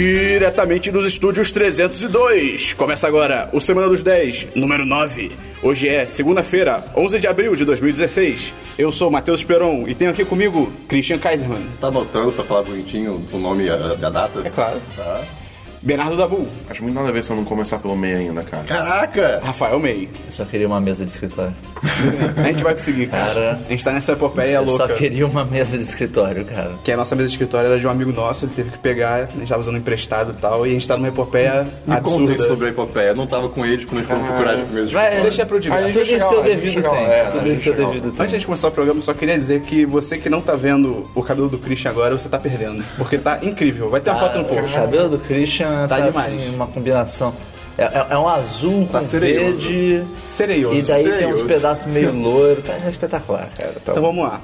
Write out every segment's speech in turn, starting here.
diretamente dos estúdios 302. Começa agora o Semana dos 10, número 9. Hoje é segunda-feira, 11 de abril de 2016. Eu sou Matheus Peron e tenho aqui comigo Christian Kaiserman, Tá anotando pra falar bonitinho o nome e a, da data? É claro. Tá. Bernardo Dabu, Acho muito nada a ver se eu não começar pelo meio ainda, cara. Caraca! Rafael May. Eu só queria uma mesa de escritório. Tá A gente vai conseguir, cara. Cara. A gente tá nessa epopeia Eu só louca. queria uma mesa de escritório, cara. Que a nossa mesa de escritório era de um amigo nosso, ele teve que pegar, a gente tava usando emprestado e tal, e a gente tá numa epopeia Me conta absurda. isso sobre a epopeia. Eu não tava com eles quando eles foram procurar de primeiro Vai, né? Deixa pro Diego. Aí- Tudo em Chegava, seu aí devido chegava, tempo. é, Tudo aí em seu chegava. devido tempo. Antes de começar o programa, eu só queria dizer que você que não tá vendo o cabelo do Christian agora, você tá perdendo. Porque tá incrível. Vai ter uma um foto no Ah, O post. cabelo do Christian Tá tá, demais. assim, uma combinação. É, é- é um azul Tá com sereioso. verde. Sereioso. E daí tem uns sereioso. pedaços meio loiro. Tá espetacular, cara. Tá Então vamos lá.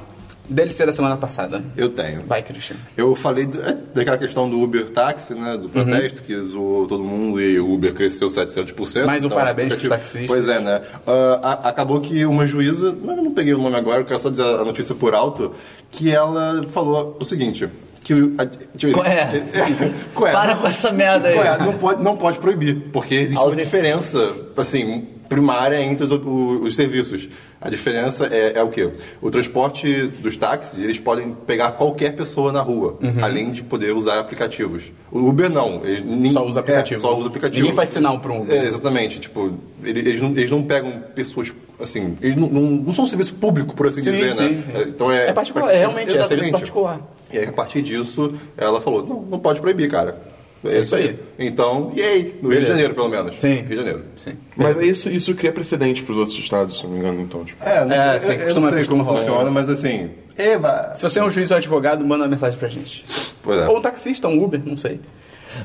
DLC da semana passada. Eu tenho. Vai, Christian. Eu falei da- daquela questão do Uber táxi, né? Do protesto que zoou todo mundo e o Uber cresceu 700%. Mais um parabéns aplicativo- pros taxistas. então Pois é, né? Ah, a- acabou que uma juíza, mas eu não peguei o nome agora, eu quero só dizer a notícia por alto, que ela falou o seguinte. Que, o- a, tipo, Qual é? Qual é? Para com essa merda aí. Qual é? não, pode, não pode proibir, porque existe uma Ausência. diferença, assim, primária entre os, o- os serviços. A diferença é, é o quê? O transporte dos táxis, eles podem pegar qualquer pessoa na rua, Uhum. além de poder usar aplicativos. O Uber não. Eles, nem- Só usa aplicativo. É, só usa aplicativo. Ninguém faz sinal pra um Uber. É, exatamente. Tipo, ele- eles, não, eles não pegam pessoas, assim, eles não, não, não são um serviço público, por assim Sim, dizer, sim, né? sim. É, Então é... É particular, é realmente, é serviço Exatamente. particular. E aí, a partir disso, ela falou: não, não pode proibir, cara. É isso aí. Então, e aí? No Rio de Beleza. Janeiro, pelo menos. Sim. Rio de Janeiro. Sim. Mas isso, isso cria precedente pros outros estados, se não me engano, então. Tipo. É, não É, sei, sim, eu, eu costuma- não sei costuma como rolar. funciona, mas assim. Eba! Se você é um juiz ou advogado, manda uma mensagem pra gente. Pois é. Ou um taxista, um Uber, não sei.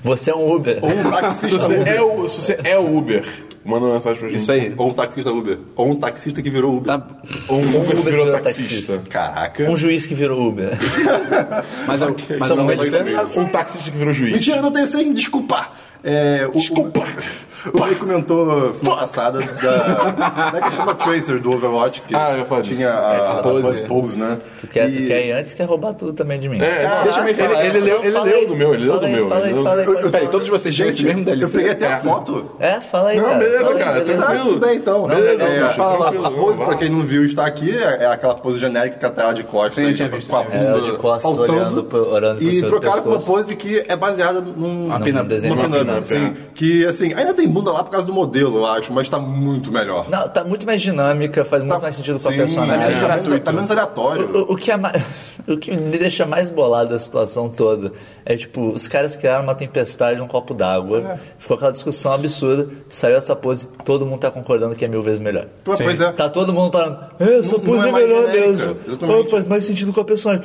Você é um Uber. Ou um Se taxista você, Uber. é o, se você é o Uber, manda uma mensagem pra gente. Isso aí. Ou um taxista Uber. Ou um taxista que virou Uber. Tá. Ou um Uber, Uber virou virou taxista. Caraca. Um juiz que virou Uber. Mas, eu, mas São não, é muito mas diferentes. Um taxista que virou juiz. Mentira, eu não tenho sem desculpar. É, o, Desculpa. O Ray comentou semana passada da, é da questão da Tracer do Overwatch, que Ah, eu ia falar disso. tinha a, a pose. pose, né? Tu quer, tu E- quer ir antes, quer roubar tudo também de mim. É, Caraca, deixa eu me falar. Ele, ele leu, ele Fala leu aí, do meu, ele leu fala do aí, meu. Fala ele aí, leu- fala aí, Eu- pode eu- falar. Peraí, todos vocês têm esse mesmo Eu DLC? peguei até a É. foto. É, fala aí, Não, cara. beleza, Fala aí, cara, beleza. Tá, Tranquilo. tudo bem então. Beleza, É, gente, fala lá, tranquilo, a pose, vamos pra lá. quem não viu, está aqui, é, é aquela pose genérica que a tela de costas. Sim, eu tinha com a- visto, com a é. bunda Ela de costas, olhando pro- olhando pro E cima do trocaram com uma pescoço. pose que é baseada num. Uma pin-up. desenho Uma de pin-up, pin-up, assim, é. Que, assim, ainda tem bunda lá por causa do modelo, eu acho, mas tá muito melhor. Não, tá muito mais dinâmica, faz muito Tá- mais sentido com a Sim, personagem. Tá menos, É. gratuito. tá menos aleatório. O, o- o que é ma- o que me deixa mais bolado da situação toda é tipo, os caras criaram uma tempestade num copo É. d'água, ficou aquela discussão absurda, saiu essa pose, todo mundo tá concordando que é mil vezes melhor. Pois Sim. é. Tá todo mundo falando, "É, essa Não- não pose é é mais melhor genérica, mesmo. exatamente. Ah, faz mais sentido com a personagem.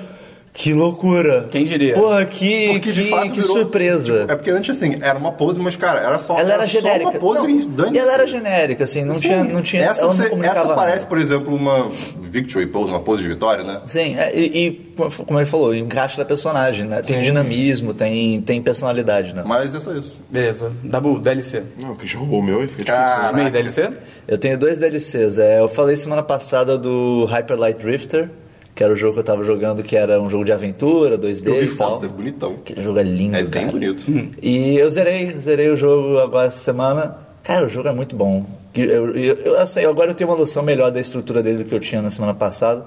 Que loucura. Quem diria? Porra, que, Porque, de que, fato, que virou- surpresa. É porque antes, assim, era uma pose, mas, cara, era só, Ela era, só genérica. uma pose Não, e dane e ela era genérica, assim, não tinha. Não tinha essa, ela você- não comunicava essa nada. parece, por exemplo, uma victory pose, uma pose de vitória, né? Sim, é, e, e, como ele falou, encaixa da personagem, né? Tem dinamismo, tem, tem personalidade, né? Mas é só isso. Beleza. Dabu, DLC. Não, o Christian roubou o meu e fica difícil. Caraca. May, DLC? Eu tenho dois DLCs. É, eu falei semana passada do Hyper Light Drifter, que era o jogo que eu tava jogando, que era um jogo de aventura, 2D Eu vi e tal. fotos, é bonitão. Aquele jogo é lindo, É bem cara. bonito. E eu zerei, zerei o jogo agora essa semana. Cara, o jogo é muito bom. Eu, eu, eu- eu sei, agora eu tenho uma noção melhor da estrutura dele do que eu tinha na semana passada.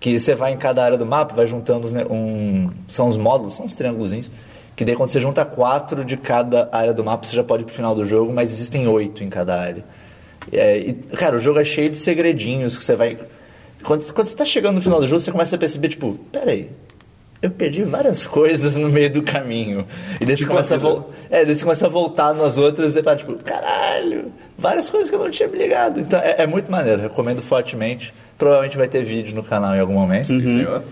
Que você vai em cada área do mapa, vai juntando os, ne- um. São os módulos, são os triângulozinhos. Que daí quando você junta quatro de cada área do mapa, você já pode ir pro final do jogo, mas existem oito em cada área. É, e, cara, o jogo é cheio de segredinhos que você vai. Quando, quando você tá chegando no final do jogo, você começa a perceber, tipo, peraí, eu perdi várias coisas no meio do caminho. E daí você Tipo começa, a vol- é, daí você começa a voltar nas outras e fala, tipo, caralho, várias coisas que eu não tinha me ligado. Então é, é muito maneiro, recomendo fortemente. Provavelmente vai ter vídeo no canal em algum momento. Sim, Uhum. senhor.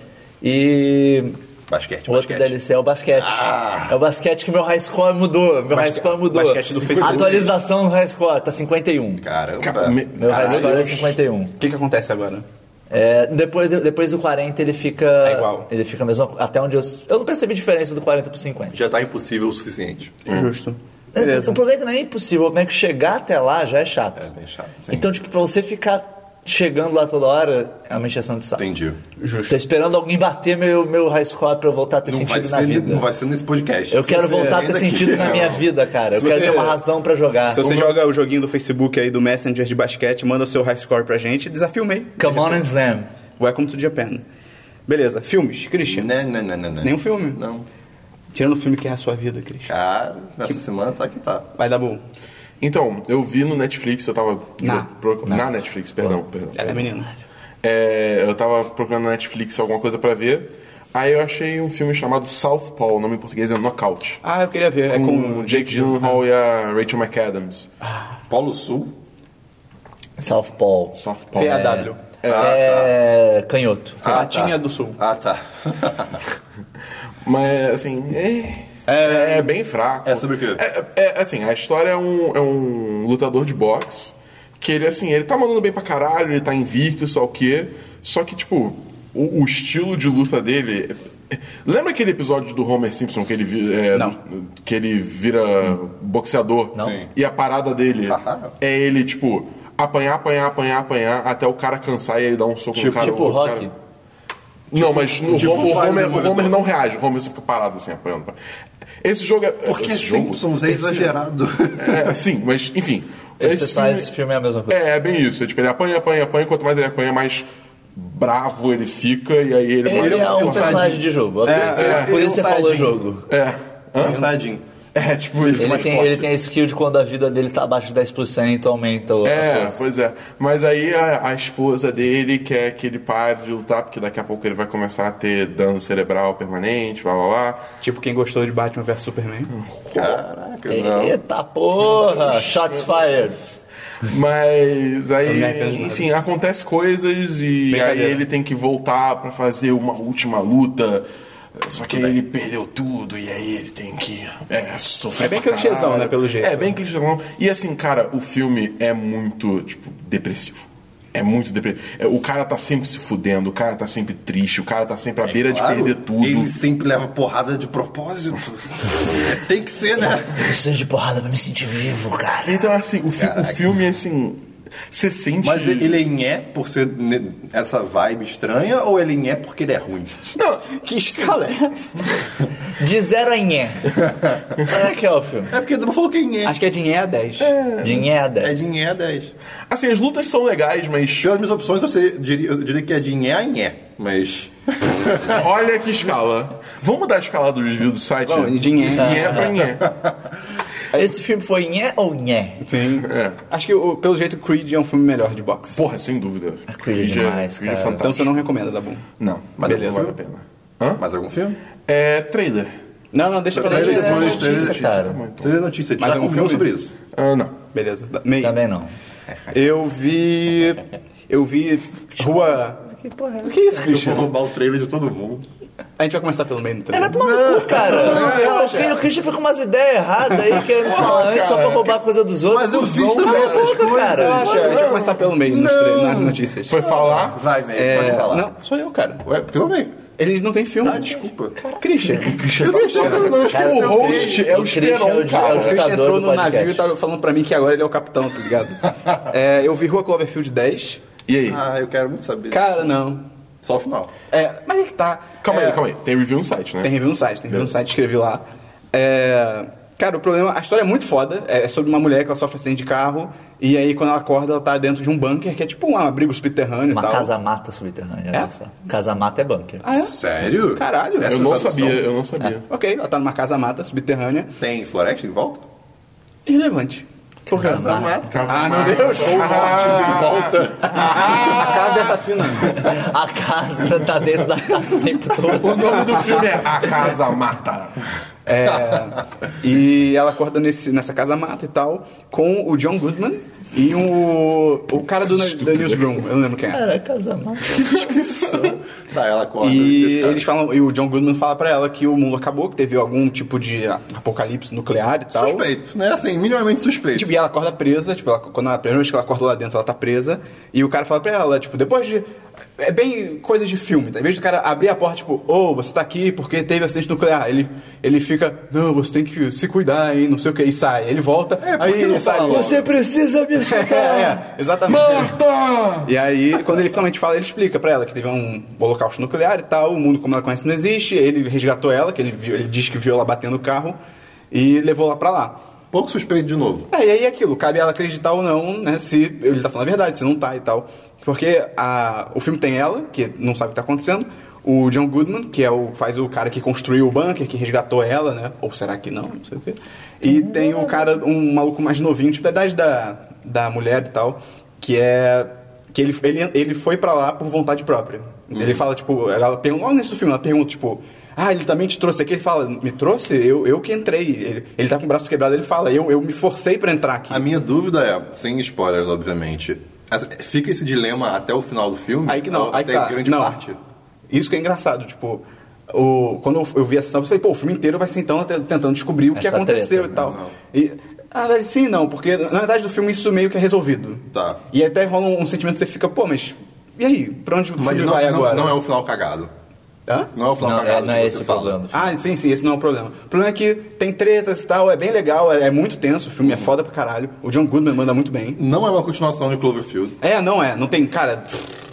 E Basquete, o outro basquete. DLC é o basquete. Ah! É o basquete que meu high score mudou. Meu high Basque- score mudou. basquete do Facebook. Atualização do high score, tá 51. Caramba. Cara, me- Meu high score é Caralho. 51. O que, que acontece agora? É, depois, depois do 40 ele fica. É igual. Ele fica a mesma. Até onde eu. Eu não percebi diferença do 40 pro 50. Já tá impossível o suficiente. Injusto. Então, Beleza. O problema é que não é impossível, como é que chegar até lá já é chato. bem chato, sim. Então, tipo, pra você ficar chegando lá toda hora é uma encheção de saco. Entendi. Justo. Tô esperando alguém bater meu, meu high score pra eu voltar a ter Não vai, sentido na ser, vida. não vai ser nesse podcast. Eu Se quero você voltar a ter ainda aqui- sentido na Não. minha vida, cara. Eu Se quero você- ter uma razão pra jogar. Se você joga o joguinho do Facebook aí, do Messenger de basquete, manda o seu high score pra gente. Desafio meio. Come on and slam. Welcome to Japan. Beleza, filmes, Christian. Não, não, não, não, não. Nenhum filme. né, Não. Tirando o filme que é a sua vida, Christian. Cara, nessa semana tá que tá. Vai dar bom. Então, eu vi no Netflix, eu tava. Na. pro- na Netflix, perdão, perdão. Ela é menina. É, eu tava procurando na Netflix alguma coisa pra ver. Aí eu achei um filme chamado Southpaw, o nome em português é Knockout. Ah, eu queria ver. É Com com o Hum, Jake Gyllenhaal e a Rachel McAdams. Polo Sul? South Paul. Southpaw. PAW. É, canhoto. Ah, Latinha tá. do Sul. Ah, tá. Mas, assim, é, É. é bem fraco. É sobre o quê? É, é, assim, a história é um, é um lutador de boxe que ele, assim, ele tá mandando bem pra caralho, ele tá invicto, só o quê. Só que, tipo, o, o estilo de luta dele... Lembra aquele episódio do Homer Simpson que ele, vi- é, Não. do- que ele vira boxeador? Não. Sim. E a parada dele Aham. é ele, tipo, apanhar, apanhar, apanhar, apanhar, até o cara cansar e aí dar um soco no Tipo- cara. tipo o outro Rock. cara- não, mas no tipo Homer- o o, pai do Homer, o Demolidor. Homer não reage, o Homer só fica parado assim, apanhando. Esse jogo é. Porque esse jogo? Simpsons é exagerado. É, sim, mas enfim. Esse Esse pessoal, filme- esse filme é a mesma coisa. é, é bem isso. É, tipo, ele apanha, apanha, apanha, quanto mais ele apanha, mais bravo ele fica, e aí ele, Ele, é um personagem de jogo. ok? é, Por ele é um isso você falou sadinho. jogo. É. Hã? Cansadinho. É, tipo, ele, Ele mais tem, forte. ele tem a skill de quando a vida dele tá abaixo de 10%, aumenta o. a É, força. pois é. Mas aí a, a esposa dele quer que ele pare de lutar, porque daqui a pouco ele vai começar a ter dano cerebral permanente, blá blá blá. Tipo quem gostou de Batman vs Superman. Caraca, é, não. Eita porra! Shots fired! Mas Também é aí, pesado. enfim, acontece coisas e aí Brincadeira. ele tem que voltar pra fazer uma última luta. Só que aí ele perdeu tudo e aí ele tem que é, sofrer. É bem pra clichêzão, caralho. né, pelo jeito. É bem clichêzão. E assim, cara, o filme é muito, tipo, depressivo. É muito depressivo. É, O cara tá sempre se fudendo, o cara tá sempre triste, o cara tá É sempre à beira de perder tudo. Ele sempre leva porrada de propósito. Tem que ser, né? Preciso de porrada pra me sentir vivo, cara. Então, assim, o, fi- o Caraca. filme, assim, você sente. Mas ele é nhé por ser ne- essa vibe estranha ou ele é nhé porque ele é ruim? Não, Que escala é essa? De zero a nhé. Como é que é o filme? É porque não falou que é nhé. Acho que é de Nhé a 10. De nhé a dez. É de nhé a 10. assim, as lutas são legais, mas. Pelas minhas opções, eu, sei- diria, eu diria que é de nhé a nhé. Mas... Olha que escala. Vamos mudar a escala do review do site? Bom, de nhé. Nhé pra nhé. É, Esse filme foi nhé ou nhé? Sim. Acho que, o- pelo jeito, Creed é um filme melhor de boxe. Porra, sem dúvida. Creed é demais, Creed é cara. Então fantástico. você não recomenda, Dabu. Não, Mas beleza. depois- Vale a pena. Hã? Mais algum filme? É, trailer. Não, não, deixa pra lá. Trailer, Trailer é trailer, notícia, trailer, cara. Tá bom, então. Teve notícia, a gente Mas já algum conversou sobre filme? isso. Ah, não. Beleza. Da- Meio. Também não. Eu vi... Eu vi Rua... O que é isso, Eu vou Christian? roubar o trailer de todo mundo. A gente vai comemeçar pelo meio do É, trailer. vai tomar no cu, cara. Pô, o Christian- o Christian foi com umas ideias erradas aí, querendo falar antes só pra roubar coisa dos outros. Mas eu Cuzão, fiz também cala a essas boca, coisas, Você cara. acha? A gente vai começar pelo meio nos tre- nas notícias. Foi falar. Vai, velho, É, pode falar. Não, sou eu, cara. Ué, porque eu também. Eles não têm filme. Ah, desculpa. Christian. Eu não tô tentando, não, acho que Cara, eu O roubei. host é o O Christian é o Esperon, de- Cara, cara. o é Christian ditador entrou do no podcast. navio e tava falando pra mim que agora ele é o capitão, tá ligado? É, eu vi Rua Cloverfield 10. E aí? Ah, eu quero muito saber. Cara, não. Só o final. É, mas é que tá. Calma É, aí, calma aí. Tem review no site, né? Tem review no site, tem review no site, escrevi lá. É, cara, o problema. A história é muito foda. É sobre uma mulher que ela sofre acidente de carro. E aí, quando ela acorda, ela tá dentro de um bunker que é tipo um abrigo subterrâneo e Uma tá tal. casamata subterrânea, É? olha só. Casamata é bunker. Ah, é? Sério? Caralho. Essa Eu não tradução. sabia, eu não sabia. Ok, ela tá numa casa mata subterrânea. Tem floresta em volta? Irrelevante. Por causa Casa da mata. Casa Ah, meu mata. Deus. Ah. Ou mortes em volta? A casa é assassina. A casa tá dentro da casa o tempo todo. O nome do filme é A Casa Mata. É. E ela acorda nesse, nessa casa mata e tal, com o John Goodman e o, o cara do, da Newsroom, eu não lembro quem é. Cara, casamata. tá, ela acorda. E deixa- eles falam, e o John Goodman fala pra ela que o mundo acabou, que teve algum tipo de apocalipse nuclear e tal. Suspeito, né? Assim, minimamente suspeito. Tipo, e ela acorda presa, tipo, ela, quando a primeira vez que ela acorda lá dentro, ela tá presa. E o cara fala pra ela, tipo, depois de. É bem coisa de filme, tá? Em vez do cara abrir a porta, tipo, ô, você tá aqui porque teve acidente nuclear. Ele, ele fica, não, você tem que se cuidar, hein, não sei o que, e sai. Ele volta, É, por que aí, não sabe? fala logo? Você precisa me queria escutar. É, exatamente. Marta! E aí, quando ele finalmente fala, ele explica pra ela que teve um holocausto nuclear e tal, o mundo como ela conhece não existe, ele resgatou ela, que ele, viu, ele diz que viu ela batendo o carro e levou lá pra lá. Pouco suspeito de novo. É, e aí é aquilo, cabe ela acreditar ou não, né, se ele tá falando a verdade, se não tá e tal. Porque a, o filme tem ela, que não sabe o que tá acontecendo, o John Goodman, que é o, faz o cara que construiu o bunker, que resgatou ela, né, ou será que não, não sei o quê. E tem o cara, um maluco mais novinho, tipo da idade da, da mulher e tal, que é que ele, ele, ele foi pra lá por vontade própria. Uhum. Ele fala, tipo, ela pergunta, logo nesse filme, ela pergunta, tipo, ah, ele também te trouxe aqui? Ele fala, me trouxe? Eu, eu que entrei. Ele, ele tá com o braço quebrado, ele fala, eu, eu me forcei pra entrar aqui. A minha dúvida é, sem spoilers, obviamente, as- fica esse dilema até o final do filme? Aí que não, Ou aí que até tá. grande não. parte. Isso que é engraçado, tipo, o, quando eu- eu vi essa eu falei, pô, o filme inteiro vai ser então te- tentando descobrir o que Essa aconteceu treta, né? e tal. E, na verdade, sim, não, porque na verdade do filme isso meio que é resolvido. Tá. E até rola um, um sentimento que você fica, pô, mas e aí? Pra onde o Mas filme não, vai não- agora? não é o final cagado. Hã? Não é o final Não, é, cagado não que é você esse o fala. problema do filme. Ah, sim, sim, esse não é o problema. O problema é que tem tretas e tal, é bem legal, é, é muito tenso, o filme é foda pra caralho. O John Goodman manda muito bem. Não é uma continuação de Cloverfield. É, não é, não tem, cara,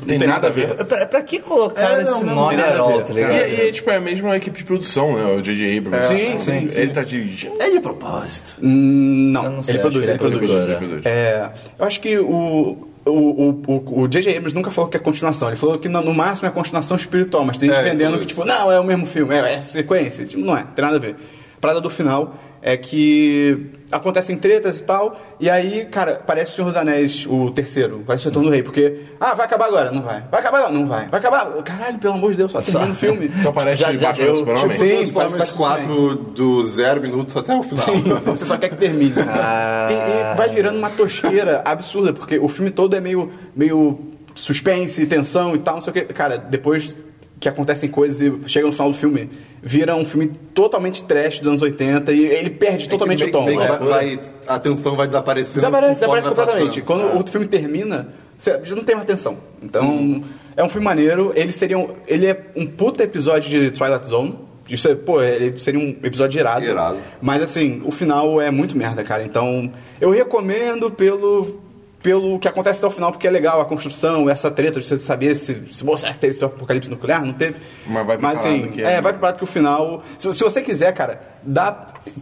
não tem, nada a ver. Pra, pra que colocar É, não, esse não, nome não tem nada a Herol, ver, tá E, ligado? e, tipo, é a mesma equipe de produção, né? O J.J. Abrams. É. Sim, sim, sim. Ele tá dirigindo. É de propósito. Hum, não, Eu não sei, ele acho produz, que ele ele é produz. produtor, Ele produz. É, eu acho que o. O o- o- o J.J. Abrams nunca falou que é continuação, ele falou que no, no máximo é continuação espiritual, mas tem gente É, ele vendendo falou que, isso. tipo, não, é o mesmo filme, é, é sequência. Tipo, não é, tem nada a ver. A Parada do final é que acontecem tretas e tal, e aí, cara, parece o Senhor dos Anéis, o terceiro, parece o Retorno do Rei, porque, ah, vai acabar agora, não vai, vai acabar agora, não vai, vai acabar, caralho, pelo amor de Deus, só termina o filme. Então aparece Já- já, já Batman deu, Super-Homem. tipo, Sim, Transformers parece- parece 4 do zero minutos até o final. Ah. Sim, você só quer que termine. E, e vai virando uma tosqueira absurda, porque o filme todo é meio, meio suspense, tensão e tal, não sei o que. Cara, depois que acontecem coisas e chega no final do filme, vira um filme totalmente trash dos anos 80 e ele perde totalmente meio- o tom. meio que É. vai- vai- a tensão vai desaparecendo. Desaparece, conforme desaparece vai completamente. passando. Quando o filme termina, você já não tem mais atenção. Então, é um filme maneiro. Ele seria um, ele é um puta episódio de Twilight Zone. Isso é, pô, ele seria um episódio irado. Irado. Mas assim, o final é muito merda, cara. Então, eu recomendo pelo pelo que acontece até o final, porque é legal a construção, essa treta de você saber se, se bom, será que teve esse apocalipse nuclear, não teve. Mas vai assim, preparado que é- é, vai preparado que o final, se, se você quiser, cara, dá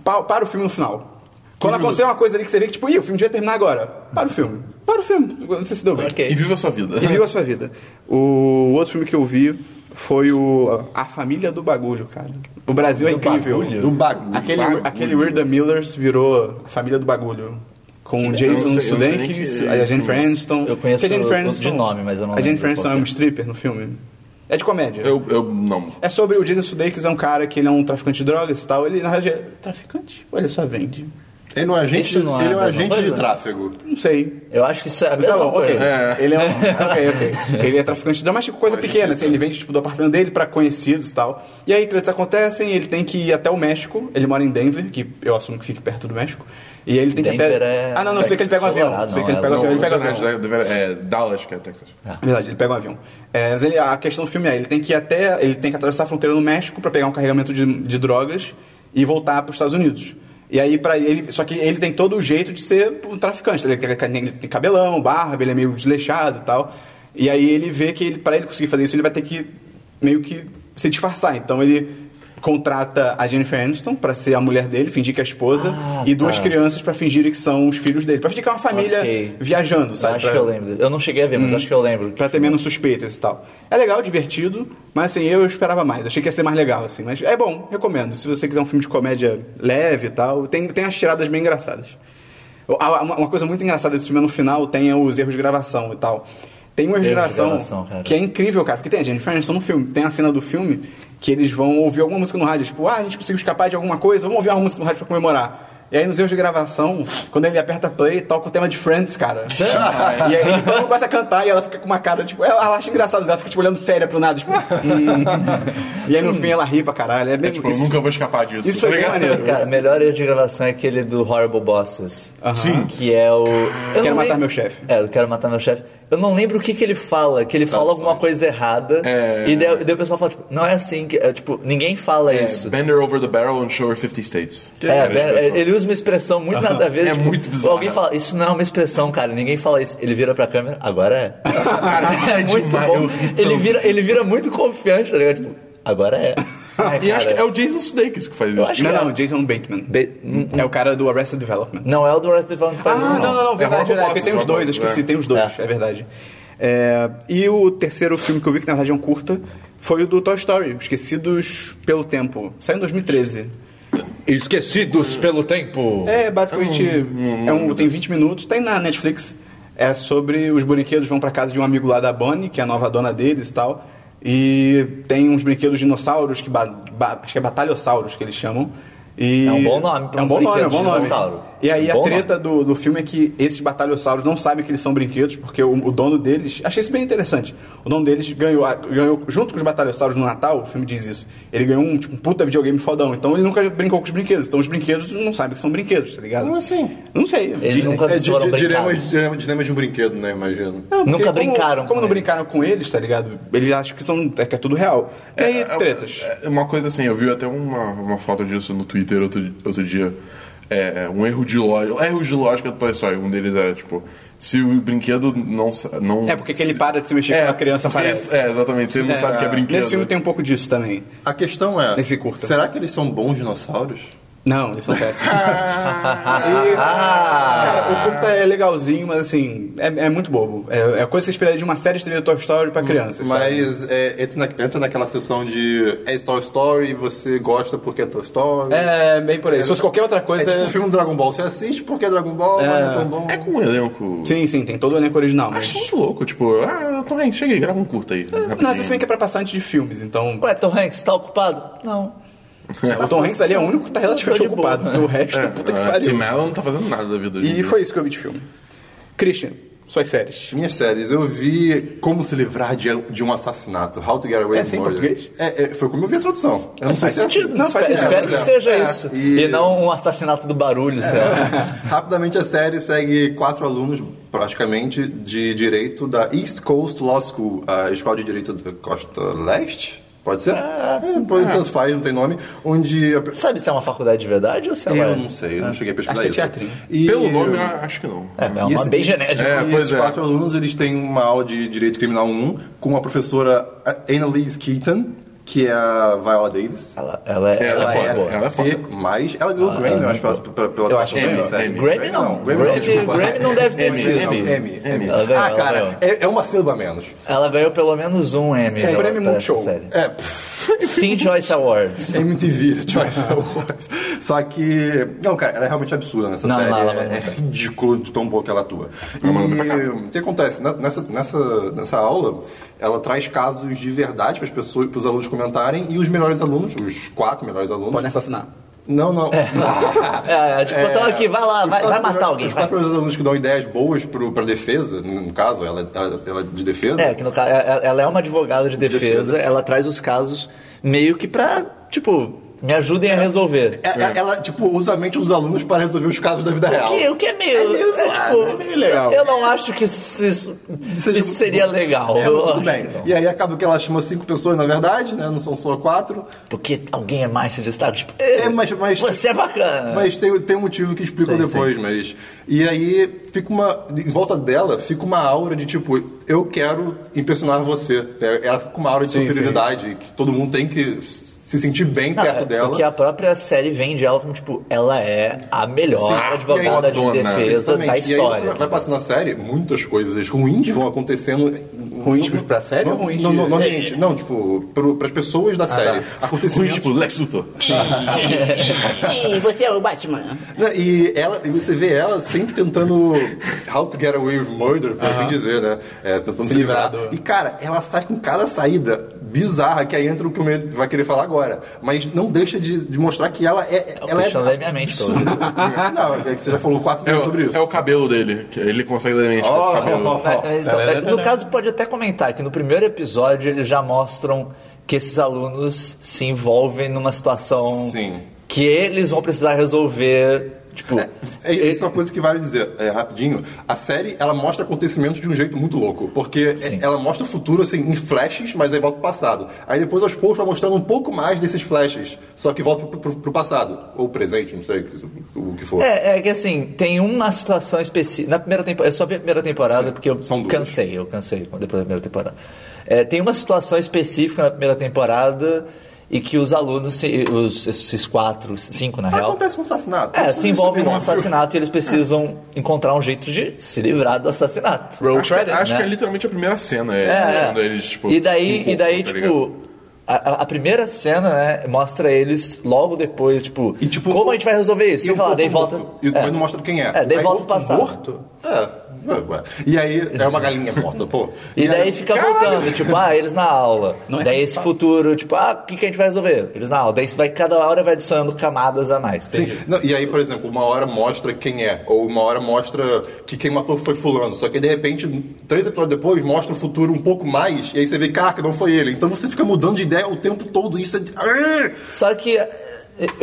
pa- para o filme no final. Quando 15 minutos. acontecer uma coisa ali que você vê que, tipo, ih, o filme devia terminar agora. Para o filme. Para o filme. Você se deu bem. Ok. E viva a sua vida. E viu a sua vida. O outro filme que eu vi foi o A Família do Bagulho, cara. O Brasil é Do incrível. bagulho? Do bagulho. Aquele, Bagulho. aquele Weirda Millers virou A Família do Bagulho. Com o Eu não Jason sei- eu não sei nem Sudeikis, que- a Jennifer que- Aniston. é Eu conheço Que a Jennifer o- de nome, mas eu não A Jennifer lembro Aniston qual é que uma é. stripper no filme. É de comédia. Eu, eu não. É sobre o Jason Sudeikis, é um cara que ele é um traficante de drogas e tal. Ele, na realidade, é traficante? Ou ele só vende? Ele não é agente, Isso não é ele é um a mesma agente coisa? de tráfego. Não sei. Eu acho que isso é a Tá mesma bom, ok. coisa. É. Ele é um. Ok, ok. Ele é traficante de drogas, mas tipo, coisa pequena, assim, ele vende tipo, do apartamento dele pra conhecidos e tal. E aí tretas acontecem, ele tem que ir até o México, ele mora em Denver, que eu assumo que fica perto do México. E ele tem que Denver até. é- Ah, não, não, sei que ele pega um avião. Colorado, sei que ele não, é né? pega um não, avião, ele pega um na avião. verdade, deve- é, Dallas, que é Texas. Verdade, ele pega um avião. É, mas ele- a questão do filme é, ele tem que ir até. Ele tem que atravessar a fronteira no México pra pegar um carregamento de, de drogas e voltar pros Estados Unidos. E aí, para ele. Só que ele tem todo o jeito de ser um traficante. Ele, tem- ele tem cabelão, barba, ele é meio desleixado e tal. E aí ele vê que ele, para ele conseguir fazer isso, ele vai ter que meio que se disfarçar. Então ele contrata a Jennifer Aniston pra ser a mulher dele, fingir que é a esposa, Ah, e duas tá. crianças pra fingirem que são os filhos dele. Pra fingir que é uma família Ok. viajando, Eu sabe? acho Pra- Hum. que eu lembro. Eu não cheguei a ver, mas acho que eu lembro. Pra ter menos suspeitas e tal. É legal, divertido, mas assim, eu esperava mais. Achei que ia ser mais legal, assim. Mas é bom, recomendo. Se você quiser um filme de comédia leve e tal, tem, tem as tiradas bem engraçadas. Ah, Uma, uma coisa muito engraçada desse filme é no final tem os erros de gravação e tal. Tem um erro de Erro de gravação, gravação, cara. que é incrível, cara. Porque tem a Jennifer Aniston no filme. Tem a cena do filme que eles vão ouvir alguma música no rádio. Tipo, ah, a gente conseguiu escapar de alguma coisa, vamos ouvir uma música no rádio pra comemorar. E aí, nos erros de gravação, quando ele aperta play, toca o tema de Friends, cara. e aí, ele todo começa a cantar e ela fica com uma cara, tipo... Ela, ela acha engraçado, ela fica, tipo, olhando séria pro nada, tipo... "Hum." e aí, no fim, ela ri pra caralho. É, bem, Tipo, eu isso, nunca vou escapar disso. Tá isso foi bem ligado? maneiro. Cara, o melhor erro de gravação é aquele do Horrible Bosses. Sim. Que é o. Eu não Ah. Quero Matar lembro- Meu Chefe. Tá É, eu quero matar meu chefe. Eu não lembro o que, que ele fala, que ele fala alguma coisa errada. É. E daí, daí o pessoal fala, tipo, não é assim que. é, tipo, ninguém fala É, isso. Bender over the barrel and show her 50 states. É, Era a é, expressão. ele usa usa uma expressão muito nada a ver. É tipo, muito bizarro. Alguém fala, isso não é uma expressão, cara. Ninguém fala isso. Ele vira pra câmera, agora é. Cara, isso é demais, eu ri tanto. Ele vira, ele vira muito confiante, tá ligado? Tipo, agora é. Ai, E acho que cara. é o Jason Sudeikis que faz acho isso. que Não, é- não, Jason Bateman. Be- n- É o cara do Arrested Development. Não é o do Rust Development que Ah, faz isso, não, não, não, Robocop, verdade, verdade. porque tem os dois, eu Robocop, esqueci, é. tem os dois, é, né? É. verdade. É, e o terceiro filme que eu vi, que na verdade é um curta, foi o do Toy Story, Esquecidos pelo Tempo. Saiu em 2013. Esquecidos pelo tempo. É, basicamente, é um, tem 20 minutos, tem na Netflix. É sobre os brinquedos vão pra casa de um amigo lá da Bonnie, que é a nova dona deles e tal. E tem uns brinquedos dinossauros, que ba- ba- acho que é batalhossauros que eles chamam. E É um bom nome pra É um uns bom nome, é um brinquedos bom de nome. dinossauro. Um E aí Bom a nome. treta do, do filme é que esses batalhossauros não sabem que eles são brinquedos, porque o, o dono deles. Achei isso bem interessante. O dono deles ganhou, a- ganhou junto com os batalhossauros no Natal, o filme diz isso. Ele ganhou um, tipo, um puta videogame fodão. Então ele nunca brincou com os brinquedos. Então os brinquedos não sabem que são brinquedos, tá ligado? Como assim? Não sei. Eles nunca É, di- foram di- brincados. dilemas, dilemas- dilemas de um brinquedo, né? Imagino. Não, porque Nunca como- brincaram Como, com não eles. brincaram com eles, tá ligado? Eles acham que, são, é, que é tudo real. E aí, É, é, tretas. é, uma coisa assim, eu vi até uma, uma foto disso no Twitter outro, outro dia. É, um erro de lógica. Erros de lógica do Toy Story. Um deles era, tipo, se o brinquedo não. sa- não É, porque que se- ele para de se mexer quando a criança porque- aparece. É, exatamente. Você não sabe que é brinquedo. Nesse filme tem um pouco disso também. A questão é... Esse curta. Será que eles são bons dinossauros? Não, eles são péssimos. Ah. E, cara, o curta é legalzinho, mas assim, é, é muito bobo. É, é coisa que você esperaria de uma série de TV Toy Story pra crianças. sabe? Mas é, entra, na- entra naquela sessão de... É Toy Story, você gosta porque é Toy Story. É bem por aí. Se fosse qualquer outra É coisa. tipo o filme do Dragon Ball. Você assiste porque é Dragon Ball, mas não é tão bom. É com um elenco. Sim, sim, tem todo o elenco original. Mas... Acho muito louco, tipo, ah, Tom Hanks, chega aí, grava um curto aí. rapidinho. Não, se bem que é pra passar antes de filmes, então. Ué, Tom Hanks, tá ocupado? Não. O Tom Hanks ali é o único que tá relativamente Tô de boa. ocupado. porque O resto, É, puta que ah, Tim pariu. Allen não tá fazendo nada da vida hoje em E dia. foi isso que eu vi de filme. Christian, suas séries. Minhas séries, eu vi Como Se Livrar de, de um Assassinato, How to Get Away É with assim em Murder. português? É, é, foi como eu vi a tradução. Eu não sei Faz se é sentido, assim. não, faz sentido. Espero que É. seja É, isso. e- E... não um assassinato do barulho, sei lá. Rapidamente a série segue quatro alunos, praticamente, de direito da East Coast Law School, a escola de direito da Costa Leste, pode ser? É, pode, tanto faz, não tem nome. Onde... a- Sabe se é uma faculdade de verdade ou se é Eu uma... não sei, eu não cheguei a pesquisar Acho que é isso. teatrinho. E- Pelo nome, eu acho que não. É, é E uma esse- bem genérica. É, e pois esses é. quatro alunos, eles têm uma aula de Direito Criminal 1 com a professora Annalise Keaton, que é a Viola Davis. Ela, ela, é- Ela ela é é foda. boa. Ela é foda. E- mas ela ganhou o Grammy, eu acho, pela, pela, pela Eu acho atuação que dela, Grammy, sério. Grammy. Grammy não. Grammy Grammy, não, Grammy, desculpa. não deve ter Emmy, sido. Não, Emmy. Emmy, Emmy. Ela ganhou, Ah, ela cara, ganhou. é, é um vacilo a menos. Ela ganhou pelo menos um Emmy. É, pra- prêmio pra Multishow. essa série. É, pff, Teen Choice Awards. MTV, Choice Awards. Só que. Não, cara, ela é realmente absurda nessa Não, série. não, ela é, não é ridículo de tão boa que ela atua. manda pra cá. E o que acontece? Na- Nessa, nessa, nessa aula, ela traz casos de verdade para as pessoas, para os alunos comentarem, e os melhores alunos, os quatro melhores alunos. Podem assassinar. Não, não. É, tipo, então aqui, vai lá, Os vai, vai quatro matar melhores- alguém. Os vai. quatro melhores alunos que dão ideias boas pro, pra defesa, no caso, ela, ela, ela é de defesa. É, que no caso, ela ela é uma advogada de defesa, defesa. ela traz os casos meio que pra, tipo, me ajudem a resolver. É, é- Ela, tipo, usa a mente dos alunos para resolver os casos da vida real. Que, o que é meio. É meio zoado, é meio legal. Eu não acho que isso, isso- Seja isso muito seria legal. É, mas eu tudo acho bem. que não. E aí acaba que ela chama cinco pessoas, na verdade, né? Não são só quatro. Porque alguém é mais se destaca. Tipo, É, mas- mas- Você é bacana. Mas tem, tem um motivo que explicam Sim, depois, mas. E aí fica uma. Em volta dela fica uma aura de tipo, eu quero impressionar você. É, Ela fica com uma aura de superioridade, que todo mundo tem que se sentir bem Não, perto é dela. Porque a própria série vende ela como, tipo, ela é a melhor Sim, advogada e aí- de defesa Exatamente. da E aí história. você vai passando a série, muitas coisas ruins vão acontecendo. Ruins pra série não, ou ruins Não, de- não, não, ambiente. não tipo, pro, pras pessoas da série. Ruim, Acontecimentos tipo, Lex Luthor. Ih, você é o Batman. Não, E, ela, e você vê ela sempre tentando how to get away with murder, por assim dizer, né? É, tentando se, livrar. livrar do- E, cara, ela sai com cada saída bizarra, que aí entra o que o Medo vai querer falar agora. Mas não deixa de, de mostrar que ela é... Eu ela é questionei minha mente toda. não, é que você já falou quatro É, vezes sobre o- isso. é o cabelo dele. que ele consegue identificar Oh, esse cabelo. oh, oh, oh. Mas, então, é, no caso, pode até comentar que no primeiro episódio eles já mostram que esses alunos se envolvem numa situação Sim. que eles vão precisar resolver Tipo, É, isso é uma coisa que vale dizer é, rapidinho. A série ela mostra acontecimentos de um jeito muito louco, porque é, Sim. ela mostra o futuro assim em flashes, mas aí volta pro passado. Aí depois aos poucos vai mostrando um pouco mais desses flashes, só que volta pro, pro- pro passado ou presente, não sei o que- o que for. É, é que assim, tem uma situação específica. Na primeira temporada, eu só vi a primeira temporada Sim, porque eu são duas. cansei, eu cansei depois da primeira temporada. É, tem uma situação específica na primeira temporada e que os alunos, se- os, esses quatro, cinco na real. Acontece um assassinato. É, Isso se envolvem bem num óbvio. assassinato e eles precisam encontrar um jeito de se livrar do assassinato. Acho, que- acho né? que é literalmente a primeira cena. É, É, Quando eles, tipo, e daí, com o e daí corpo, tá tipo, a, a- a primeira cena, né, mostra eles logo depois, tipo, E, tipo, como a gente vai resolver isso? E Sei o lá, corpo daí volta... morto. E depois não mostra quem é. É, daí Aí volta pro corpo passado. Morto? É. Ué. E aí é uma galinha morta, pô. E daí fica Caralho! voltando, tipo, ah, eles na aula. Não é daí esse futuro, tipo, ah, o que, que a gente vai resolver? Eles na aula. Daí isso vai, cada hora vai adicionando camadas a mais. Sim. Não, e aí, por exemplo, uma hora mostra quem é, ou uma hora mostra que quem matou foi fulano. Só que de repente, três episódios depois, mostra o futuro um pouco mais, e aí você vê, caraca, não foi ele. Então você fica mudando de ideia o tempo todo, isso é. de- Arr! Só que eh,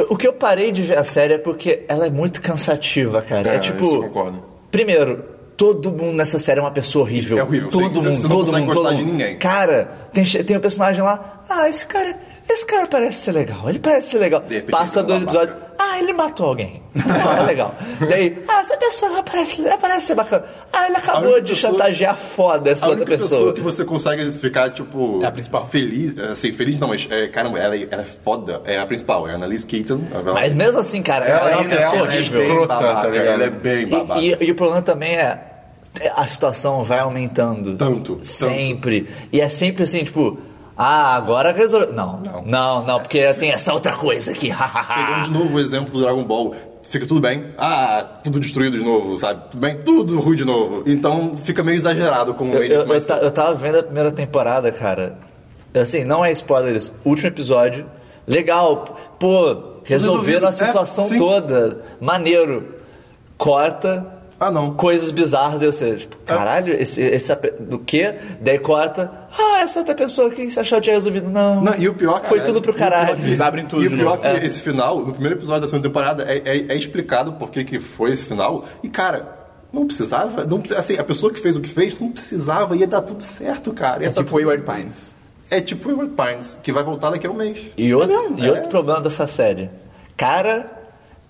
o que eu parei de ver a série é porque ela é muito cansativa, cara. É, É, Ah, tipo. isso eu concordo. Primeiro, todo mundo nessa série é uma pessoa horrível. É horrível, sim. Todo Você- mundo, você não todo consegue mundo, todo gostar de mundo. ninguém. Cara, tem, che- tem um personagem lá. Ah, esse cara. Esse cara parece ser legal. Ele parece ser legal. repente Passa ele vira dois um episódios. babaca. Ah, ele matou alguém. Ah, é legal. Daí, ah, essa pessoa lá parece, ela parece ser bacana. Ah, ele acabou única de pessoa- chantagear foda essa A outra única pessoa. pessoa que você consegue ficar, tipo. É a principal. Feliz, assim, feliz não, mas, é, caramba, ela, ela é foda. É a principal, é a Annalise Keaton. a Val- Mas mesmo assim, cara, ela, Ela é uma ainda é pessoa uma horrível. bem escrota, tá babaca, ligado? ela é bem babaca. E, e- e o problema também é a situação vai aumentando. Tanto, tanto. Sempre. E é sempre assim, tipo, ah, agora resolveu. Não, não, não, porque tem essa outra coisa aqui. Ah. Pegando de novo o exemplo do Dragon Ball. Fica tudo bem. Ah, tudo destruído de novo, sabe? Tudo bem? Tudo ruim de novo. Então fica meio exagerado como eu, eles, eu, eu, um tá- mas- ta- eu tava vendo a primeira temporada, cara. Assim, não é spoilers. Último episódio. Legal. Pô, resolvido. resolveram a situação É, sim. toda. Maneiro. Corta. Ah, não. Coisas bizarras, eu sei. Tipo, Ah. caralho, esse, esse ape- do quê? Daí corta. Ah, essa outra pessoa, o que você achou que tinha resolvido? Não. Não, e o pior, cara, Foi tudo pro e o pior caralho. É. que- Eles abrem tudo E de o pior novo. que esse final, no primeiro episódio da segunda temporada, é, é- é explicado por que que foi esse final. E, cara, não precisava. Não, precis- assim, a pessoa que fez o que fez, não precisava. Ia dar tudo certo, cara. Ia É dar tipo tudo- Wayward Pines. É tipo Wayward Pines, que vai voltar daqui a um mês. E outro, mesmo, e é. outro problema dessa série. Cara,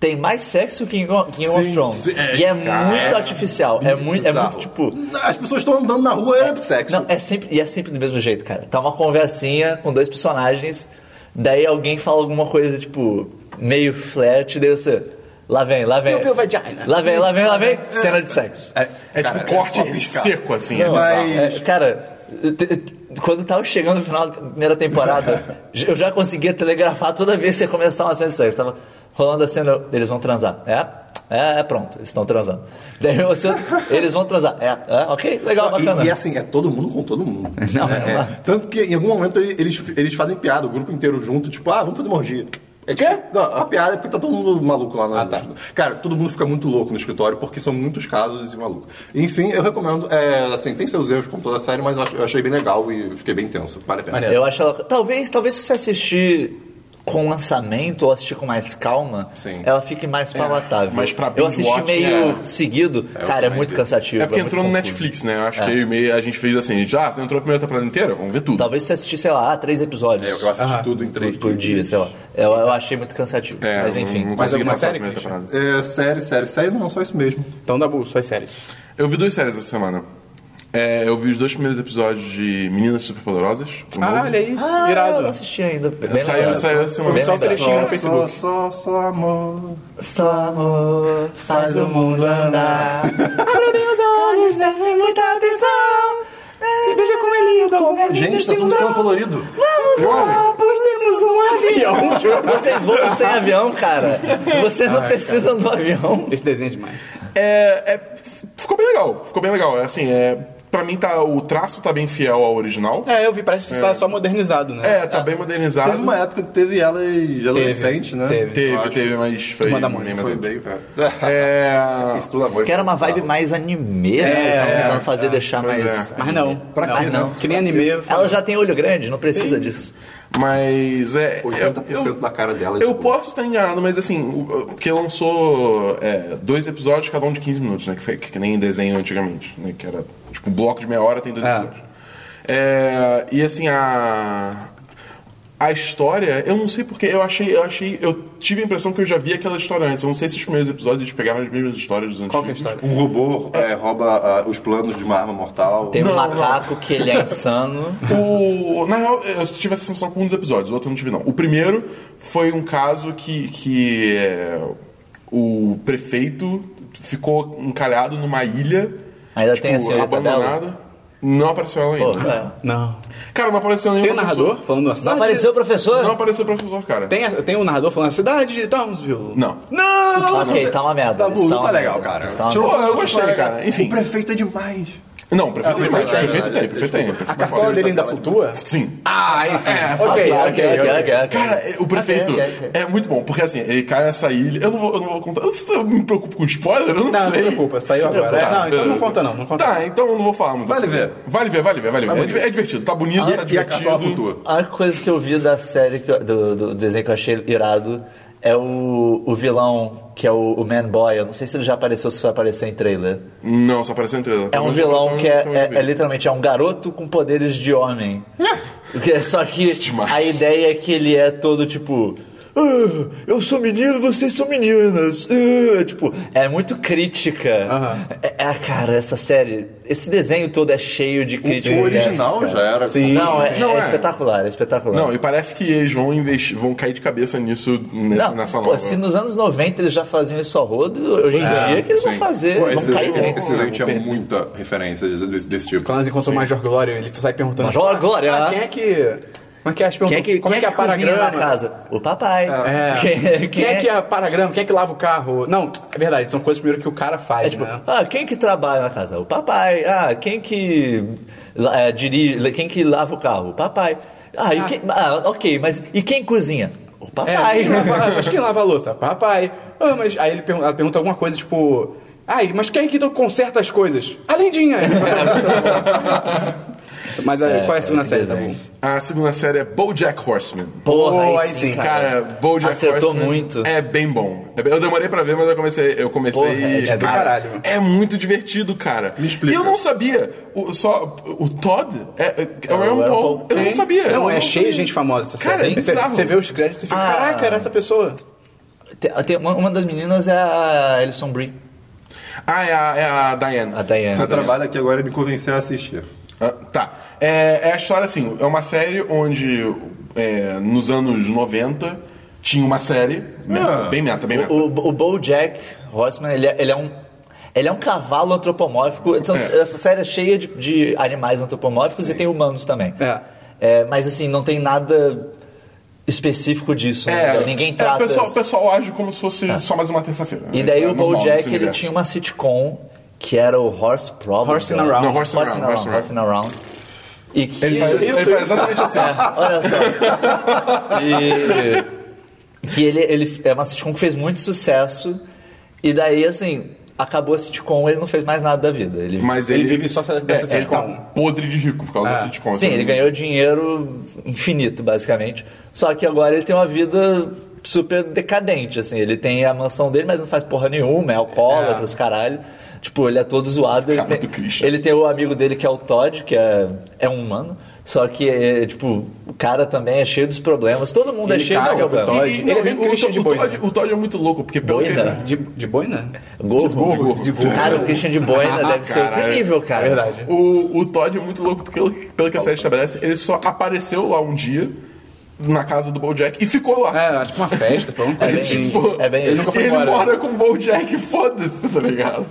tem mais sexo que em Game of- Game of Sim, Thrones. sim, é, e é muito artificial. É muito, é muito Bizarro. tipo. As pessoas estão andando na rua, era do sexo. Não, é sempre, e é sempre do mesmo jeito, cara. Tá uma conversinha com dois personagens, daí alguém fala alguma coisa, tipo, meio flat, daí você. Lá vem, lá vem. Piu, piu, vagina. Lá vem, lá vem, lá né? vem. Cena de sexo. É, É cara, tipo corte só piscar. seco, assim. é Não, bizarro. mas- é, cara, te- te- quando eu tava chegando no final da primeira temporada, eu já conseguia telegrafar toda vez que ia começar uma cena de sexo. Tava rolando a cena, eles vão transar. É? É, é, pronto, eles estão transando. Daí você, eles vão transar. É, é, ok, legal, E- bacana. E, assim, é todo mundo com todo mundo. Não, é, é uma- é. Tanto que em algum momento ele- eles, eles fazem piada, o grupo inteiro junto, tipo, ah, vamos fazer uma orgia. É tipo, Não, é uma piada porque tá todo mundo maluco lá na Cara, todo mundo fica muito louco no escritório porque são muitos casos e maluco. Enfim, eu recomendo, é, assim, tem seus erros como toda série, mas eu, acho- eu achei bem legal e fiquei bem tenso. Vale a pena. Eu acho ela. Talvez, talvez se você assistir com lançamento ou assistir com mais calma, Sim. ela fique mais palatável. mas pra Eu assisti binge-watch, meio é. seguido, cara, é também muito vi. cansativo. É porque muito entrou no confuso. Netflix, né? Eu É. acho que eu e meio a gente fez assim, a gente, ah, você entrou a primeira temporada inteira? Vamos ver tudo. Talvez se você assistir, sei lá, três episódios. É, eu assisti tudo em três por dia, sei lá. Eu, eu achei muito cansativo. É, mas não- enfim. não Mais consegui alguma passar a série, primeira Christian? temporada. É, série, série, série, não, só isso mesmo. Então, Dabu, suas séries. Eu vi duas séries essa semana. É, eu vi os dois primeiros episódios de Meninas Superpoderosas. o Ah, novo. olha aí, Ah, eu não irado. assisti ainda. Bem Saiu- lembrado. saiu essa semana. Bem Só lembrado. trechinho. Xinga no só, Facebook. só, só amor. Só amor faz o mundo andar. Abre meus olhos, dê muita atenção. Se beija com ele, eu como é Gente, tá tudo ficando colorido. Vamos Ah, pois temos um avião. Vocês voltam sem avião, cara. Vocês não precisam do avião. Esse desenho é demais. É, é, f- ficou bem legal, ficou bem legal. É assim, é, pra mim tá, o traço tá bem fiel ao original. É, eu vi, parece que tá só modernizado, né? É, tá bem modernizado. Teve uma época que teve elas adolescentes, né? teve. Eu Teve, acho. teve, mas foi Turma da Mônica, bem mais Foi antigo. bem, cara. É, Isso tudo amor. Que era uma vibe mais anime, né? Eles estavam tentando fazer deixar pois mais. Mas não. Pra não, quê, né? Que nem anime. eu falo- Ela já tem olho grande, não precisa disso. Mas é. 80% eu- eu- da cara dela. Eu tipo, posso estar enganado, mas assim, o- o- porque lançou é, dois episódios, cada um de 15 minutos, né? Que, foi, que nem desenho antigamente, né? Que era tipo um bloco de meia hora tem dois episódios. É, e assim, a. A história, eu não sei porque, eu achei, eu achei, eu tive a impressão que eu já vi aquela história antes. Eu não sei se os primeiros episódios eles pegaram as mesmas histórias dos antigos. Qual que é a história? Um robô é, rouba ah, os planos de uma arma mortal. Tem um Não, macaco que ele é insano. O, na real, eu tive essa sensação com um dos episódios, o outro eu não tive, não. O primeiro foi um caso que, que é, o prefeito ficou encalhado numa ilha. tipo, Ainda tem a senhorita abandonada. Não apareceu ela Pô, ainda. é. Não. Cara, não apareceu nenhum Tem um professor. narrador falando na Não cidade? apareceu o professor? Não apareceu professor, cara. Tem, a- tem um narrador falando na cidade Tá, de Townsville? Não. Não! Ok, tá uma merda. Tá isso bom, não uma tá legal, merda, cara. isso tá uma Tirou- merda. Pô, eu gostei, cara. Enfim. O prefeito é demais. Não, prefeito Ah, tem, verdade, prefeito verdade, tem, prefeito tem. A é prefeito cartola tem. dele ainda flutua? Sim. Ah, aí sim. É, ok, Ah, ok, ok. ok, ok. Cara, o prefeito É. Ok, ok, ok. é muito bom, porque assim, ele cai nessa ilha. Eu não vou, eu não vou contar. Eu me preocupo com spoiler? Eu não, Não, não se sei. preocupa, saiu agora. É, preocupa. não, então não conta não, não conta. Tá, então eu não vou falar muito. Vale ver. Vale ver, vale ver, vale ver. Vale É di- ver. é divertido, tá bonito, tá E, e a cartola divertido. flutua. A única coisa que eu vi da série, que eu- do, do desenho que eu achei irado, é o, o vilão, que é o, o Man Boy. Eu não sei se ele já apareceu, se vai aparecer em trailer. Não, só apareceu em trailer. É um Mas vilão apareceu que em- é, então eu é, vi. é literalmente é um garoto com poderes de homem. O que é- Só que Demais. a ideia é que ele é todo tipo. "Ah, eu sou menino, vocês são meninas. Ah", tipo, é muito crítica. É, é, cara, essa série. Esse desenho todo é cheio de crítica. O original dessas, já cara. era. Sim. Não, é, Não, é é. espetacular, é espetacular. Não, e parece que eles vão investir, vão cair de cabeça nisso nessa, Não, nessa pô, nova. se nos anos 90 eles já faziam isso a rodo, hoje em dia é que eles vão Sim. fazer, Pô, vão esse, cair esse dentro. desenho tinha muita referência desse, desse- desse tipo. Quando nós encontramos o Major Glória, ele sai perguntando... Major "Ah, Glória." Quem é que... Como é que é as perguntas? Quem é que, Como quem é que a cozinha na paragrama? casa? O papai. É. Quem, Quem, quem é que é paragrama? Quem é que lava o carro? Não, é verdade, são coisas primeiro que o cara faz, É tipo, né? ah, quem que trabalha na casa? O papai. Ah, quem que la- eh, dirige, quem que lava o carro? O papai. Ah, e quem- ah, ok, mas e quem cozinha? O É, papai. quem lava- ah, mas quem lava a louça? Papai. Ah, mas aí ele pergunta, ela pergunta alguma coisa, tipo... Ai, mas quem é que então conserta as coisas? A Lindinha! mas aí, qual é a segunda série, tá bom? desenho. A segunda série é BoJack Horseman. Porra, aí Pô, aí sim, sim, Cara, BoJack Acertou Horseman muito. É bem bom. É bem- Eu demorei pra ver, mas eu comecei. Eu comecei. Porra, é de Cara, caralho. É muito divertido, cara. Me explica. E eu não sabia. O, só o Todd é, é, é o Aaron Aaron Paul. Paul. Eu não Sim. sabia. Não, Eu é cheio de sabia. gente famosa essa Cara, série. é Você- bizarro. Você vê os créditos e fica, Ah. caraca, era essa pessoa. Tem- tem uma, uma das meninas é a Alison Brie, Ah, é a, é a Diane. a Diana. Seu trabalho aqui agora é me convencer a assistir. Ah, tá. É, é a história assim, é uma série onde é, nos anos 90 tinha uma série, meta, bem meta, bem meta. O, o BoJack Horseman, ele é, ele é um ele é um cavalo antropomórfico. Essa, É. essa série é cheia de, de animais antropomórficos e tem humanos também. É. É, mas assim, não tem nada específico disso. né? Ninguém trata... Tá. É, o, pessoal, o pessoal age como se fosse só mais uma terça-feira. E daí É o normal BoJack, nesse ele universo. tinha uma sitcom que era o Horse Problem. Horse in né? a Round. Não, Horse in a Round, Horse in a Round. Horse Horse in a Round. E que... Ele faz, ele faz exatamente assim. É, olha só. E, que ele, ele é uma sitcom que fez muito sucesso. E daí, assim, acabou a sitcom, ele não fez mais nada da vida. Ele, Mas ele, Ele vive só dessa é, ele sitcom. tá podre de rico por causa da É. sitcom. assim. sim, sabe? ele ganhou dinheiro infinito, basicamente. Só que agora ele tem uma vida super decadente, assim. Ele tem a mansão dele, mas não faz porra nenhuma, é alcoólatra, os caralho. Tipo, ele é todo zoado. Ele Cara tem, do Christian. ele tem o amigo dele que é o Todd, que é, é um humano. Só que, é, tipo, o cara também é cheio dos problemas. Todo mundo é Ele cheio de caga pro problemas. Todd. E, Ele não, é bem o, Christian o, de o, boina. Todd, o Todd é muito louco, porque pelo Boina? De, que... de boina? Gorro. gorro, de gorro. Cara, o Christian de Boina deve ser outro Caralho. nível, cara. É verdade. O, o Todd é muito louco porque, pelo que Tá a série estabelece, ele só apareceu lá um dia na casa do BoJack e ficou lá. É, acho que uma festa, foi uma É coisa bem assim. isso. É bem Ele isso. nunca foi ele embora. mora com o BoJack, foda-se, tá ligado?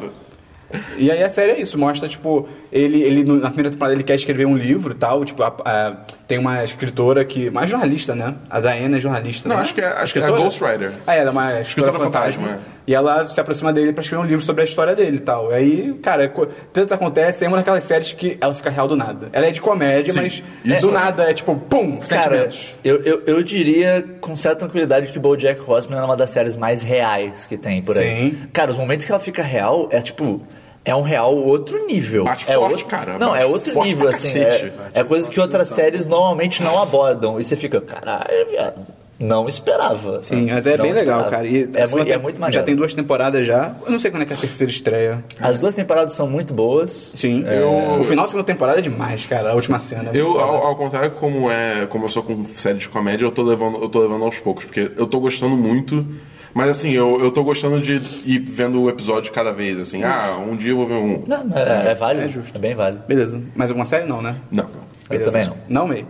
E aí a série é isso, mostra, tipo, ele, ele no- na primeira temporada ele quer escrever um livro e tal, tipo, a- a- tem uma escritora que. Mais jornalista, né? A Diana é jornalista. Não, né? acho que é- acho que é Escritora? Ghost Rider. Ah, ela é uma escritora, Escritora fantasma, fantasma. é. E ela se aproxima dele pra escrever um livro sobre a história dele e tal. E aí, cara, co- tudo isso acontece, é uma daquelas séries que ela fica real do nada. Ela é de comédia, Sim, mas isso do é. nada é tipo, pum, Cara, sentimentos. eu, eu, eu diria com certa tranquilidade que BoJack Horseman é uma das séries mais reais que tem por aí. Sim. Cara, os momentos que ela fica real é tipo... É um real outro nível. Bate é forte, outro... cara, Não, bate é outro forte nível, pra assim. cacete. É, é coisa que outras séries normalmente não abordam. E você fica, caralho, viado. Não esperava. Sim, sabe? mas é Não bem legal, esperava." cara. E a é, segunda muito, é tem- muito Já maneiro. tem duas temporadas já. Eu não sei quando é que é a terceira estreia. As duas temporadas são muito boas. Sim. Eu- O final da segunda temporada é demais, cara. A última cena. é muito Eu, foda. ao, ao contrário, como é. Como eu sou com série de comédia, eu tô levando, eu tô levando aos poucos, porque eu tô gostando muito. Mas assim, eu, eu tô gostando de ir vendo o episódio de cada vez, assim. Ah, um dia eu vou ver um. Não, não, é, é válido. É É justo. bem válido. Beleza. Mais alguma série? Não, né? Não. Eu Beleza. também não. Não, meio.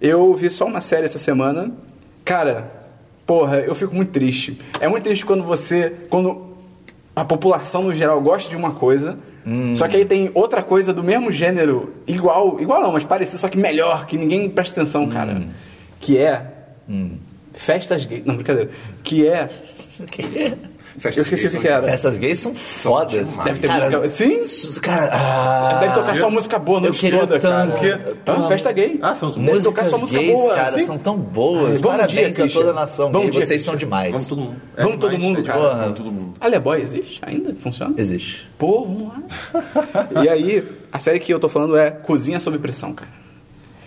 Eu vi só uma série essa semana. Cara, porra, eu fico muito triste. É muito triste quando você. Quando a população no geral gosta de uma coisa. Hum. Só que aí tem outra coisa do mesmo gênero, igual, igual não, mas parecido, só que melhor, que ninguém presta atenção, cara. Hum. Que é. Festas gays. Não, brincadeira. Que é. Festas Eu esqueci o que, gays são que é. era. Essas gays são fodas. Deve ter música. Sim! Isso, Cara, ah, Deve tocar só música boa a eu noite queria toda, tanto- cara. Hã? tanto- Festa gay. Ah, são Deve Músicas tocar só música gays, boa, cara, sim. são tão boas. Ah, bom dia, Parabéns a Christian. toda a nação Bom gay. dia, Vocês são Christian. demais. Vamos todo mundo. É Vamos todo demais, mundo, né, cara. Porra. Todo mundo. Olha, boy, existe ainda? Funciona? Existe. Pô, vamos lá. e aí, a série que eu tô falando é Cozinha Sob Pressão, cara.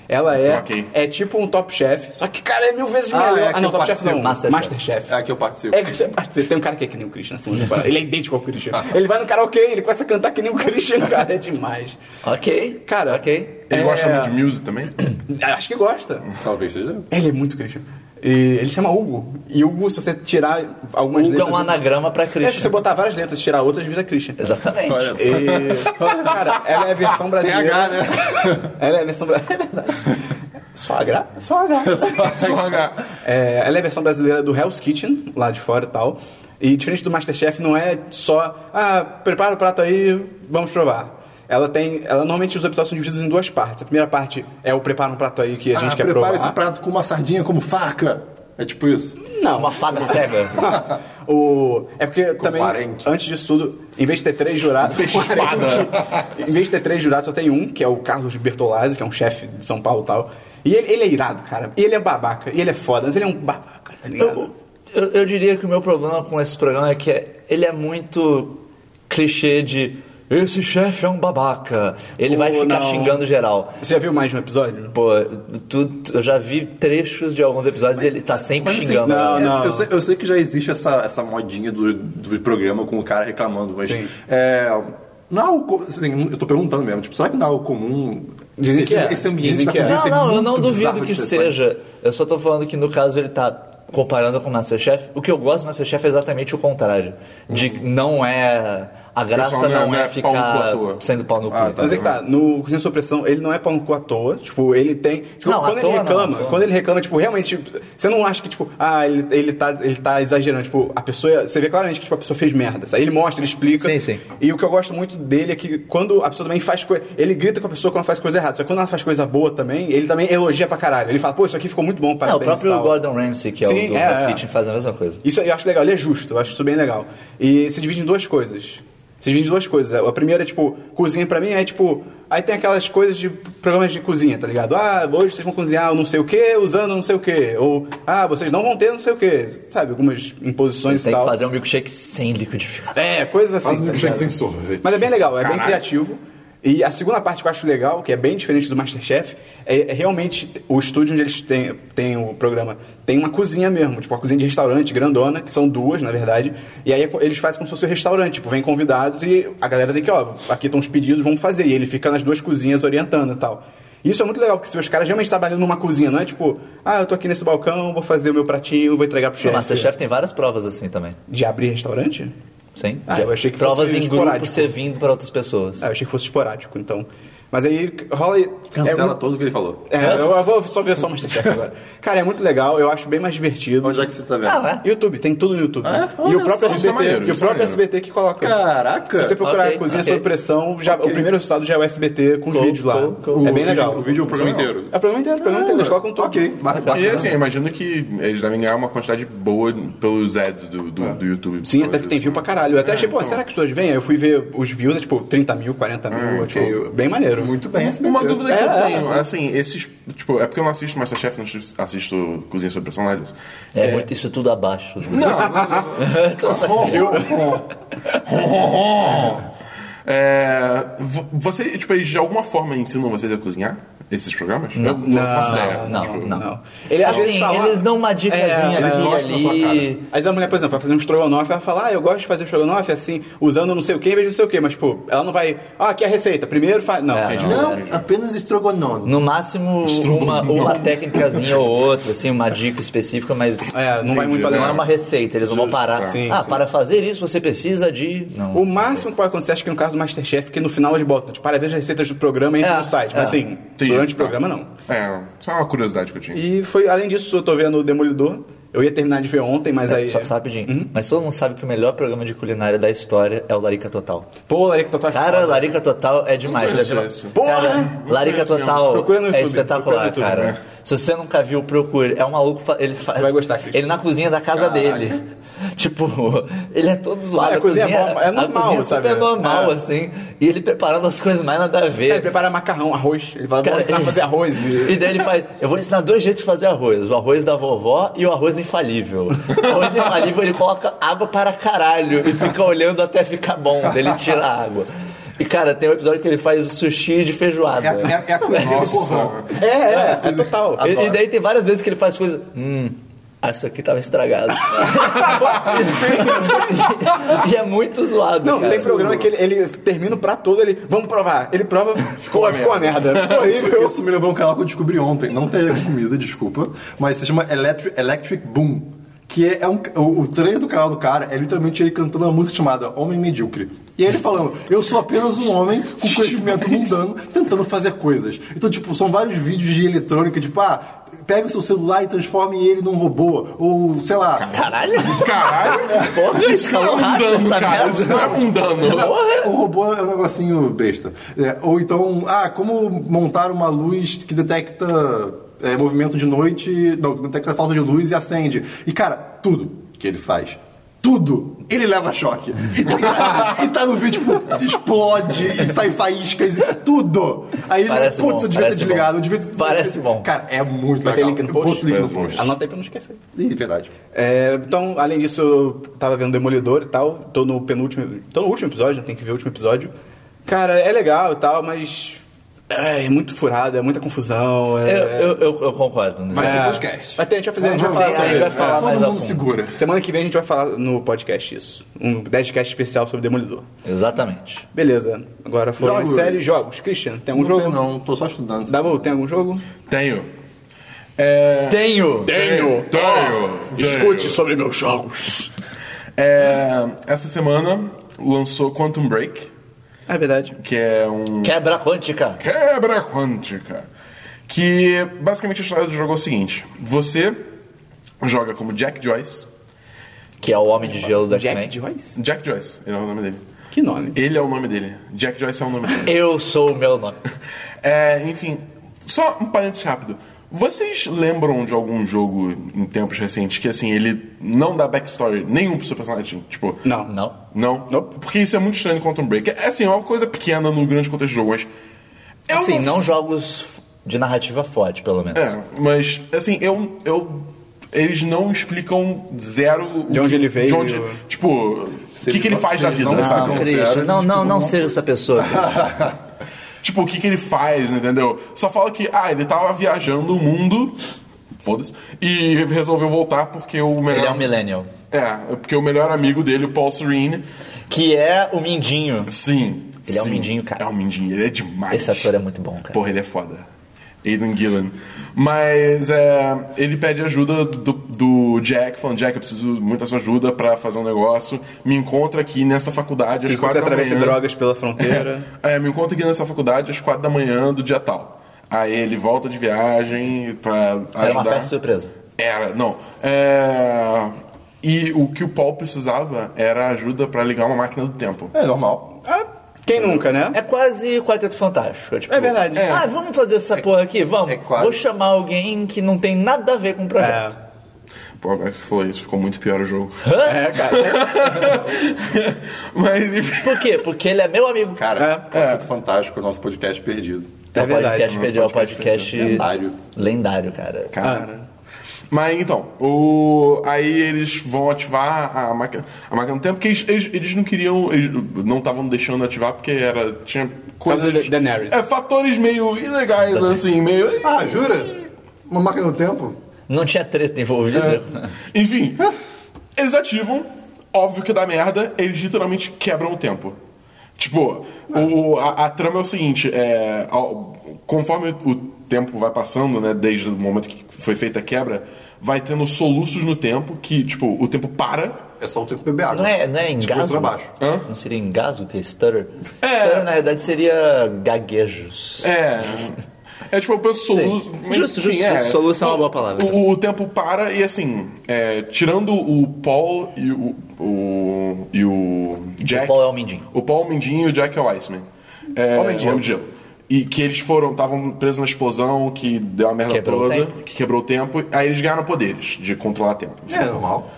Ela é, Ok. é tipo um Top Chef, só que, cara, é mil vezes Ah, melhor. é, ah, que não, eu Top Chef não. participo. Masterchef. É a que eu participo. É que você participa. Tem um cara que é que nem o Christian na segunda temporada. Ele é idêntico ao Christian. Ele vai no karaokê, ele começa a cantar que nem o Christian, cara. É demais. Ok. Cara, ok. Eles É. gostam muito de music também? Acho que gosta. Talvez seja. Ele é muito Christian. E ele chama Hugo. E Hugo, se você tirar algumas Hugo é letras... um anagrama pra É, se você Christian. botar várias letras e tirar outras, vira Christian. Exatamente. Olha só. E, cara, ela é a versão brasileira. H, né? Ela é a versão brasileira. É verdade. Só H? Só H. Só H. É, ela é a versão brasileira do Hell's Kitchen, lá de fora e tal. E diferente do Masterchef, não é só, ah, prepara o prato aí, vamos provar. Ela tem. Ela normalmente os episódios são divididos em duas partes. A primeira parte é o prepara um prato aí que a gente ah, quer prepara provar. esse prato com uma sardinha como faca. É tipo isso. Não, Uma fada cega. o... É porque também, parente. antes disso tudo, em vez de ter três jurados. Peixe espada. em vez de ter três jurados, só tem um, que é o Carlos Bertolazzi, que é um chefe de São Paulo e tal. E ele, ele é irado, cara. E ele é babaca. E ele é foda, mas ele é um babaca, tá ligado? Eu, eu, eu diria que o meu problema com esse programa é que é- ele é muito clichê de esse chefe é um babaca. Ele vai Pô, ficar não. xingando geral. Você já viu mais de um episódio? Pô, tu, tu- eu já vi trechos de alguns episódios e ele tá sempre assim, xingando. não, eu- não. Eu, sei, eu sei que já existe essa, essa modinha do, do programa com o cara reclamando, mas. Sim. É, não é algo co- assim, eu tô perguntando mesmo, tipo, será que não é algo comum? Dizem esse, que é. esse ambiente Dizem da que é. cozinha Não, ser não, eu muito não bizarro duvido de que estressante? seja. Eu só tô falando que no caso ele tá comparando com o Masterchef. O que eu gosto do Masterchef é exatamente o contrário. De Uhum. não é. A graça pessoal não é- não não é é pau no cu à ficar toa. sendo pau no cu. Ah, tá. Mas é que tá, no Cozinha Supressão, ele não é pau no cu à toa. Tipo, ele tem. Tipo, Não, à quando ele toa não, reclama, à toa. quando ele reclama, tipo, realmente. tipo, Você não acha que, tipo, ah, ele, ele, tá, ele tá exagerando. Tipo, a pessoa. Você vê claramente que tipo, a pessoa fez merda. Sabe? Ele mostra, ele explica. Sim, sim. E o que eu gosto muito dele é que quando a pessoa também faz coisa. Ele grita com a pessoa quando ela faz coisa errada. Só que quando ela faz coisa boa também, ele também elogia pra caralho. Ele fala, pô, isso aqui ficou muito bom, Não, parabéns. o próprio e tal. Gordon Ramsay, que é Sim, o do é, Hell's é. Kitchen, faz a mesma coisa. Isso eu acho legal, ele é justo, eu acho isso bem legal. E se divide em duas coisas. Se divide em duas coisas. A primeira é, tipo, cozinha pra mim é tipo. Aí tem aquelas coisas de programas de cozinha, tá ligado? Ah, hoje vocês vão cozinhar não sei o que, usando não sei o que. Ou, ah, vocês não vão ter não sei o que. Sabe, algumas imposições e Tem que tal. fazer um milkshake sem liquidificador. É, coisas assim. Faz um tá milkshake ligado? sem sorvete. Mas é bem legal, é bem Caralho. criativo. E a segunda parte que eu acho legal, que é bem diferente do Masterchef, é, é realmente o estúdio onde eles têm, têm o programa. Tem uma cozinha mesmo, tipo uma cozinha de restaurante grandona, que são duas, na verdade. E aí é co- eles fazem como se fosse um restaurante, tipo, vem convidados e a galera tem que, ó, aqui estão os pedidos, vamos fazer. E ele fica nas duas cozinhas orientando e tal. Isso é muito legal, porque se os caras realmente trabalhando numa cozinha, não é tipo, ah, eu tô aqui nesse balcão, vou fazer o meu pratinho, vou entregar pro O chefe. Masterchef tem várias provas assim também. De abrir restaurante? Sim? Ah, eu achei que provas fosse em esporádico. grupo servindo para outras pessoas. Ah, eu achei que fosse esporádico, então. Mas aí rola. e- Cancela é, tudo o que ele falou. É, eu, eu vou só ver só Masterchef agora. Cara, é muito legal, eu acho bem mais divertido. Onde é que você tá vendo? Ah, é? YouTube, tem tudo no YouTube. Ah, é? e o Olha próprio SBT, só. Isso é maneiro, e o isso é próprio maneiro. SBT que coloca. Caraca! É Se você procurar Ok, Cozinha ok. Sob Pressão, já, o primeiro resultado já é o SBT com os Cool, vídeos lá. cool, cool. É bem O legal. vídeo- O vídeo é o programa inteiro. É o programa inteiro, o programa inteiro. Eles colocam tudo. Ok, bacana. né? E assim, eu imagino que eles devem ganhar uma quantidade boa pelos ads do, do, do YouTube. Tá. Sim, até que tem view pra caralho. Eu até É, achei, pô, então. será que as pessoas vêm? Aí eu fui ver os views, é tipo 30 mil, 40 mil, Ah, é, tipo, ok. bem maneiro. Muito bem, SBT. Uma dúvida que É, eu é. tenho, assim, esses. Tipo, é porque eu não assisto Masterchef, não assisto Cozinha sobre Personagens. É, muito isso tudo abaixo. Não, Eu. É, vo- você, tipo, eles de alguma forma ensinam vocês a cozinhar? Esses programas? Não, eu não, faço ideia. Não, tipo, não. Ele, às vezes, assim, fala- eles dão uma dicasinha É, eles aqui gostam da sua ali. Mas a mulher, por exemplo, vai fazer um estrogonofe, ela fala, ah, eu gosto de fazer estrogonofe assim, usando não sei o que, vejo não sei o que, mas, pô, ela não vai, ah, aqui é a receita, primeiro faz. Não, É, gente, não. Não, apenas estrogonofe. No máximo, uma, uma técnicazinha ou outra, assim, uma dica específica, mas é, não vai muito além. não é uma receita, eles não vão parar. Sim, ah, sim. para fazer isso você precisa de. Não. O máximo que pode acontecer, acho que no caso do Masterchef, é que no final eles botam, tipo, para ver as receitas do programa, entra É, no site. Mas é. assim, Entendi. durante o Tá. programa, não. É, só uma curiosidade que eu tinha. E foi, além disso, eu tô vendo o Demolidor. Eu ia terminar de ver ontem, mas aí... É, é. Uhum. Só, só rapidinho. Mas todo mundo sabe que o melhor programa de culinária da história é o Larica Total. Pô, Larica Total... é Cara, foda. Larica Total é demais. conheço é demais. esse. Cara, Larica conheço Total mesmo. Procura no é YouTube, espetacular, procura no YouTube, né? cara. Se você nunca viu, procure. É um maluco, fa- ele faz. Você vai gostar, Christian. Ele na cozinha da casa dele. Tipo, ele é todo zoado. a cozinha é bom, é a normal, cozinha é sabe? super normal, É. assim. E ele preparando as coisas mais nada a ver. É, Ele prepara macarrão, arroz. Ele fala, vou ensinar a ele- fazer arroz. E daí ele faz. Eu vou ensinar dois jeitos de fazer arroz: o arroz da vovó e o arroz infalível. O arroz infalível ele coloca água para caralho e fica olhando até ficar bom. Daí ele tira a água. E cara, tem um episódio que ele faz o sushi de É, a- feijoada. é, a- é a cozinha do porrão. É, Nossa, é, é, total. E, e daí tem várias vezes que ele faz coisa. Hum. ah, isso aqui tava estragado. e é muito zoado. Não, cara. tem programa que ele, ele termina o prato todo, ele, vamos provar. Ele prova, ficou, ficou uma merda. Ficou Isso, horrível. isso me lembrou um canal que eu descobri ontem. Não tem a ver com comida, desculpa. Mas se chama Electric, Electric Boom. Que é, é um, o, o trailer do canal do cara é literalmente ele cantando uma música chamada Homem Medíocre. E ele falando, eu sou apenas um homem com conhecimento mundano tentando fazer coisas. Então, tipo, são vários vídeos de eletrônica, tipo, ah, pega o seu celular e transforme ele num robô. Ou, sei lá, Caralho, caralho! porra, isso Não é falou rápido mundano, essa cara. Isso merda. não é mundano. O robô é um negocinho besta. É, ou então, ah, como montar uma luz que detecta é, movimento de noite, não, que detecta falta de luz e acende. E, cara, tudo que ele faz. Tudo! Ele leva choque. E tá, e tá no vídeo, tipo, explode e sai faíscas e tudo. Aí ele, Parece putz, bom, eu devia ter parece bom. desligado, eu devia ter... Parece bom. Cara, é muito Vai ter legal. link no Eu post? boto link no Parece bom. post. Anota aí pra não esquecer. Ih, verdade. É, então, além disso, eu tava vendo Demolidor e tal. Tô no penúltimo. Tô no último episódio, né? tem que ver o último episódio. Cara, é legal e tal, mas. É, é muito furado, é muita confusão. Eu, É, eu, eu, eu concordo. né? Vai é, ter podcast. Vai ter, a gente vai fazer. A gente vai Vamos falar lá, sobre a gente vai ele. falar mais Todo a mundo fundo. segura. Semana que vem a gente vai falar no podcast isso. Um 10cast especial sobre Demolidor. Exatamente. Beleza. Agora foram Jogos. séries jogos. Christian, tem algum Não jogo? tem, não. Tô só estudando. Dabu, tem algum jogo? Tenho. É, Tenho! Tenho! Tenho! Escute sobre meus jogos. essa semana lançou Quantum Break, Ah, É verdade. que é um Quebra quântica. quebra quântica. Que basicamente a história do jogo é o seguinte: você joga como Jack Joyce. Que é o homem de gelo da Jack X-Men. Joyce? Jack Joyce, ele é o nome dele. Que nome? Ele é o nome dele. Jack Joyce é o nome dele. Eu sou o meu nome. É, enfim, só um parênteses rápido. Vocês lembram de algum jogo em tempos recentes que, assim, ele não dá backstory nenhum pro seu personagem? Tipo, Não. Não. Não? Nope. Porque isso é muito estranho em Quantum Break. É, assim, é uma coisa pequena no grande contexto do jogo, mas... é Eu Assim, não jogos de narrativa forte, pelo menos. um É, mas, assim, eu... eu eles não explicam zero... o De onde que- ele veio. de onde- tipo, o que, que ele faz da vida, não sabe? É. Não, Christian, não, não, não seja essa pessoa. Tipo, o que, que ele faz, entendeu? Só fala que, ah, ele tava viajando o mundo. Foda-se. E resolveu voltar porque o melhor. Ele é um millennial. É, porque o melhor amigo dele, o Paul Serene. Que é o Mindinho. Sim. Ele é um sim, mindinho, cara. É um mindinho, ele é demais. Esse ator é muito bom, cara. Porra, ele é foda. Aidan Gillen. Mas é, ele pede ajuda do, do Jack, falando: Jack, eu preciso muito da sua ajuda pra fazer um negócio. Me encontra aqui nessa faculdade às Que você quatro da atravessa manhã." drogas pela fronteira. É, me encontra aqui nessa faculdade às quatro da manhã do dia tal. Aí ele volta de viagem pra ajudar. Era uma festa surpresa. Era, não. É, E o que o Paul precisava era ajuda pra ligar uma máquina do tempo. É normal. Ah, quem nunca, né? É quase Quarteto Fantástico. É, tipo, É verdade. Ah, vamos fazer essa porra aqui? Vamos. é quase. Vou chamar alguém que não tem nada a ver com o projeto. Pô, agora que você falou isso, ficou muito pior o jogo. É, é cara. Mas enfim. Por quê? Porque ele é meu amigo. Cara, é. muito fantástico o nosso podcast perdido. é o verdade, podcast nosso perdeu, é o podcast podcast Lendário. lendário, cara. Cara. Mas então, o... aí eles vão ativar a máquina, a máquina do tempo, porque eles, eles, eles não queriam, eles não estavam deixando ativar porque era, tinha coisas. da- Daenerys. É, fatores meio ilegais, assim, meio. Ah, jura? Uma máquina do tempo? Não tinha É. treta envolvida. Enfim, eles ativam, óbvio que dá merda, eles literalmente quebram o tempo. Tipo, o, o- a, a trama é o seguinte, é, ao- conforme o tempo vai passando, né, desde o momento que foi feita a quebra, vai tendo soluços no tempo, que, tipo, o tempo para. É só o tempo beber água. Não é, não é De cabeça engasgo? pra baixo. Hã? Não seria engasgo, que é stutter? É. Stutter, na verdade, seria gaguejos. É. É tipo, eu penso soluço. Sim. mas, Justo, justo, justo. Soluço é uma boa palavra. O, o tempo para e assim, é, tirando o Paul e o. o e o Jack. O Paul é o Mindinho. O Paul é o Mindinho e o Jack é o Iceman. É, Homem de Gelo. Homem de Gelo. E que eles foram, estavam presos na explosão, que deu a merda Quebrou o toda, tempo. que quebrou o tempo, aí eles ganharam poderes de controlar tempo. É normal.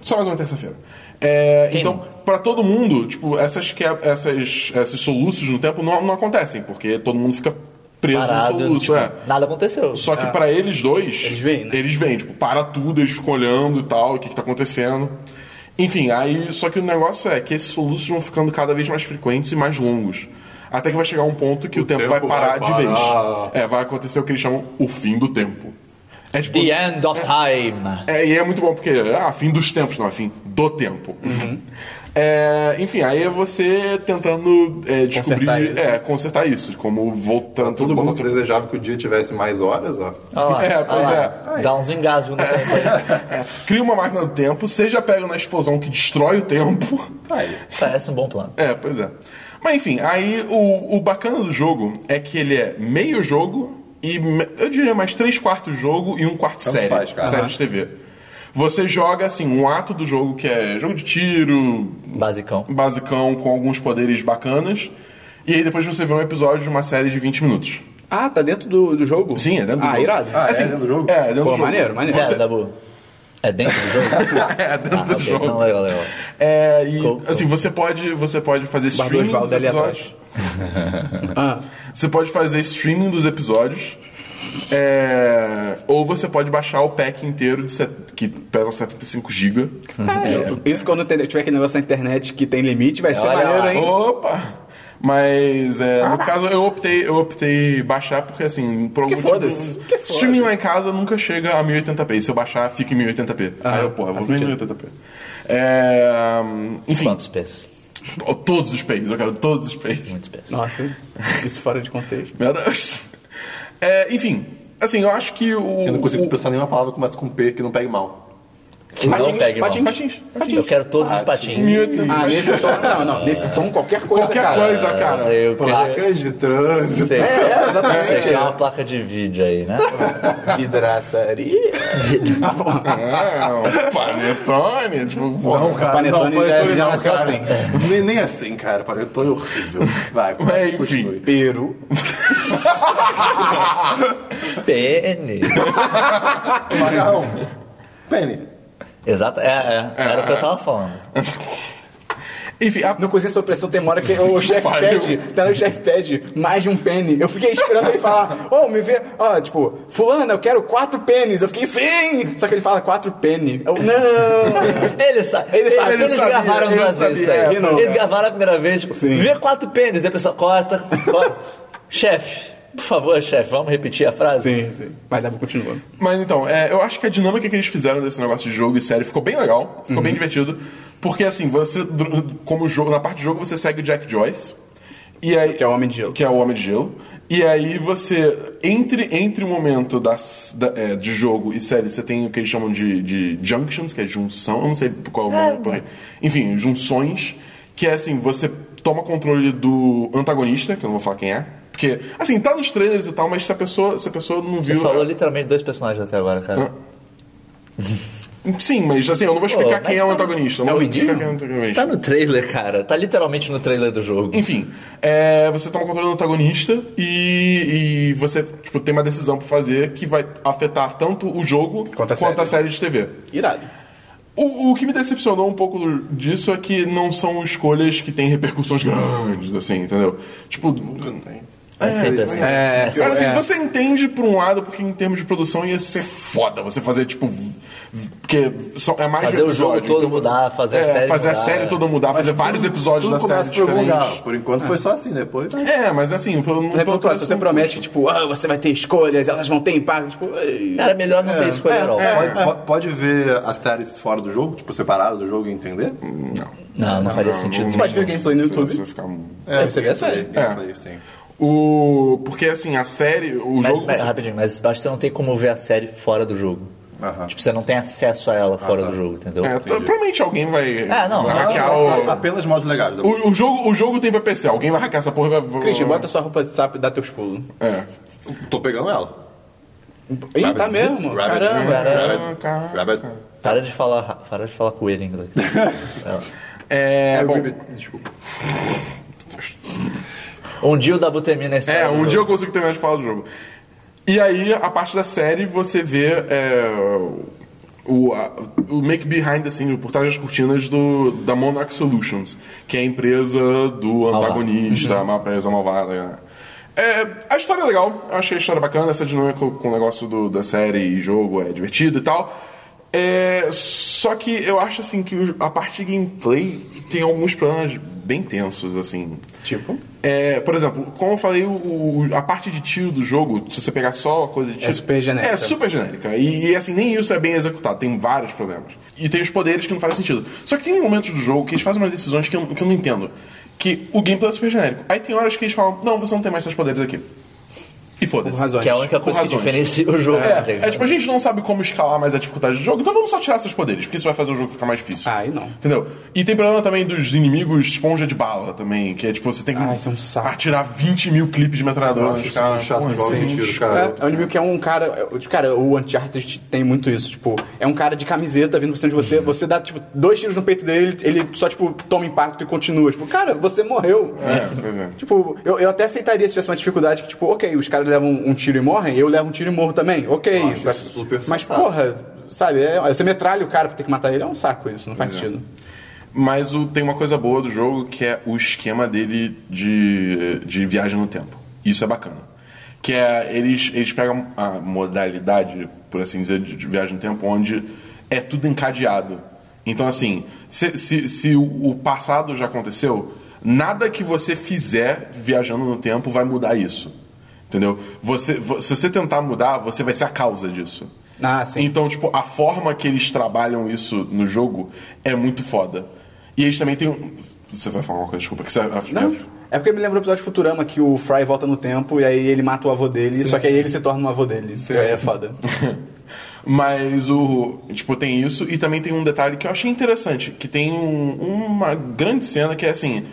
Só mais uma terça-feira. É, Quem então, nunca? pra todo mundo, tipo, essas, que, essas, esses soluços no tempo não, não acontecem, porque todo mundo fica preso Parado, no soluço. tipo, é. é. nada aconteceu. Só que pra eles dois. Eles veem, né? Eles veem, tipo, para tudo, eles ficam olhando e tal, o que, que tá acontecendo. Enfim, aí. Só que o negócio é que esses soluços vão ficando cada vez mais frequentes e mais longos. Até que vai chegar um ponto que o, tempo, vai tempo parar vai de vez. parar. É, vai acontecer o que eles chamam o fim do tempo. É tipo. The end of time. É, e é muito bom porque, ah, fim dos tempos, não, é fim do tempo. Uhum. É, enfim, aí é você tentando é, descobrir, Consertar isso. é, consertar isso, como voltando Todo mundo botar- desejava que o dia tivesse mais horas, ó. Olha lá, É, olha pois lá. Dá uns engasgos no tempo aí. Cria uma máquina do tempo, seja pega na explosão que destrói o tempo. Parece um bom plano. É, pois é. Mas enfim, aí o, o bacana do jogo é que ele é meio jogo e me- eu diria mais três quartos jogo e um quarto série. faz, cara. Série de TV. Você joga assim um ato do jogo que é jogo de tiro, Basicão. basicão com alguns poderes bacanas. E aí depois você vê um episódio de uma série de 20 minutos. Ah, tá dentro do, do jogo? Sim, é dentro do ah, jogo. irado. Ah, é dentro do jogo? É, dentro Pô, do jogo. maneiro, maneiro. Pera, Você- Dabu. É dentro do jogo? é, dentro Ah, do ok. jogo. Não, legal, legal. É, e Cool, assim, você pode, você pode fazer Bardoso streaming Valdo dos ali episódios. Você pode fazer streaming dos episódios. é, ou você pode baixar o pack inteiro de set- que pesa 75 GB. Ah, Isso quando tem- tiver aquele negócio na internet que tem limite, vai ser Olha maneiro, lá. hein? Opa! Mas é, no caso eu optei, eu optei baixar porque assim, por algum foda-se, motivo, que foda-se. streaming lá em casa nunca chega a 1080p. E se eu baixar, fica em 1080p. Ah, Aí eu, porra, vou faz ver em sentido. 1080p. É, enfim, Quantos pés? to- todos os pays, eu quero todos os pays. Muitos pés. Nossa, isso fora de contexto. Meu Deus. É, enfim, assim, eu acho que o. Eu não consigo o- pensar nenhuma palavra que começa com P que não pegue mal. Não pega, irmão. patins, patins, patins. Eu quero todos os patinhos. 1080p. Ah, nesse tom, não, não. Nesse tom, qualquer coisa, é Qualquer cara. coisa, cara. Mas Ah, eu É. quero... Placas de trânsito. Sei. É, exatamente. Você quer uma placa de vídeo aí, né? Vidraçaria. Ah, panetone, tipo, porra. Não, cara, Panetone não, já- panetone é já não, nasceu cara. assim. Nem, nem assim, cara. Panetone é horrível. Vai, Mas, enfim. continue. Peru. Pene. Macarrão. Penny. Exato. É, é. Era o que eu tava falando. Enfim, a Não consegui sua pressão, tem uma hora que o chefe Valeu. pede, tá no chefe pede mais de um pene. Eu fiquei esperando ele falar, ô, me vê, ó, tipo, fulano, eu quero quatro pênis. Eu fiquei, sim! Só que ele fala quatro pene. Eu, não! Ele sa Ele eles- sabe, Eles ele sabia, gravaram ele duas vezes isso sabia, aí. é, não, eles cara. gravaram a primeira vez, tipo, Sim. vê quatro pênis, daí a pessoa corta. corta. chefe, por favor, chefe, vamos repetir a frase? Sim, sim. Mas dá pra continuar. Mas então, é, eu acho que a dinâmica que eles fizeram desse negócio de jogo e série ficou bem legal, ficou Uhum. bem divertido. Porque assim, você, dur- como jogo, na parte de jogo, você segue o Jack Joyce. E aí, Que é o Homem de Gelo. Que é o Homem de Gelo. E aí você, entre, entre o momento das, da- é, de jogo e série, você tem o que eles chamam de, de junctions, que é junção, eu não sei qual é o nome por aí. Enfim, junções, que é assim, você toma controle do antagonista, que eu não vou falar quem é. Porque, assim, tá nos trailers e tal, mas se a pessoa, se a pessoa não Você viu. falou é- literalmente dois personagens até agora, cara. Sim, mas assim, eu não vou explicar Pô, quem mas é o tá- antagonista. eu não é o vou explicar menino? quem é o antagonista. Tá no trailer, cara. Tá literalmente no trailer do jogo. Enfim, é, você toma controle do antagonista e, e você tipo, tem uma decisão pra fazer que vai afetar tanto o jogo Quanto a série. de TV. Irado. O, o que me decepcionou um pouco do- disso é que não são escolhas que têm repercussões grandes, assim, entendeu? Tipo, É, sempre assim. É, É Mas assim, é. você entende por um lado, porque em termos de produção ia ser foda você fazer, tipo. v- Porque só- é mais de Fazer o jogo episódio, todo mudar, fazer a é, série Fazer a mudar. série toda mudar, fazer vários episódios Tudo da série começa por algum diferentes. lugar. Por enquanto foi só assim, depois... É, mas assim, pelo, Não é pelo pontuado, se você promete, tipo, ah, você vai ter escolhas, elas vão ter impacto, tipo... ai. Cara, melhor não ter escolha não. Pode, po- pode ver a série fora do jogo, tipo, separada do jogo e entender? Não, não faria sentido. Você pode ver gameplay no assim, Você- YouTube. você vai ficar- É, você vê a série. gameplay, sim. O. Porque assim, a série, o Mas, jogo. pera, rapidinho, mas eu acho que você não tem como ver a série fora do jogo. Aham. Tipo, você não tem acesso a ela fora tá. do jogo, entendeu? É, t- provavelmente alguém vai Ah, não, vai É não, hackear A- a- Apenas modos legais. o... O, o jogo. O jogo tem pra PC, alguém vai hackear essa porra e vai- vai. Christian, bota sua roupa de sapo e dá teus pulos. É. Tô pegando ela. Ih, tá mesmo? Rabbit. Caramba. Caramba, Rabbit. cara. Rabbit. Para de falar, para de falar coelho em inglês. É, É, bom, Rabbit. Desculpa. um dia o Dabutemina é a história É, do um jogo. dia eu consigo terminar de falar do jogo. E aí, a parte da série, você vê é, o, a- o make behind the scene, o por trás das cortinas do, da Monarch Solutions, que é a empresa do antagonista, uma empresa malvada. É, a história é legal, eu achei a história bacana, essa dinâmica com o negócio do- da série e jogo é divertido e tal. É, só que eu acho assim que o- a parte de gameplay tem alguns problemas bem tensos, assim. Tipo? É, por exemplo, como eu falei, o- o- a parte de tiro do jogo, se você pegar só a coisa de tiro. super genérica. É super genérica. E, e, assim, nem isso é bem executado. Tem vários problemas. E tem os poderes que não fazem sentido. Só que tem momentos do jogo que eles fazem umas decisões que eu, que eu não entendo. Que o gameplay é super genérico. Aí tem horas que eles falam: não, você não tem mais seus poderes aqui. E foda-se. razões. Que é a única Com coisa que razões. diferencia o jogo. tá ligado? É, tipo, a gente não sabe como escalar mais a dificuldade do jogo, então vamos só tirar seus poderes, porque isso vai fazer o jogo ficar mais difícil. Ah, aí não. Entendeu? E tem problema também dos inimigos esponja de bala também, que é tipo, você tem que Ah, isso é um saco. atirar 20 mil clipes de metralhadora Nossa, nos isso é um caras. chato Porra, igual isso é de um tiro, chato. cara. É, é um inimigo que é um cara. é, tipo, Cara, o Uncharted tem muito isso. Tipo, é um cara de camiseta vindo pra cima de você. Você dá, tipo, dois tiros no peito dele, ele só, tipo, toma impacto e continua. Tipo, cara, você morreu. É, pois é. Tipo, eu, eu até aceitaria se tivesse uma dificuldade que, tipo, ok, os caras levam um tiro e morrem, eu levo um tiro e morro também. Ok. Eu acho Pra- isso super Mas, sensato. porra, sabe, é, você metralha o cara pra ter que matar ele, é um saco isso, não faz sentido. Mas o- tem uma coisa boa do jogo que é o esquema dele de, de viagem no tempo. Isso é bacana. Que é, eles, eles pegam a modalidade, por assim dizer, de, de viagem no tempo, onde é tudo encadeado. Então, assim, se, se, se o o passado já aconteceu, nada que você fizer viajando no tempo vai mudar isso. Entendeu? Você, vo- se você tentar mudar, você vai ser a causa disso. Ah, sim. Então, tipo, a forma que eles trabalham isso no jogo é muito foda. E eles também têm um. Você vai falar uma coisa, desculpa. Que você... Não. é- É porque me lembra o episódio de Futurama que o Fry volta no tempo e aí ele mata o avô dele, só que aí ele se torna um avô dele. Isso aí é foda. Mas o. Tipo, tem isso. E também tem um detalhe que eu achei interessante. Que tem um- uma grande cena que é assim.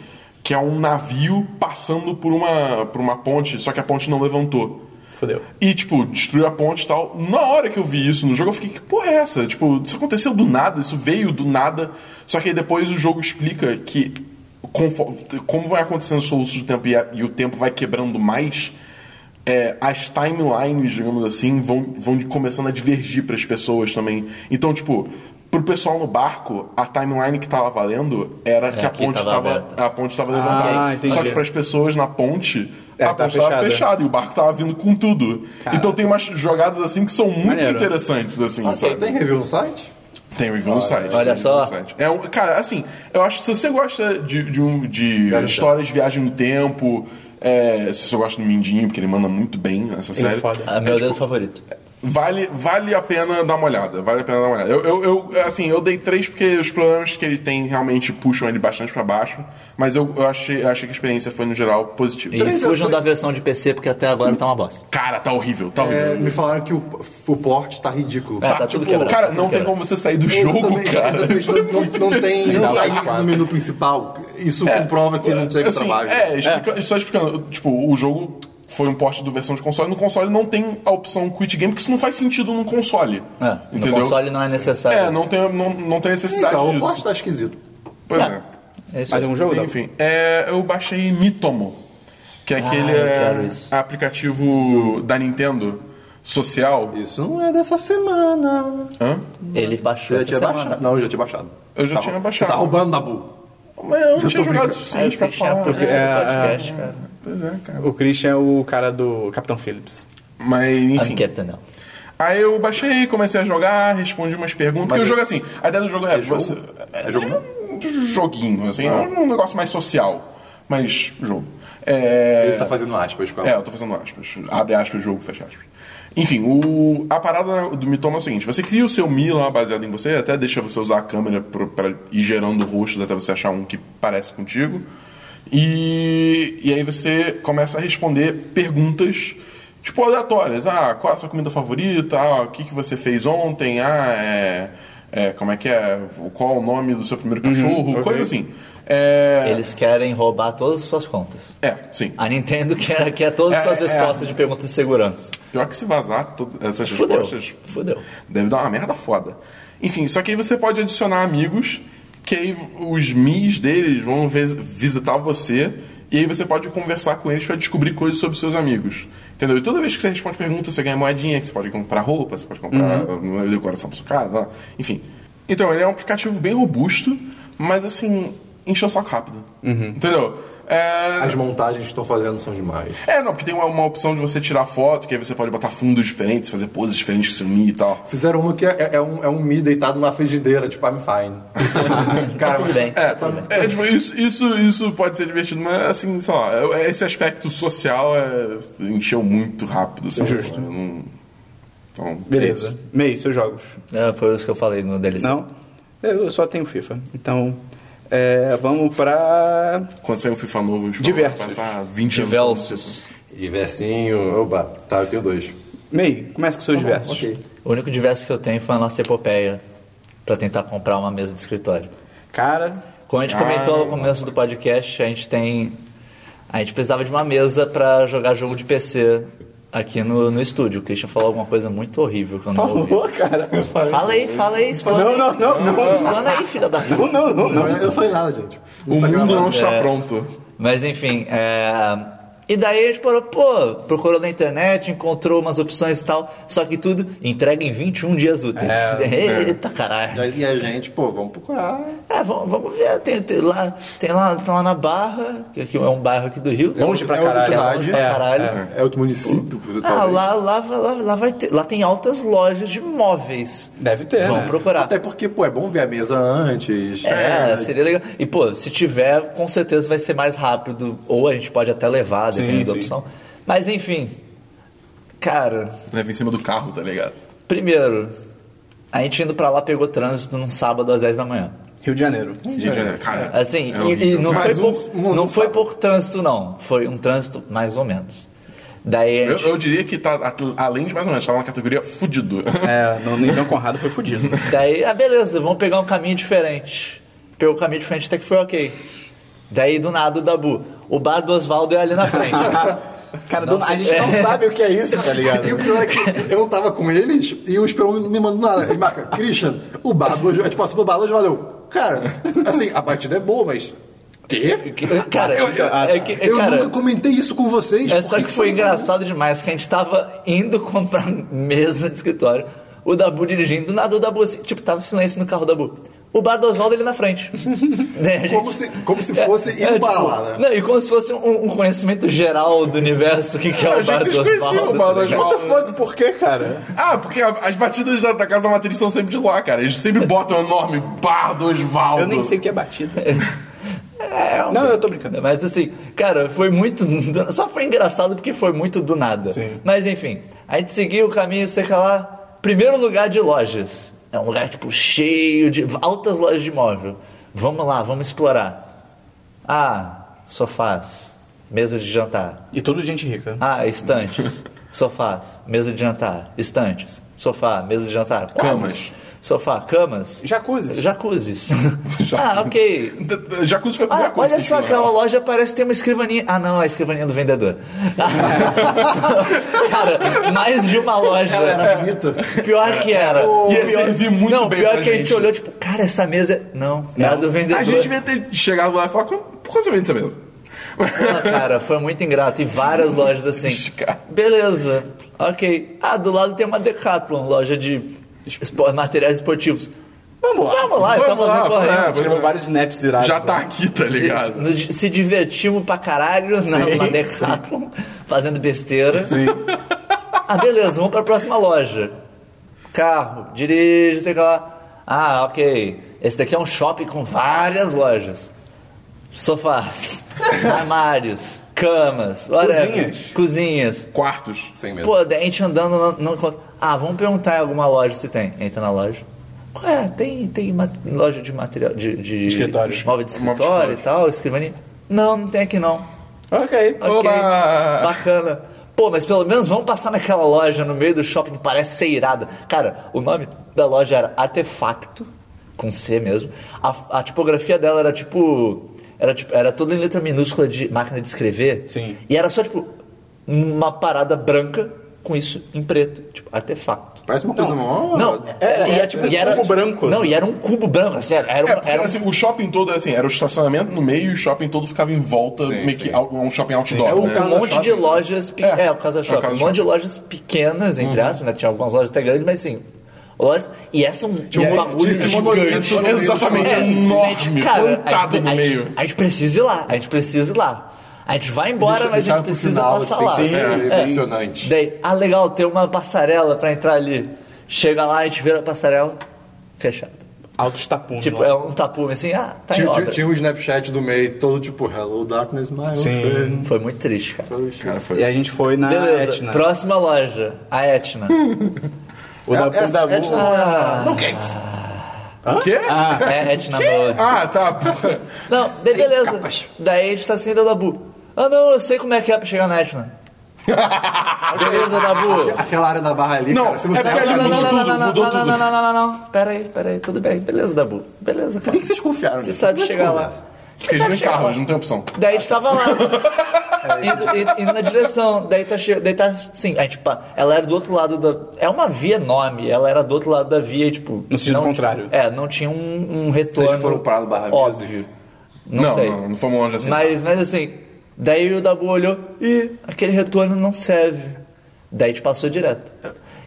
Que é um navio passando por uma, por uma ponte, só que a ponte não levantou. Fodeu. E, tipo, destruiu a ponte e tal. Na hora que eu vi isso no jogo, eu fiquei, que porra é essa? Tipo, isso aconteceu do nada, isso veio do nada. Só que aí depois o jogo explica que confo- como vai acontecendo os soluços do tempo e, a- e o tempo vai quebrando mais, é, as timelines, digamos assim, vão, vão de- começando a divergir para as pessoas também. Então, tipo, pro pessoal no barco, a timeline que tava valendo era que a É, que ponte tava tava, aberta. a ponte tava levantada. Ah, entendi. Só que para as pessoas na ponte, É, a tá ponte tava fechada. fechada e o barco tava vindo com tudo. Cara. Então tem umas jogadas assim que são muito Maneiro. interessantes, assim, sabe? Tem Tem, review no site? review no site. tem olha review no só. site. É um, cara, assim, eu acho que se você gosta de, de, um- de histórias de viagem no tempo, é, se você gosta do Mindinho, porque ele manda muito bem nessa série. é foda. Ah, é meu tipo, dedo favorito. Vale, vale a pena dar uma olhada. Vale a pena dar uma olhada. Eu, eu, eu, assim, eu dei três porque os problemas que ele tem realmente puxam ele bastante pra baixo, mas eu, eu achei, eu achei que a experiência foi, no geral, positiva. E Três- fujam da versão de PC, porque até agora tá uma bosta. Cara, tá horrível, tá horrível. É, me falaram que o, o porte tá ridículo. É, tá tudo quebrado, tipo, Cara, tá tudo não tem quebrado. como você sair do Eu jogo, também, cara. exatamente, Isso é não, muito não tem imbecil, sabe? saída no menu principal. Isso comprova que não tinha que É, Assim, trabalho. é, explica- só explicando, tipo, o jogo foi um porte do versão de console. No console não tem a opção quit game, porque isso não faz sentido no console. É, no entendeu? console não é necessário. É, não tem, não, não tem necessidade Então, o disso. porte tá esquisito. Pois é. É isso Mas é aí. um jogo, Dabu? Enfim, é, eu baixei Mitomo, que é aquele Ah, eu quero é, isso. aplicativo da Nintendo social. Isso não é dessa semana. Hã? Ele baixou Eu já essa tinha semana. baixado. Não, eu já tinha baixado. Eu já Tá tinha rou- baixado. Você tá roubando, Dabu. Mas eu não tinha tô jogado o brincando. Aí eu suficiente pra fiquei falar. tá chato porque esse é, podcast, cara. Pois é, cara. O Christian é o cara do Capitão Phillips. Mas, enfim. I'm Captain Now. Aí eu baixei, comecei a jogar, respondi umas perguntas. Porque o jogo é assim, a ideia do jogo é, você. É um joguinho, assim, é um negócio mais social. Mas jogo. É... Ele tá fazendo aspas com a É, eu tô fazendo aspas. Abre aspas, jogo, fecha aspas. Enfim, o, a parada do Mitoma é o seguinte: você cria o seu Mi lá baseado em você, até deixa você usar a câmera pro- pra ir gerando rostos até você achar um que parece contigo. E, e aí você começa a responder perguntas, tipo, aleatórias. Ah, qual é a sua comida favorita? Ah, o que, que você fez ontem? Ah, é, é, Como é que é? Qual o nome do seu primeiro cachorro? Coisa assim. É, Eles querem roubar todas as suas contas. é, sim. A Nintendo quer, quer todas as É, suas é. respostas de perguntas de segurança. Pior que se vazar todas essas Fudeu. respostas, Fudeu. Deve dar uma merda foda. Enfim, só que aí você pode adicionar amigos, que aí os mis deles vão vis- visitar você, e aí você pode conversar com eles pra descobrir coisas sobre seus amigos. Entendeu? E toda vez que você responde perguntas, você ganha moedinha, que você pode comprar roupa, você pode comprar uh, decoração pra sua casa, lá. enfim. Então, ele é um aplicativo bem robusto, mas assim, encheu o saco rápido. Entendeu? É... As montagens que estão fazendo são demais. É, não, porque tem uma, uma opção de você tirar foto, que aí você pode botar fundos diferentes, fazer poses diferentes com seu Mi e tal. Fizeram uma que é, é um, é um Mi deitado na frigideira, tipo, I'm fine. Tá tudo bem. É, tudo bem. é, tipo, isso, isso, isso pode ser divertido, mas assim, sei lá, eu- esse aspecto social é, encheu muito rápido. sabe? Justo. Eu não- Então, é Beleza. isso. Mei, seus jogos. É, foi isso que eu falei no DLC. Não? Eu só tenho FIFA. Então, é, vamos pra. Quando sair um FIFA novo, eu espero Diversos. passar 20 anos falando Diversos. Diversinho. Oba, tá, eu tenho dois. Mei, começa com seus versos. O único diverso que eu tenho foi a nossa epopeia pra tentar comprar uma mesa de escritório. Cara, Como a gente comentou no começo do podcast, a gente tem. A gente precisava de uma mesa pra jogar jogo de PC aqui no, no estúdio. O Christian falou alguma coisa muito horrível que eu não falou, ouvi. cara. Fala aí, fala aí, explana Não, aí. não, não, não. Explana aí, filha da Não, não, não, não. Não, eu não falei nada, gente. isso. O Tá mundo gravado. não está É. pronto. Mas enfim, é... e daí a gente parou, pô, procurou na internet, encontrou umas opções e tal, só que tudo entrega em 21 dias úteis. É, Eita caralho. E a gente, pô, vamos procurar. É, vamos, vamos ver, tem, tem lá, tem, lá, tem lá na Barra, que aqui é um bairro aqui do Rio. Longe pra É outra caralho. cidade. longe pra caralho. É outro município, Ah, talvez. lá, lá, vai- lá, lá vai ter, lá tem altas lojas de móveis. Deve ter, Vamos né? procurar. Até porque, pô, é bom ver a mesa antes. né? É, seria legal. E, pô, se tiver, com certeza vai ser mais rápido. Ou a gente pode até levar, dependendo Sim, da sim. opção. Mas, enfim. Cara, Leva em cima do carro, tá ligado? primeiro, a gente indo pra lá pegou trânsito num sábado às 10 da manhã. Rio de Janeiro. Gente, é, cara, Assim, é e- e, horrível. não, foi Mas um- pouco, um- não um foi sábado. pouco trânsito, não. Foi um trânsito mais ou menos. Daí a eu, gente- eu diria que tá, at- além de mais ou menos, tava na categoria fudido. É, no Nizão Conrado foi fudido. Daí, ah, beleza, vamos pegar um caminho diferente. Pegou o caminho diferente até que foi ok. Daí, do nada, o Dabu. O bar do Oswaldo é ali na frente. Cara, Não do- a sei. gente não sabe o que é isso, tá ligado? E o pior é que eu não tava com eles e o Esperon Tipo, não me mandou nada. Ele marca, Christian, o Barba, a gente passou pro Barba, valeu. Cara, assim, a partida é boa, mas. Quê? cara, Eu, eu- é que- é, eu cara, nunca comentei isso com vocês. é por só que vocês foi engraçado demais que a gente tava indo comprar mesa de escritório. O Dabu dirigindo, do nada o Dabu, assim, tipo, tava silêncio no carro do Dabu. O bar do Oswaldo ali na frente. Né, a gente- É, tipo, Como se- como se fosse ir pra lá, né? Não, e como se fosse um, um conhecimento geral do universo que, que é Eu o achei bar que vocês do conheciam Oswaldo. o bar do tá ligado? Oswaldo. Foda, por quê, cara? Ah, porque a- as batidas da, da casa da matriz são sempre de lá, cara. Eles sempre botam um enorme bar do Osvaldo. Eu nem sei o que é batida. É, um- Não, eu tô brincando. Mas assim, cara, foi muito. do- Só foi engraçado porque foi muito do nada. Sim. Mas enfim, a gente seguiu o caminho, sei que lá. Primeiro lugar de lojas. É um lugar, tipo, cheio de. altas lojas de imóvel. Vamos lá, vamos explorar. Ah, sofás, mesa de jantar. E tudo gente rica. Ah, estantes, sofás, mesa de jantar. Estantes, sofá, mesa de jantar. Quadros, Camas. Sofá, camas. Jacuzzis. Jacuzzis. ah, ok. D- d- Jacuzzi foi a primeira Ah, coisa olha que é só, tinha lá. aquela loja parece ter uma escrivaninha. Ah, não, é a escrivaninha do vendedor. cara, mais de uma loja. Era bonito. Pior que era. Ia Pior- servir muito não, bem Pior pra que a gente gente. olhou, tipo, cara, essa mesa. é- Não, não. era do vendedor. A gente devia ter chegado lá e falar, "Qu- por é que você vende essa mesa? Ah, cara, foi muito ingrato. E várias lojas assim. Cara. Beleza, ok. Ah, do lado tem uma Decathlon, loja de espo- materiais esportivos. Vamos lá. Vamos lá, Vamos estamos lá, fazendo vamos lá. correndo. Tirou vários snaps irados. Já tá aqui, tá ligado? Nos, se divertimos pra caralho na, Sim, na Decathlon, fazendo besteira. Ah, beleza, vamos pra próxima loja. Carro, dirige, sei lá. Ah, ok. Esse daqui é um shopping com várias lojas. Sofás, armários, camas, whatever. Cozinhas. Cozinhas. Quartos. Sem medo. Pô, a gente andando não, não encontra. Ah, vamos perguntar em alguma loja se tem. Entra na loja. Qual é? Tem, tem ma- loja de material. De, de Escritório. de Móvel de Móvel de escritório e escritório. tal, escrivaninha. Não, não tem aqui não. Ok. Ok. Oba! Bacana. Pô, mas pelo menos vamos passar naquela loja no meio do shopping que parece ser irada. Cara, o nome da loja era Artefacto, com C mesmo. A, a tipografia dela era tipo. Era, tipo, era toda em letra minúscula de máquina de escrever. Sim. E era só, tipo, uma parada branca com isso em preto. Tipo, artefacto. Parece uma coisa mó. Não, era- e era um cubo branco. Não, e era um cubo branco, sério. né? Era, É, uma, porque, era um assim, o shopping todo, assim, era o estacionamento no meio e o shopping todo ficava em volta, Sim, meio sim. que ao- um shopping outdoor, É o né? Casa um monte Shopping, de lojas pe- É, é, o é Casa o Shopping, Casa um monte de lojas pequenas, Uhum. entre aspas, né? Tinha algumas lojas até grandes, mas assim, lojas, e essa é um, Tinha e um é- bagulho é- gigante. monumento, exatamente, é, enorme, plantado a gente, no a gente- meio. a gente precisa ir lá, a gente precisa ir lá. A gente vai Deixa- embora, mas a deixava gente pro precisa final, passar assim, lá. sim, É. é impressionante. Daí, ah, legal, tem uma passarela pra entrar ali. Chega lá, a gente vira a passarela, fechada. Altos tapumes. Tipo, é um tapume assim, ah, tá em Uhum. Tinha, tinha, obra. tinha um Snapchat do meio todo tipo, Hello Darkness, my old Sim. friend. Foi muito triste, cara. Cara, foi. um E a gente foi na Beleza, Etna. próxima loja, a Etna. O da, o da é Ah. Não games. O quê? Ah, É, Etna Mode. tá. porra. Não, daí beleza. Daí a gente tá assim da Dabu. Ah não, eu sei como é que é pra chegar na Etna. beleza, Dabu. Aquela área da barra ali, Não, cara. Se é você porque ali- Não, não, não, Mudou não, tudo, não, não, mudou não, não, tudo. não, não, não, não, não. Pera aí, pera aí, tudo bem. Beleza, Dabu. Beleza, cara. Por que que vocês confiaram Você nisso? sabe Por que chegar lá. vocês confiaram? Porque eles vão em carro, eles não tem opção. Daí a gente tava lá. Indo, indo- indo na direção. Daí tá cheio. Daí tá. Sim, aí, tipo, ela era do outro lado da. É uma via enorme. Ela era do outro lado da via e, tipo. No sentido não- contrário. É, não tinha um, um retorno. Vocês foram parar no Barra Óbvio. Não, Não, sei. não, não fomos longe assim. Mas, mas assim, daí o Dabu olhou e aquele retorno não serve. Daí te passou direto.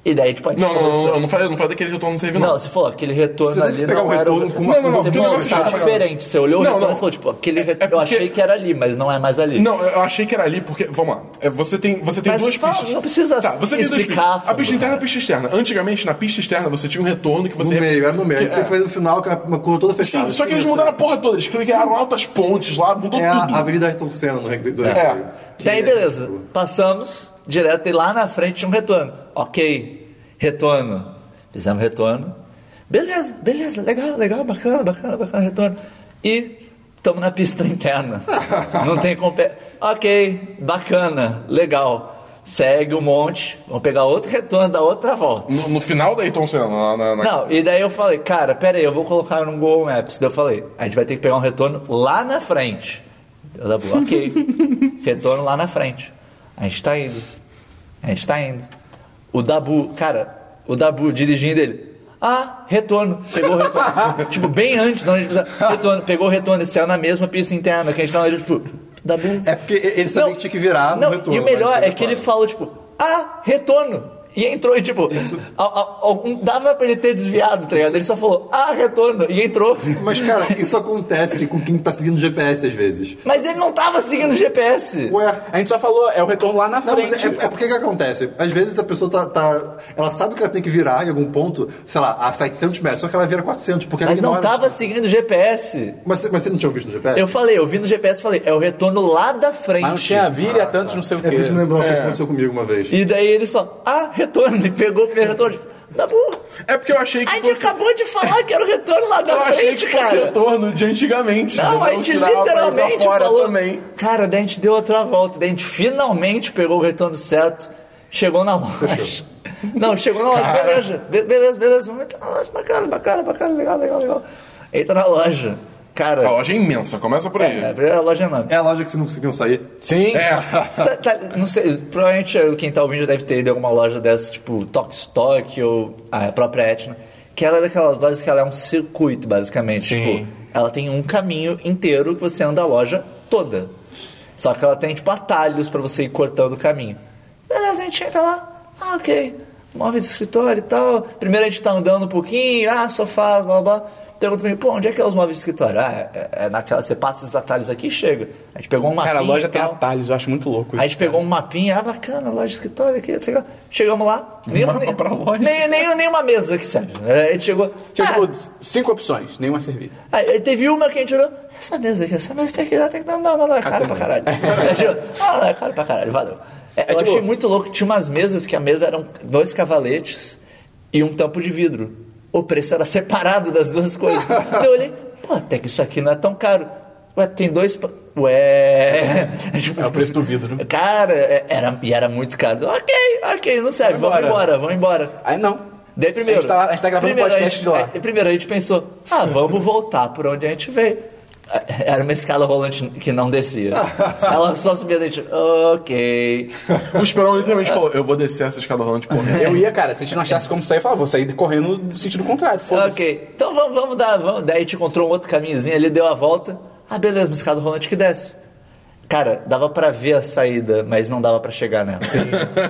E daí tipo, a gente Não, não, não, conversou. eu não falei, eu não falei daquele retorno no servidor. Não, você falou, aquele retorno Você deve ali pegar não um era retorno o- com uma- Não, não, não, Você porque o falou, negócio tá chega- diferente. Você olhou o Não, retorno não. e falou, tipo, aquele É- é retorno, eu porque- achei que era ali, mas não é mais ali. Não, eu achei que era ali, porque. Vamos lá. é, Você tem, você tem Mas duas fala, pistas. não precisa tá, você tem duas explicar, pistas. A pista Fábio, interna e cara. a pista externa. Antigamente, na pista externa, você tinha um retorno que você. No ia- meio, era no meio. Que- é. Aí foi no final com a- uma curva toda fechada. Sim, só que eles Isso. né? mudaram a porra toda. Eles criaram altas pontes lá, mudou É a tudo. a Avenida Ayrton Senna no Rec né, do É. Daí beleza, passamos direto e lá na frente tinha um retorno. Ok, retorno. Fizemos retorno. Beleza, beleza, legal, legal, bacana, bacana, bacana, retorno. E estamos na pista interna. Não tem compé. Ok, bacana, legal. Segue o monte, vamos pegar outro retorno da outra volta. No, no final da Ayrton Senna, na, na, na- Não, e daí eu falei, cara, pera aí, eu vou colocar no Google Maps. Daí eu falei, a gente vai ter que pegar um retorno lá na frente. Eu da boa, ok. retorno lá na frente. A gente tá indo. A gente tá indo. O Dabu, cara, o Dabu dirigindo ele. Ah, retorno. Pegou o retorno. tipo, bem antes, não, a gente precisava. Retorno, pegou o retorno e saiu na mesma pista interna que a gente tava, tipo, Dabu. É porque ele sabia Não, que tinha que virar no não, retorno. E o mas melhor isso é que ele claro. falou, tipo, ah, retorno. E entrou e, tipo, a- a- algum- dava pra ele ter desviado, tá ligado? Ele só falou, ah, retorno. E entrou. Mas, cara, isso acontece com quem tá seguindo o GPS às vezes. Mas ele não tava seguindo o GPS. Ué, A gente só falou, é o retorno lá na Não, frente. mas é, é porque que acontece? Às vezes a pessoa tá, tá- Ela sabe que ela tem que virar em algum ponto, sei lá, a 700 metros, só que ela vira 400, porque ela Mas não ignora. tava seguindo o GPS. Mas, você- mas você não tinha ouvido no GPS? Eu falei, eu vi no GPS e falei, é o retorno lá da frente. Mas não tinha vira tantos, não sei o É por isso que me quê. lembrou uma coisa que aconteceu comigo uma vez. E daí ele só, ah, retorno. E pegou o primeiro retorno. Tipo, tá bom. É porque eu achei que A gente fosse. acabou de falar que era o retorno lá da Eu achei frente, que fosse cara. retorno de antigamente. Não, entendeu? a gente Tirar pra ir pra literalmente fora falou. também. Cara, daí a gente deu outra volta, daí a gente finalmente pegou o retorno certo, chegou na loja. Não, chegou na loja, beleza, be- beleza, beleza, vamos entrar na loja, bacana, bacana, bacana, legal, legal, legal. Entra na loja. Cara, A loja é imensa, começa por aí. é, a primeira loja é enorme. É a loja que vocês não conseguiam sair? Sim. É. Você tá- tá- não sei, provavelmente eh, quem tá ouvindo já deve ter ido em alguma loja dessa, tipo Tok Stock ou a própria Etna, que ela é daquelas lojas que ela é um circuito, basicamente. Tipo, ela tem um caminho inteiro que você anda a loja toda. Só que ela tem, tipo, atalhos pra você ir cortando o caminho. Beleza, a gente entra lá. Ah, ok. móvel de escritório e tal. Primeiro a gente tá andando um pouquinho, ah, sofás, blá blá. blá. Pergunta pra mim, pô, onde é que é os móveis de escritório? Ah, é, é naquela, você passa esses atalhos aqui e chega. A gente pegou um mapinha Cara, a loja e tem tal. atalhos, eu acho muito louco isso. Aí a gente pegou um mapinha, ah, bacana, loja de escritório aqui, sei lá. Chegamos lá, nem, Um mapa nem, pra loja. nem, nem, nem uma mesa que serve. É, A gente chegou. Tinha, ah, tipo, cinco opções, nenhuma servia. Aí aí teve uma que a gente olhou, essa mesa aqui, essa mesa tem que dar, tem que dar, não, não, não, é caro pra caralho. Aí a gente olhou, ah, não, é caro pra caralho, valeu. É, eu tipo- achei muito louco, tinha umas mesas que a mesa eram dois cavaletes e um tampo de vidro. O preço era separado das duas coisas. Daí eu olhei, pô, até que isso aqui não é tão caro. Ué, tem dois... pa- Ué... Tipo, É o preço do vidro, né? Cara, é- era, e era muito caro. Ok, ok, não serve, vamos embora. embora, vamos embora. Aí não. Daí primeiro. A gente tá- a gente tá gravando primeiro podcast a de lá. é, primeiro a gente pensou, ah, vamos voltar por onde a gente veio. É, Era uma escada rolante que não descia. Ela só subia da gente. Ok. O Esperão literalmente falou: Eu vou descer essa escada rolante correndo. Eu ia, cara, se a gente não achasse como sair, eu falava, "Ah, vou sair correndo no sentido contrário, foda-se. Ok. Então vamos, vamos dar. Vamos. Daí a gente encontrou um outro caminhozinho ali, deu a volta. Ah, beleza, uma escada rolante que desce. Cara, dava pra ver a saída, mas não dava pra chegar nela. Sim.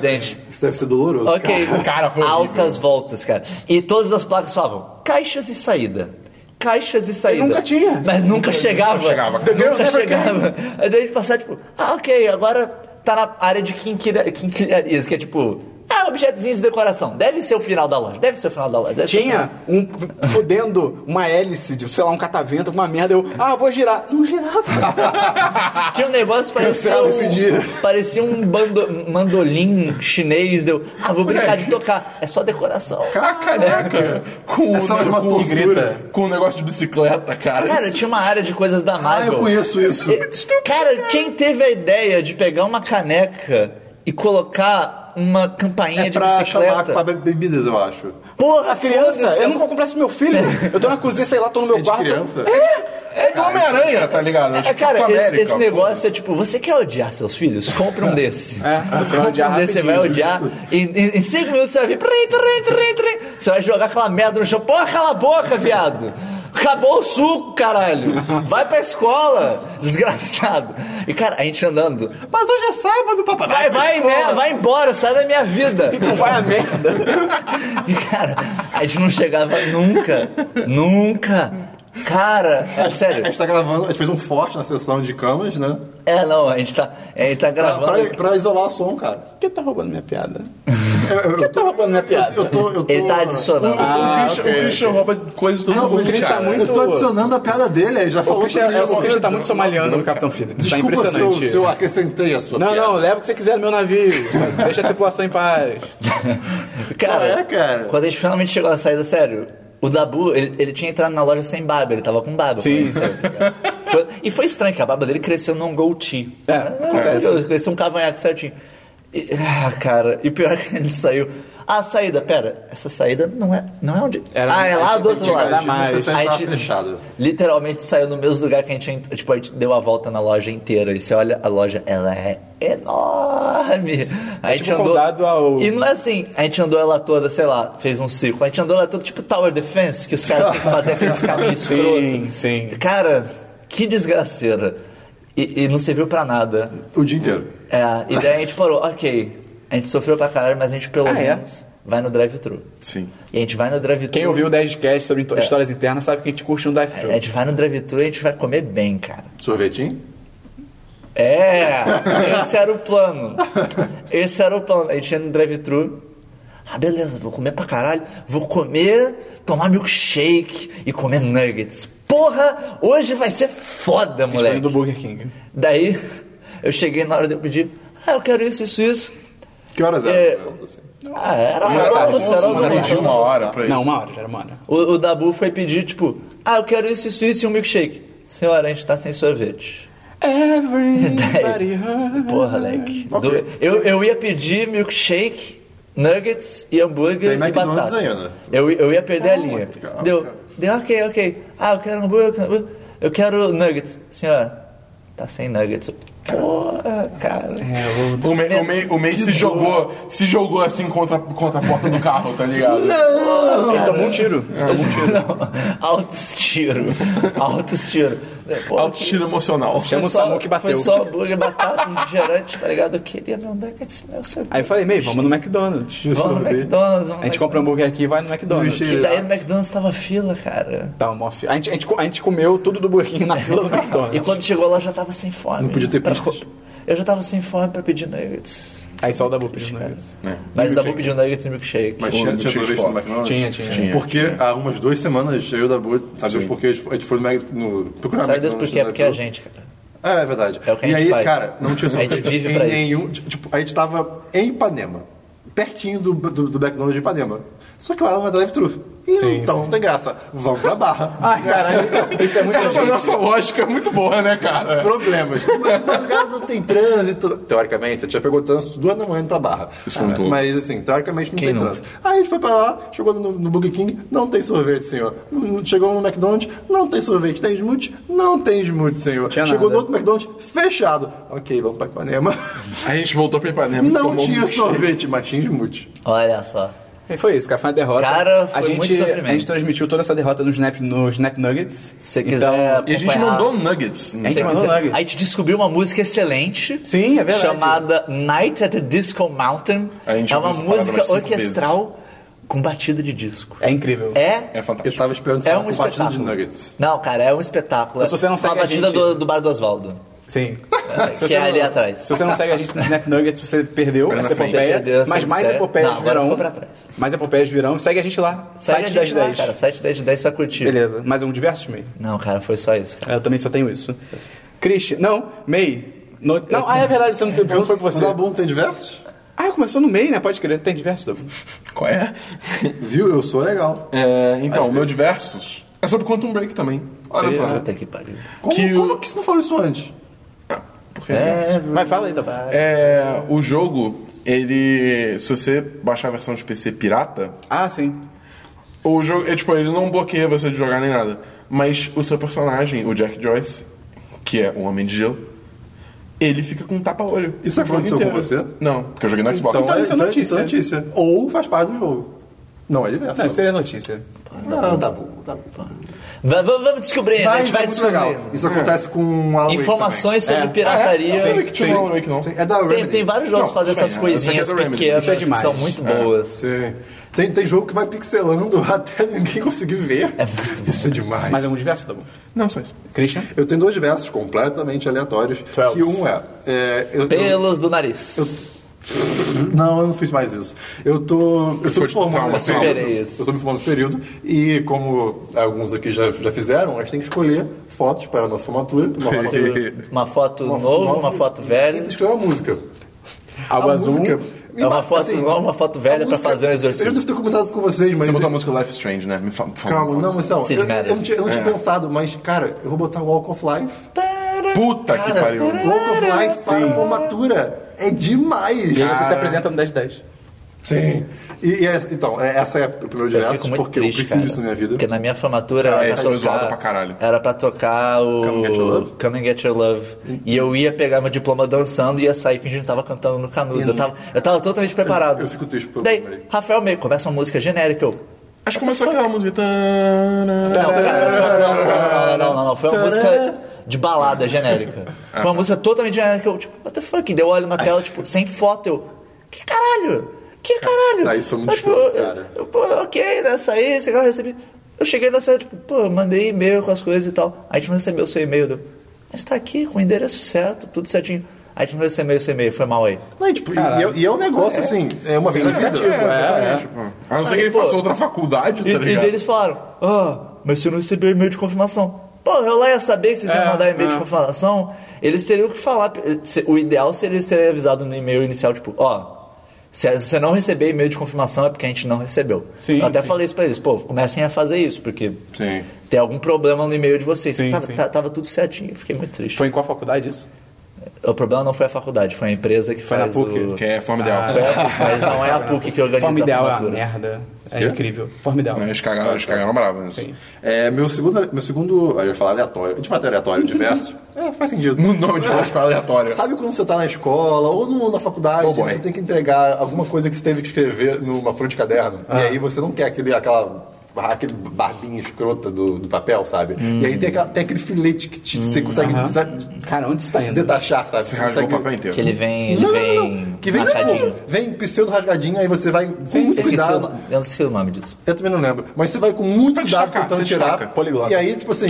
Dente. Isso deve ser doloroso. Ok. Cara, foi horrível. Altas voltas, cara. E todas as placas falavam caixas e saída. Caixas e saída. nunca tinha. Mas nunca chegava. Nunca chegava. Nunca The girls never chegava. Aí daí a gente passava, tipo, ah, ok, agora tá na área de quinquilha- quinquilharias, que é tipo, ah, objetos de decoração. Deve ser o final da loja. Deve ser o final da loja. deve ser o final. Tinha um fudendo uma hélice, de, sei lá, um catavento, uma merda. Eu, ah, vou girar. Não girava. Tinha um negócio que parecia Cancela um, esse dia. parecia um bando- um mandolim chinês. Deu, ah, vou brincar de tocar. É só decoração. Ah, caraca! Com, É só de uma com, tortura. com um negócio de bicicleta, cara. Cara, tipo, tinha uma área de coisas da Ah, Marvel. eu conheço isso. E- Cara, quem teve a ideia de pegar uma caneca e colocar uma campainha É de pra chamar é bicicleta? pra be- bebidas, eu acho. Porra, A criança, foda-se, é eu não vou comprar isso pro meu filho. Eu tô na cozinha, sei lá, tô no meu É de quarto. criança? É do Homem-Aranha, tá ligado? É, tipo cara, Capitão esse- América, esse, negócio é tipo, você quer odiar seus filhos? Compra um desse. É, você vai Compra odiar um desse, você vai rapidinho, odiar. Em, em- em cinco minutos você vai vir. trim, trim, trim, trim. Você vai jogar aquela merda no chão. Porra, cala a boca, viado! Acabou o suco, caralho! Vai pra escola, desgraçado! E cara, a gente andando. Mas hoje é sábado, papai. Vai, vai, né? vai embora, sai da minha vida! Então vai a merda. E, cara, a gente não chegava nunca. Nunca. Cara, é sério. A gente tá gravando, a gente fez um forte na sessão de camas, né? É, não, a gente tá, a gente tá Pra, gravando. pra- pra isolar o som, cara. Por que tá roubando minha piada? Eu, eu Tá roubando minha piada. eu tô, eu tô... Ele tá pô. O, adicionando. o, Christian, o Christian rouba coisas do todo Não, mundo. mas é gente, tá cara. é muito- eu tô adicionando a piada dele, aí já O falou Christian, tudo é, isso. o Christian tá muito somaliano no Capitão Phillips. Tá Desculpa se eu, impressionante. se eu acrescentei a sua Não, piada. não, leva o que você quiser no meu navio. sabe? Deixa a tripulação em paz. Cara, Qual é, cara? quando a gente finalmente chegou na saída, sério, o Dabu, ele, ele tinha entrado na loja sem barba, ele tava com barba. Sim. quando a gente saiu, tá ligado? Foi- e foi estranho que a barba dele cresceu num goatee. É, acontece. Cresceu um cavanhaque certinho. E- ah, cara, e pior que ele saiu... Ah, a saída, pera, essa saída não é, não é onde... Era- ah, é lá do outro tinha que lado. andar mais. Essa saída A tava fechada. Literalmente saiu no mesmo lugar que a gente, ent- tipo, a gente deu a volta na loja inteira. E você olha, a loja, ela é enorme. A gente tipo condado ao- E não é assim, a gente andou ela toda, sei lá, fez um ciclo. A gente andou ela toda, tipo Tower Defense, que os caras têm que fazer aqueles caminhos Sim, escroto. sim. Cara, que desgraceira. E, e não serviu pra nada. O dia inteiro. É, e daí a gente parou, ok, a gente sofreu pra caralho, mas a gente pelo Ah, é? menos vai no drive-thru. Sim. E a gente vai no drive-thru. Quem ouviu o 10 cast sobre into- histórias internas sabe que a gente curte um dive A show. gente vai no drive-thru e a gente vai comer bem, cara. Sorvetinho? É, esse era o plano. Esse era o plano. A gente ia no drive-thru. Ah, beleza, vou comer pra caralho. Vou comer, tomar milkshake e comer nuggets. Porra, hoje vai ser foda, História do Burger moleque. King. Daí, eu cheguei na hora de eu pedir. Ah, eu quero isso, isso, isso. Que horas era? É, mais ou menos, assim? Ah, era da hora, tarde, almoço, era almoço, hora. meio-dia. Pediu uma hora pra isso. Não, uma hora, já era uma hora. O, o Dabu foi pedir, tipo, ah, eu quero isso, isso, isso e um milkshake. Senhora, a gente tá sem sorvete. Everybody Porra, Uhum. Leque. Do- Eu, eu ia pedir milkshake, nuggets e Tem hambúrguer e McDonald's batata. ainda. Eu, eu ia perder Ah, a linha. cara. Deu, deu, ok, ok. Ah, eu quero hambúrguer, eu quero hambúrguer. eu quero nuggets. Senhora, tá sem nuggets. Eu, Porra, cara. É. O May, o May, o May se jogou, se jogou assim contra, contra a porta do carro, tá ligado? Ele tomou um tiro. Não, altos tiro. Altos tiro. Pô, Autoestima emocional. Foi Chama o só- Samu que bateu. Foi só hambúrguer, batata, refrigerante, tá ligado? Eu queria meu andar com esse meu sorvete. Aí eu falei, meio, vamos no McDonald's. Eu Vamos no sorvei. McDonald's. vamos no A gente compra hambúrguer aqui e vai no McDonald's. Vixe. E daí no McDonald's tava fila, cara. Tá, mó fi- a, gente, a, gente, co- a gente comeu tudo do Burger King na fila do E McDonald's. quando chegou lá eu já tava sem fome. Não podia ter Pra- pistas. Eu já tava sem fome pra pedir nuggets. Aí só o Dabu pediu nuggets. né? Mas da Dabu pediu nuggets e milkshake. Mas Ou tinha, no tinha Cheese dois Fox. no McDonald's? Tinha, tinha. Tinha. Porque há umas duas semanas eu e o Dabu, sabemos porque a gente foi- a gente foi no, Mag- no procurar Sabe Deus McDonald's, porque é né? porque é a gente, cara. É, é verdade. É o que a e gente aí, faz. cara, não tinha A gente sorvete vive em pra isso. nenhum. Tipo, a gente tava em Ipanema, pertinho do, do, do McDonald's de Ipanema. Só que lá não é drive-thru. E Sim, então sim. não tem graça. Vamos pra barra. Ai, caralho, isso é muito Essa legal. nossa lógica é muito boa, né, cara? problemas. Mas Madrugada não tem trânsito. Teoricamente, a gente já pegou trânsito duas da manhã indo pra barra. Isso foi um tolo. Mas assim, teoricamente não tem não? trânsito. Aí a gente foi pra lá, chegou no, no Burger King, não tem sorvete, senhor. Hum, Chegou no McDonald's, não tem sorvete. Tem smoothie? Não tem smoothie, senhor. Tinha chegou nada. no outro McDonald's, fechado. Ok, vamos pra Ipanema. A gente voltou pra Ipanema e Não tomou um tinha milkshake. sorvete, mas tinha smoothie. Olha só. E foi isso, cara. Foi uma derrota. Cara, a foi gente, muito sofrimento. A gente transmitiu toda essa derrota no Snap, no Snap Nuggets. Se você Então, quiser E a gente acompanhar- mandou um nuggets. A gente mandou Aí nuggets. a gente descobriu uma música excelente. é Sim, é verdade. Chamada Night at the Disco Mountain. A gente É uma ouviu essa parada música umas cinco orquestral com batida de disco. É incrível. É. É Eu fantástico. tava esperando É falar um com batida espetáculo. de nuggets. Não, cara, é um espetáculo. Mas se você não é segue uma a batida gente- do, do bar do Oswaldo. Sim. que é ali atrás. Se você não segue a gente no Snap Nuggets, você perdeu Olha na essa frente. epopeia. Você perdeu, mas se mais quiser. epopeias Não, agora virão. ficou pra trás. Mais epopeias virão. Segue a gente lá. Segue site a das gente lá, 10. Cara, site 10 de 10 você vai curtir. Beleza. Mais um diversos, May? Não, cara, foi só isso. cara. É, Eu também só tenho isso. Christian. Não, May. No- Não, ah, é verdade, você não, teve- não foi com você. O Dabu não Tá tem diversos? Ah, começou no May, né? Pode crer. Tem diversos, Dabu. Qual é? Viu? Eu sou legal. É, então, o meu diversos é sobre Quantum Break também. Olha só. Puta que pariu. Como, Que como o- que você não falou isso antes? Ah, Porque Mas fala aí, então. Dabu. é, o jogo, ele. Se você baixar a versão de PC pirata, Ah, sim. o jogo. É, tipo, ele não bloqueia você de jogar nem nada. Mas o seu personagem, o Jack Joyce, que é um homem de gelo, ele fica com um tapa-olho. Isso o jogo aconteceu com inteiro. você? Não, porque eu joguei no Xbox. Então, isso é notícia. Tá, notícia. Ou faz parte do jogo. Não é diverso. Não, isso seria notícia. Não, tá bom. Tá bom. V- v- vamos descobrir, né? a Mas gente vai é muito legal. descobrir. Isso acontece com um Alan Wake Informações sobre Ah, é? pirataria. Eu sabia que tinha Sim. um Alan Wake, não. também. Sim, É da Remedy. Tem, tem vários jogos Não, fazendo tudo bem, essas né? coisinhas Isso aqui é do Remedy. pequenas Isso é que demais. são muito boas. Sim. Tem, tem jogo que vai pixelando até ninguém conseguir ver. É muito Isso é demais. Mais um diverso, Dabu. Não, só isso. Christian? Eu tenho dois versos completamente aleatórios. Twelves. Que um é... é eu, eu- Pelos do nariz. não, eu não fiz mais isso. Eu tô... Eu tô Foi me formando trauma, nesse período. superei isso. Eu tô me formando nesse período. E como alguns aqui já, já fizeram, a gente tem que escolher fotos para a nossa formatura. Uma formatura Uma foto nova, uma foto velha. E escolher uma música. Algo A azul. música- assim, É uma foto nova, uma foto velha a pra fazer um exorcismo. Eu já devo ter comentado isso com vocês, mas. é- Você botou a música Life is Strange, né? Me fala, por favor. Calma, não, mas não. Sid Eu, eu, eu não Meier's. tinha, eu não tinha É. pensado, mas, cara, eu vou botar Walk of Life. Tá. Puta que Cara, pariu. Walk of Life para a formatura. É demais. E aí você se apresenta no 10 de 10. Sim. E, e é- então, é- essa é o primeiro Eu direto, fico muito porque eu triste, preciso cara. disso na minha vida. Porque na minha formatura Cara, era, isso pra foi zoado tocar, pra caralho. era pra tocar o Come Get Your Love? Come and Get Your Love. E eu ia pegar meu diploma dançando e ia sair fingindo que tava cantando no canudo. Eu tava, eu tava totalmente preparado. eu fico triste por- Daí, Rafael Meio, começa uma música genérica. Eu, Acho que começou aquela música. Tanana. Não, cara, não, não, não, não, não, não, não. Foi uma música de balada genérica. Foi uma música totalmente genérica. Eu, tipo, what the fuck? Deu olho na tela, tipo, sem foto. Eu, que caralho? Que caralho? Ah, isso foi muito Eu, tipo, escroto, eu- cara. eu, pô, ok, né? Saí, sei lá, recebi. Eu cheguei nessa, tipo, pô, mandei e-mail com as coisas e tal. A gente não recebeu o seu e-mail. Deu, mas tá aqui, com o endereço certo, tudo certinho. A gente não recebeu o seu e-mail, foi mal aí. Não, e, tipo, e, e é, e é um negócio, assim, é uma vez na vida. A não ser Aí, que ele pô. faça outra faculdade, tá E, e ligado? deles falaram: Ah, mas você não recebeu e-mail de confirmação. Pô, eu lá ia saber que vocês É, iam mandar e-mail é. de confirmação. Eles teriam que falar. se- O ideal seria eles terem avisado no e-mail inicial, tipo, ó. Se você não receber e-mail de confirmação é porque a gente não recebeu. Sim, eu até sim. falei isso pra eles, pô, comecem a fazer isso, porque Sim. tem algum problema no e-mail de vocês. Sim, tava, sim. ta- tava tudo certinho, eu fiquei muito triste. Foi em qual faculdade é isso? O problema não foi a faculdade, foi a empresa que Foi na faz PUC, o... Que é forma ideal. Foi a PUC, mas não é a PUC que organiza Forma a ideal é uma formatura. merda. É Quê? incrível. Forma Tá ideal. Eles cagaram, eles cagaram bravo né? nisso. Sim. É, meu segundo, meu segundo. Eu ia falar aleatório. De fato, é aleatório, diverso. É, faz sentido. No nome de voz pra aleatório. Sabe quando você tá na escola ou no- na faculdade, Oh, boy. Ah. você tem que entregar alguma coisa que você teve que escrever numa folha de caderno, e aí você não quer aquele, aquela barrar aquele barbinha escrota do, do papel, sabe? E aí tem, aquela- tem aquele filete que te- você consegue desa- Cara, onde isso tá indo? detachar, sabe? Você Hum, Você rasgou o consegue- papel inteiro. Que ele vem. Ele Não, vem não, não, não. Que vem, rachadinho. vem pseudo rasgadinho, aí você vai com Eu muito esqueci o cuidado. no- eu não sei o nome disso. Eu também não lembro. Mas você vai com muito Pra cuidado destacar, tentando você tirar. destaca. Poliglota. E aí, tipo assim,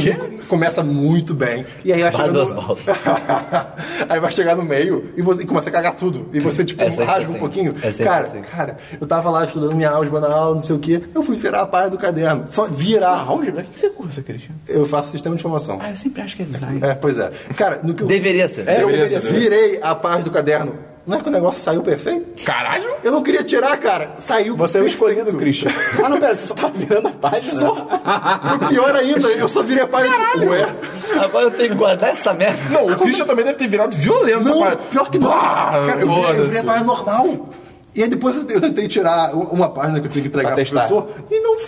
começa muito bem. E aí vai Barra chegar. duas No... voltas. aí vai chegar no meio e você e começa a cagar tudo. E você, tipo, É sempre rasga assim. um pouquinho. É sempre cara, assim. cara, eu tava lá estudando minha álgebra na aula, não sei o quê. Eu fui virar a página do caderno. Só virar. álgebra? Tá né? O que você cursa, Cristian? Eu faço sistema de informação. Ah, eu sempre acho que é design. É, pois é. Cara, no que eu. Deveria ser. É, eu Deveria ser, deveria virei a página do caderno. Não é que o negócio saiu perfeito? Caralho! Eu não queria tirar, cara. Saiu Você é o perfeito. escolhido, Christian. Ah, não, pera, você só tava virando a página. Ah, Só. Foi pior ainda, eu só virei a página. Caralho! Ué. Agora eu tenho que guardar essa merda. Não, o Christian também deve ter virado violento, Não, rapaz. pior que não. Bah, cara, eu virei, eu virei a foda-se. página normal. E aí depois eu tentei tirar u- uma página que eu tinha que entregar Pra pro testar. professor e não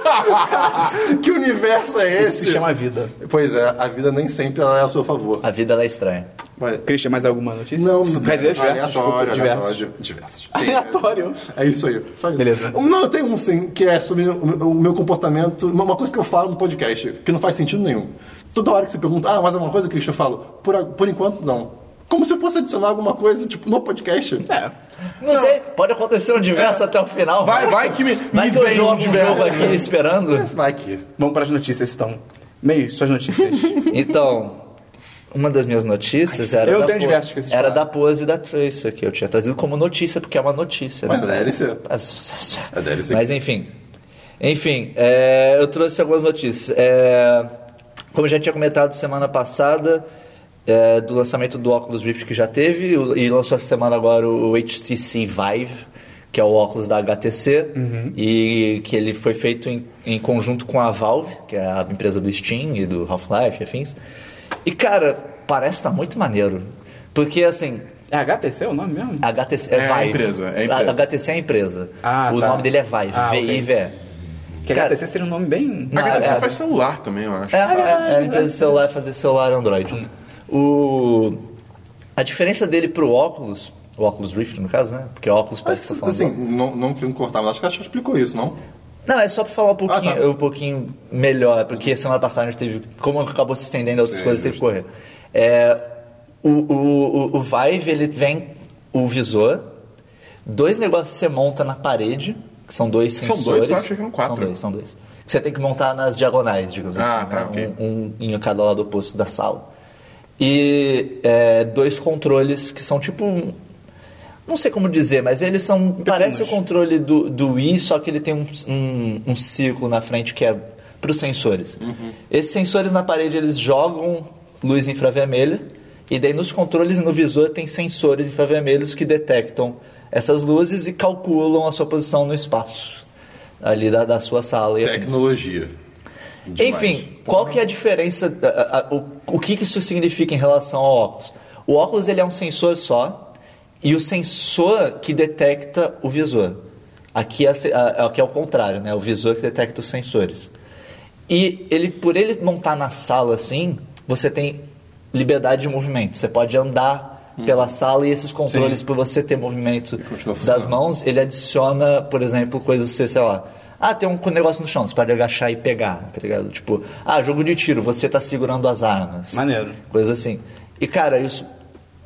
foi. que universo é esse? Isso se chama vida. Pois é, a vida nem sempre ela é a seu favor. A vida ela é estranha. Mas- Christian, mais alguma notícia? Não, Quer dizer, diversos, desculpa, aleatório, diversos. aleatório, diversos. Sim, Aleatório. É isso aí. Só isso. Beleza. Não, tem um sim, que é sobre o meu- o meu comportamento. Uma uma coisa que eu falo no podcast, que não faz sentido nenhum. Toda hora que você pergunta, ah, mais alguma coisa, Christian, eu falo, por, a- por enquanto não. Como se eu fosse adicionar alguma coisa, tipo, no podcast. É. Não, sei, pode acontecer um diverso até o final. Vai, vai que me, Vai me que eu vem jogo um um jogo diverso. aqui esperando. Vai que. Vamos pras notícias, então. Meio, suas notícias. Então, uma das minhas notícias era, eu da, tenho po- diversos que vocês era da falaram. pose da Tracer, que eu tinha trazido como notícia, porque é uma notícia. Mas né? é DLC. É DLC. Mas enfim. Enfim, é, eu trouxe algumas notícias. É, como eu já tinha comentado semana passada, é, do lançamento do óculos Rift que já teve, o- e lançou essa semana agora o HTC Vive, que é o óculos da HTC, e que ele foi feito em, em conjunto com a Valve, que é a empresa do Steam e do Half-Life e afins. E cara, parece estar muito maneiro. Porque assim, É HTC o nome mesmo? HTC é, É a Vive. empresa, é a empresa. HTC é a empresa. Ah, o tá. nome dele é Vive, Ah, ok. V-I-V-E. Que Cara- HTC seria um nome bem... Não, HTC é- faz celular também, eu acho. É, é, é a empresa de celular, fazer celular Hum. Android. O... A diferença dele pro óculos, o óculos Rift no caso, né? Porque óculos parece que tá falando. Assim, não, não queria me cortar, mas acho que a gente explicou isso, não? Não, é só pra falar um pouquinho, Ah, tá. um pouquinho melhor, porque semana passada a gente teve. Como acabou se estendendo a outras Sim, coisas, teve que correr. É, o, o, o, o Vive, ele vem o visor, dois negócios que você monta na parede, que são dois São sensores. dois? Eu achei que eram quatro. São dois, são dois. Que você tem que montar nas diagonais, digamos Ah, assim. tá, né? ok. um, um em cada lado oposto da sala. E é, dois controles que são tipo. um- Não sei como dizer, mas eles são. Parece o controle do, do Wii, só que ele tem um, um, um círculo na frente que é para os sensores. Esses sensores na parede eles jogam luz infravermelha, e daí nos controles e no visor tem sensores infravermelhos que detectam essas luzes e calculam a sua posição no espaço ali da, da sua sala. e afins. Tecnologia. Demais. Enfim, qual que é a diferença, a- a- a- o, o que, que isso significa em relação ao óculos? O óculos ele é um sensor só e o sensor que detecta o visor. Aqui é, se- a- aqui é o contrário, né? O visor que detecta os sensores. E ele, por ele montar na sala assim, você tem liberdade de movimento. Você pode andar pela sala e esses controles, por você ter movimento Uhum. continua funcionando. das mãos, ele adiciona, por exemplo, coisas, sei sei lá. Ah, tem um negócio no chão, você pode agachar e pegar, tá ligado? Tipo, ah, jogo de tiro, você tá segurando as armas. Maneiro. Coisa assim. E, cara, isso,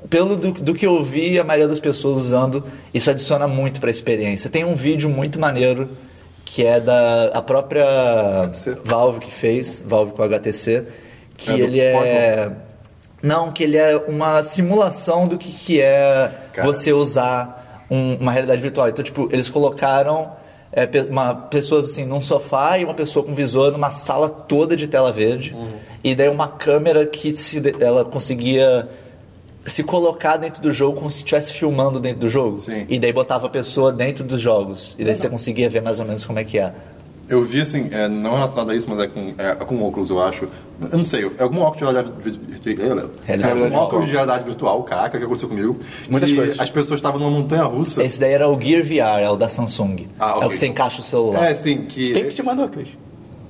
pelo do, do que eu vi a maioria das pessoas usando, isso adiciona muito pra experiência. Tem um vídeo muito maneiro que é da a própria HTC. Valve que fez, Valve com HTC, que É do ele é. Não, que ele é uma simulação do que, que é Cara. você usar um- uma realidade virtual. Então, tipo, eles colocaram é, pe- uma, pessoas assim num sofá e uma pessoa com visor numa sala toda de tela verde. Uhum. E daí uma câmera que se, de- ela conseguia se colocar dentro do jogo como se estivesse filmando dentro do jogo. Sim. E daí botava a pessoa dentro dos jogos. Uhum. E daí você conseguia ver mais ou menos como é que é. Eu vi assim, é, não relacionado a isso, mas é com, é, com óculos, eu acho. Eu não sei, é algum óculos de realidade virtual. Realidade algum óculos virtual. de realidade virtual, caraca, que aconteceu comigo. Muitas que coisas. As pessoas estavam numa montanha russa. Esse daí era o Gear VR, é o da Samsung. Ah, ok. É o que você encaixa o celular. É, assim, que. Quem que te mandou, Cris?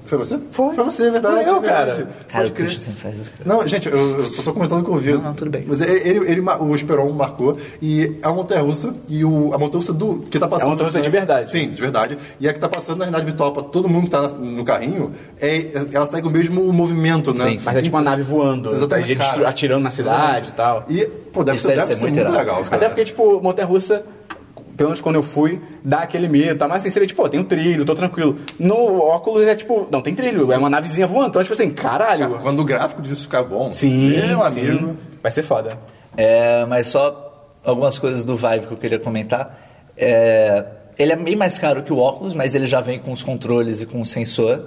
Foi Foi você? Foi. Foi você, é verdade. Foi eu, é verdade. cara. Cara, Pode o crer. Christian sempre faz isso. cara. Não, gente, eu, eu só tô comentando o que eu vi. Não, não, tudo bem. Mas ele, ele, ele mar- o Esperon marcou e é uma montanha russa e o, a montanha russa do que tá É passando. uma montanha-russa de verdade. Sim, de verdade. E a que tá passando na realidade virtual pra todo mundo que tá na- no carrinho, é, ela segue o mesmo movimento, né? Sim, Mas é tipo uma nave voando, Exatamente, gente cara. atirando na cidade e tal. E, pô, deve, Isso ser, deve deve ser ser muito muito, irado. legal. cara. Até porque, tipo, montanha russa, pelo menos quando eu fui, dá aquele medo, tá? Mas assim, você vê, tipo, pô, tem um trilho, tô tranquilo. No óculos é tipo, não tem trilho, é uma navezinha voando. Então, tipo assim, caralho. Quando o gráfico disso ficar bom, é Sim, meu sim. amigo. Vai ser foda. É, mas só algumas coisas do Vive que eu queria comentar. É, ele é bem mais caro que o óculos, mas ele já vem com os controles e com o sensor.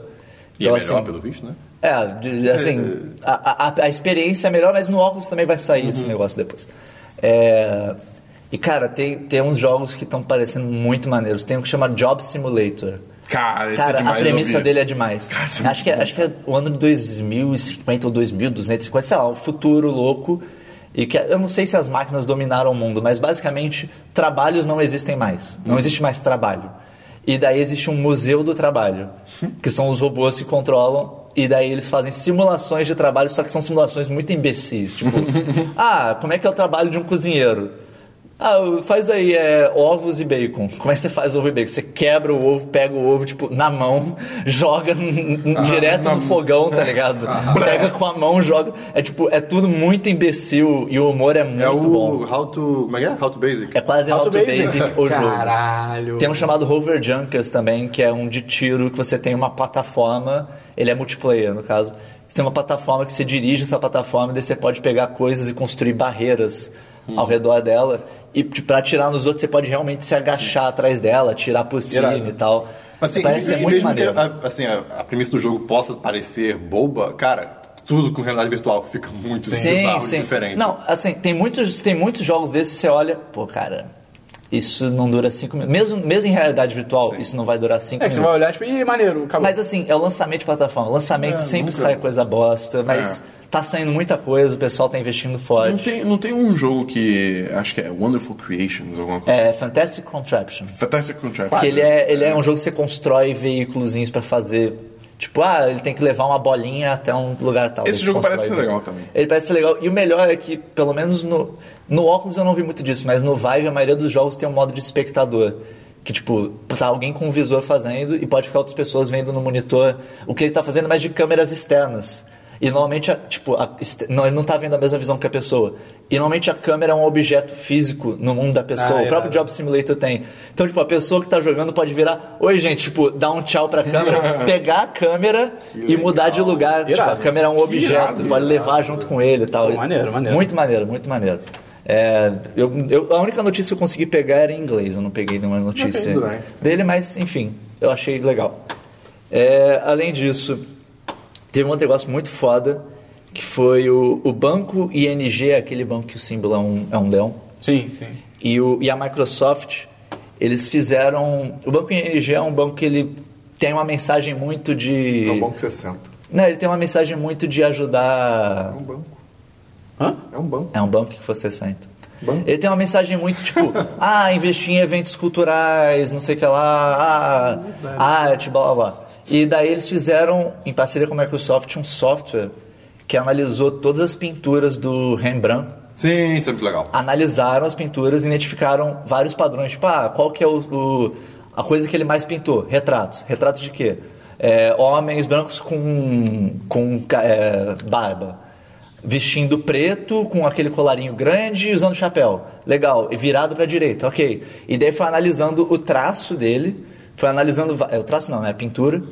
E é melhor, assim, pelo visto, né? É, de- de- assim, a, a- a experiência é melhor, mas no óculos também vai sair Uhum. esse negócio depois. É, e, cara, tem, tem uns jogos que estão parecendo muito maneiros. Tem um que chama Job Simulator. Cara, esse Cara, é demais. a eu premissa vi. dele é demais. acho, que, é- acho que é o ano de 2050 ou 2250, sei lá, um futuro louco. E que é, eu não sei se as máquinas dominaram o mundo, mas basicamente trabalhos não existem mais. Uhum. Não existe mais trabalho. E daí existe um museu do trabalho, que são os robôs que controlam. E daí eles fazem simulações de trabalho, só que são simulações muito imbecis. Tipo, ah, como é que é o trabalho de um cozinheiro? Ah, faz aí é, ovos e bacon. Como é que você faz ovo e bacon? Você quebra o ovo, pega o ovo, tipo, na mão, joga n- n- direto no fogão, tá ligado? Pega com a mão, joga. É tipo, é tudo muito imbecil e o humor é muito É o bom. How to. Como é que é? How to Basic. É quase Auto Basic, o jogo. Caralho. Tem um chamado Hover Junkers também, que é um de tiro que você tem uma plataforma, ele é multiplayer no caso. Você tem uma plataforma que você dirige essa plataforma e daí você pode pegar coisas e construir barreiras Hum. ao redor dela. E t- pra atirar nos outros, você pode realmente se agachar atrás dela, atirar por cima Irado. e tal. Assim, Parece e- ser e muito mesmo maneiro. que a, assim, a, a premissa do jogo possa parecer boba, cara, tudo com realidade virtual fica muito bizarro e diferente. Não, assim, tem muitos, tem muitos jogos desses que você olha, pô, cara, isso não dura cinco minutos. Mesmo, mesmo em realidade virtual, isso não vai durar cinco É que minutos. você vai olhar, tipo, ih, maneiro, acabou. Mas assim, é o lançamento de plataforma. Lançamento É, sempre sai coisa bosta, mas tá saindo muita coisa, o pessoal tá investindo Não forte. tem, não tem um jogo que. Acho que é Wonderful Creations, alguma coisa. É Fantastic Contraption. Fantastic Contraption. É. Que ele é, ele é um jogo que você constrói veículozinhos pra fazer. Tipo, ah, ele tem que levar uma bolinha até um lugar tal. Esse Você jogo constrói parece ser veículo. legal também. Ele parece ser legal. E o melhor é que, pelo menos no, no óculos eu não vi muito disso, mas no Vive a maioria dos jogos tem um modo de espectador. Que, tipo, tá alguém com um visor fazendo e pode ficar outras pessoas vendo no monitor o que ele tá fazendo, mas de câmeras externas. E normalmente, a- tipo, a este- não, ele não tá vendo a mesma visão que a pessoa. E normalmente a câmera é um objeto físico no mundo da pessoa. o próprio Job Simulator tem. Então, tipo, a pessoa que tá jogando pode virar, oi gente, tipo, dar um tchau pra câmera, pegar a câmera e mudar de lugar. Tipo, a Irado. câmera é um objeto, irado, pode levar junto com ele e tal. Pô, maneiro, maneiro. Muito maneiro, muito maneiro. É, eu, eu- a única notícia que eu consegui pegar era em inglês, eu não peguei nenhuma notícia tudo bem. dele, mas enfim, eu achei legal. É, além disso, teve um outro negócio muito foda, que foi o, o banco ING, aquele banco que o símbolo é um, é um leão, Sim, sim. e, o- e a Microsoft, eles fizeram... O banco ING é um banco que ele tem uma mensagem muito de... É um banco que você senta. Não, ele tem uma mensagem muito de ajudar... É um banco. Hã? É um banco. É um banco que você senta. Banco? Ele tem uma mensagem muito tipo, ah, investir em eventos culturais, não sei o que lá, ah, arte, blá blá blá. E daí eles fizeram, em parceria com a Microsoft, um software que analisou todas as pinturas do Rembrandt Sim, isso é muito legal. analisaram as pinturas e identificaram vários padrões. Tipo, ah, qual que é o, o- a coisa que ele mais pintou? Retratos. Retratos de quê? É, homens brancos com, com ca- é, barba. Vestindo preto, com aquele colarinho grande e usando chapéu. Legal. E virado para a direita, ok. E daí foi analisando o traço dele. Foi analisando... va- é, o traço não, né? A pintura.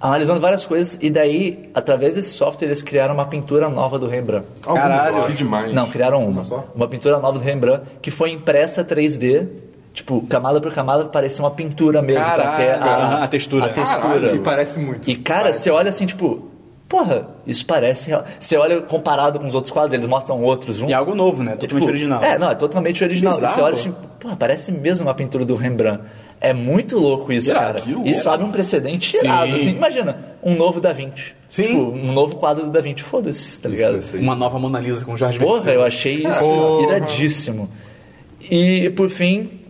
Analisando várias coisas. E daí, através desse software, eles criaram uma pintura nova do Rembrandt. Caralho. Que demais. Não, criaram uma. só? Uma pintura nova do Rembrandt que foi impressa 3D, tipo, camada por camada, pra parecer uma pintura mesmo. pra Caralho, ter aham, a textura. A textura. E parece muito. E, cara, você olha assim, tipo, porra, isso parece real. Você olha comparado com os outros quadros, eles mostram outros juntos. E é algo novo, né? Totalmente Tipo, original. É, não, é totalmente original. E você Bizarro. olha assim, porra, parece mesmo uma pintura do Rembrandt. É muito louco isso, Irado, cara. que louco. Isso abre um precedente irado, assim. Imagina, um novo Da Vinci. Sim. Tipo, um novo quadro do Da Vinci. Foda-se, tá ligado? Isso, assim. Uma nova Mona Lisa com Jorge Porra, Vercillo. eu achei isso Porra. iradíssimo. E, por fim,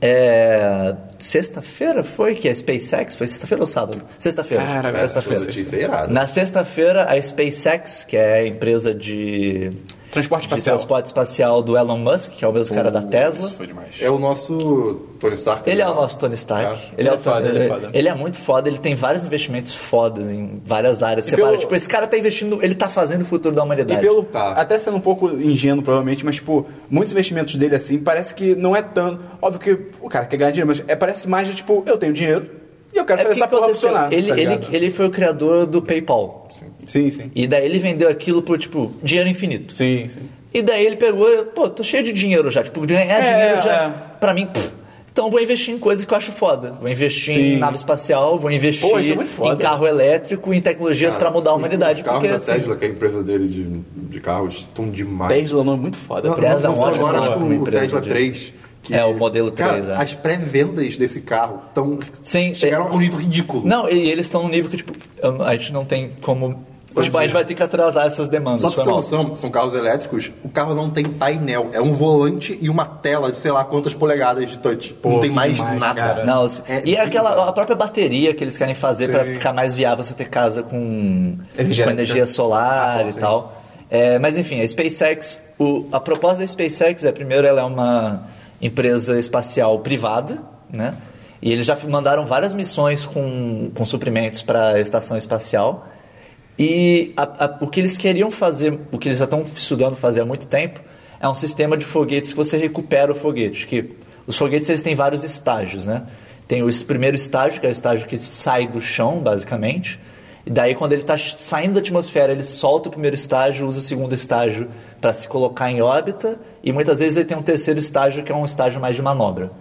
é, sexta-feira foi que a SpaceX foi sexta-feira ou sábado? Sexta-feira. Cara, sexta-feira. essa notícia é irada. Na sexta-feira a SpaceX, que é a empresa de Transporte de espacial. transporte espacial do Elon Musk, que é o mesmo cara da Tesla. Isso foi demais. É o nosso Tony Stark. né? Ele é o nosso Tony Stark. É. Ele, é o Ele é foda, Tony- ele é foda. ele é muito foda, ele tem vários investimentos fodas em várias áreas separadas. pelo- Tipo, esse cara tá investindo, ele tá fazendo o futuro da E humanidade. pelo. Tá. Até sendo um pouco ingênuo, provavelmente, mas, tipo, muitos investimentos dele assim parece que não é tanto. Óbvio que o cara quer ganhar dinheiro, mas é, parece mais de tipo, eu tenho dinheiro e eu quero É fazer porque essa porra aconteceu, funcionar. ele, tá ele, ligado? ele foi o criador do PayPal. Sim, sim. E daí ele vendeu aquilo por, tipo, dinheiro infinito. Sim, sim. E daí ele pegou, pô, tô cheio de dinheiro já. Tipo, ganhar É, dinheiro já, é. pra mim, pff, então eu vou investir em coisas que eu acho foda. Vou investir Sim. em nave espacial, vou investir Pô, isso é muito foda. em carro elétrico, em tecnologias pra mudar a humanidade. Os carros Porque, da assim, Tesla, que é a empresa dele de, de carros, estão demais. Tesla não é muito foda. Tesla é um Lançou ótimo Então, agora acho que nome o pra uma empresa Tesla de- 3. que- É, o modelo cara, 3, é. As pré-vendas desse carro estão. Sim, chegaram é- a um nível ridículo. Não, e eles estão num nível que, tipo, eu não- a gente não tem como. tipo, a gente vai ter que atrasar essas demandas. Só pra foi você ter é mal. noção, são carros elétricos, o carro não tem painel. É um volante e uma tela de sei lá quantas polegadas de touch. não tem mais nada. Não, se- É e é aquela a bizarro. própria bateria que eles querem fazer pra ficar mais viável você ter casa com com energia, Energia elétrica. solar Ah, e sim. tal. É, mas enfim, a SpaceX, o- a proposta da SpaceX é primeiro ela é uma empresa espacial privada, né? E eles já f- mandaram várias missões com, com suprimentos para a estação espacial. E a- a- o que eles queriam fazer, o que eles já estão estudando fazer há muito tempo, é um sistema de foguetes que você recupera o foguete. Que os foguetes eles têm vários estágios, né? Tem o es- primeiro estágio, que é o estágio que sai do chão, basicamente. E daí, quando ele está saindo da atmosfera, ele solta o primeiro estágio, usa o segundo estágio para se colocar em órbita. E muitas vezes ele tem um terceiro estágio, que é um estágio mais de manobra.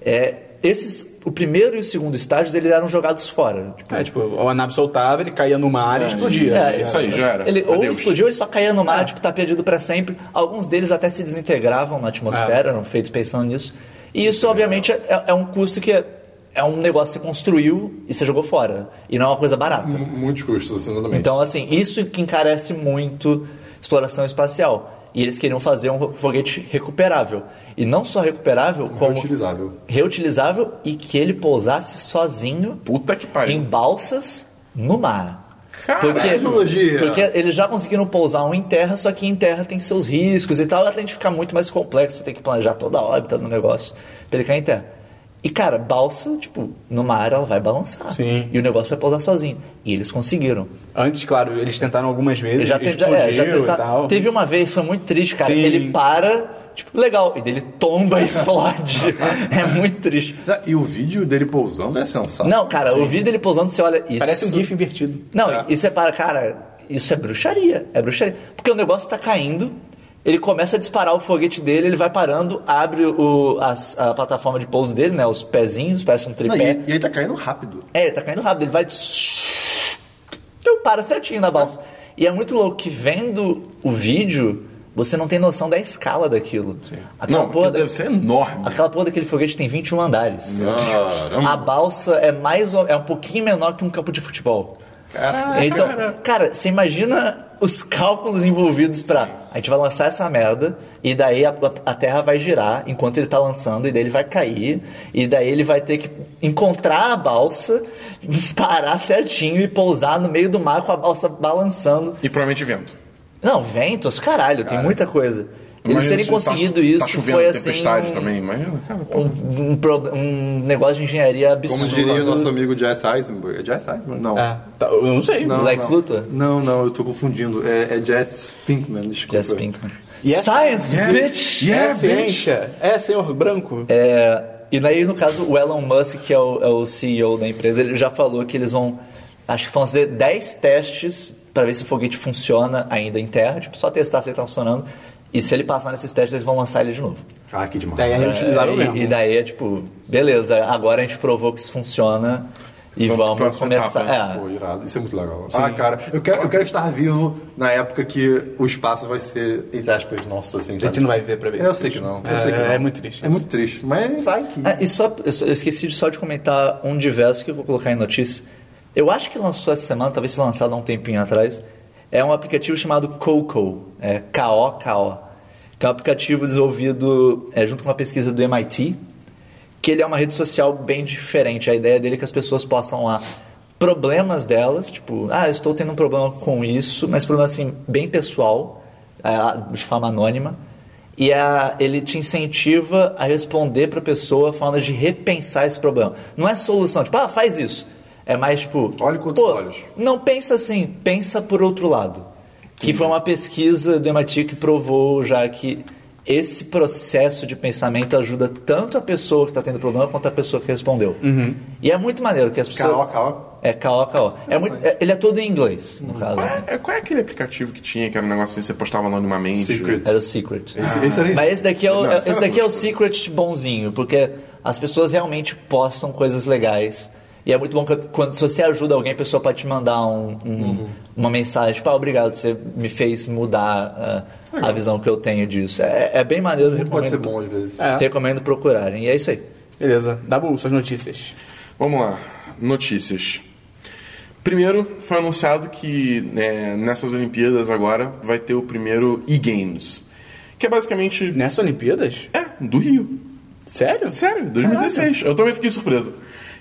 É, esses, o primeiro e o segundo estágios eles eram jogados fora. Tipo, É, tipo, a nave soltava, ele caía no mar e explodia. é, isso aí, já era. Ele, ou Adeus. explodiu, ou ele só caía no mar, tipo, tá perdido pra sempre. Alguns deles até se desintegravam na atmosfera, É. eram feitos pensando nisso. E isso, obviamente, é, é um custo que é, é um negócio que você construiu e você jogou fora. E não é uma coisa barata. M- Muitos custos, exatamente. Então, assim, isso que encarece muito exploração espacial. E eles queriam fazer um foguete recuperável. E não só recuperável, como. Reutilizável. Reutilizável e que ele pousasse sozinho Puta que em pariu. balsas no mar. Caralho, tecnologia! porque eles já conseguiram pousar um em terra, só que em terra tem seus riscos e tal. Ela tem que ficar muito mais complexo, você tem que planejar toda a órbita do negócio pra ele cair em terra. E, cara, balsa, tipo, no mar ela vai balançar. Sim. E o negócio vai pousar sozinho. E eles conseguiram. Antes, claro, eles tentaram algumas vezes, Ele já, te, já, explodiu é, já e testaram. tal. Teve uma vez, foi muito triste, cara. Sim. Ele para, tipo, legal. E dele tomba e explode. é muito triste. E o vídeo dele pousando é sensacional. Não, cara, o vídeo dele pousando, você olha isso. Parece um GIF invertido. Não, Tá. e você para, cara, isso é bruxaria. É bruxaria. Porque o negócio tá caindo, ele começa a disparar o foguete dele, ele vai parando, abre o, as- a, plataforma de pouso dele, né? Os pezinhos, parece um Não, tripé. e, e ele tá caindo rápido. É, tá caindo rápido, ele vai. Então para certinho na balsa. E é muito louco que vendo o vídeo, você não tem noção da escala daquilo. Aquela Não, porra aquilo da- deve ser enorme. Aquela porra daquele foguete tem 21 andares. A balsa é mais ou- é um pouquinho menor que um campo de futebol. então, cara, você imagina os cálculos envolvidos pra. A gente vai lançar essa merda e daí a, a Terra vai girar enquanto ele tá lançando e daí ele vai cair e daí ele vai ter que encontrar a balsa, parar certinho e pousar no meio do mar com a balsa balançando. E provavelmente vento. Não, ventos, caralho, tem muita coisa. Eles Imagina terem se conseguido tá, isso Tá chovendo, foi assim tempestade um- também. Imagina, cara, pô. um, um pro- um negócio de engenharia Como absurdo. diria o nosso amigo Jess Eisenberg. É Jess Eisenberg? Não. É, tá, eu não sei. Não, Lex não. Luthor? Não, não, eu tô confundindo. É, é Jess Pinkman, desculpa. Jess Pinkman. Yes. Science, Yeah. bitch! É, Yeah, bitch. ciência. É, senhor branco. É, e daí, no caso, o Elon Musk, que é o, é o CEO da empresa, ele já falou que eles vão, acho que vão fazer 10 testes para ver se o foguete funciona ainda em terra, tipo, só testar se ele tá funcionando. E se ele passar nesses testes, eles vão lançar ele de novo. Ah, que demais. Daí é reutilizável É, mesmo. E, e daí é tipo, beleza, agora a gente provou que isso funciona e Vamos pra vamos, próxima começar. etapa, é. Pô, irado. Isso é muito legal. Ah, cara, eu quero, eu quero estar vivo na época que o espaço vai ser, entre aspas, nosso, assim. A gente não vai viver pra ver Eu isso. sei que não. Eu É, sei que não. é muito triste É. É muito triste. Mas vai que... Ah, e só, eu, só- eu esqueci de só de comentar um diverso que eu vou colocar em notícia. Eu acho que lançou essa semana, talvez tenha lançado há um tempinho atrás. É um aplicativo chamado Coco, é K-O-K-O, que é um aplicativo desenvolvido é, junto com uma pesquisa do MIT, que ele é uma rede social bem diferente. A ideia dele é que as pessoas possam lá problemas delas, tipo, ah, eu estou tendo um problema com isso, mas problema assim, bem pessoal, ah, de forma anônima. E a- ele te incentiva a responder para a pessoa formas de repensar esse problema. Não é solução, tipo, ah, faz isso. É mais tipo. Olhe com outros pô, olhos. Não pensa assim, pensa por outro lado. Que foi uma pesquisa do MIT que provou já que esse processo de pensamento ajuda tanto a pessoa que está tendo problema quanto a pessoa que respondeu. E é muito maneiro que as pessoas. Uhum. Caó, caó. Uhum. É caó, caó. É muito, é- ele é todo em inglês, no caso. Qual é, qual é aquele aplicativo que tinha, que era um negócio assim, você postava anonimamente? Secret. Era o Secret. Esse, esse era Mas esse daqui é o, Não, é- esse esse era daqui é o secret bonzinho, porque as pessoas realmente postam coisas legais. E é muito bom que quando se você ajuda alguém, a pessoa pode te mandar um- um- uma mensagem, tipo, ah, obrigado, você me fez mudar ah, a visão que eu tenho disso. É, é bem maneiro, recomendo, Pode ser bom às vezes. É. recomendo procurarem. E é isso aí. Beleza. Dabu, suas notícias. Vamos lá, notícias. Primeiro, foi anunciado que né, nessas Olimpíadas agora vai ter o primeiro e-Games, que é basicamente Nessas Olimpíadas? é, do Rio. Sério? Sério, 2016. Eu também fiquei surpreso.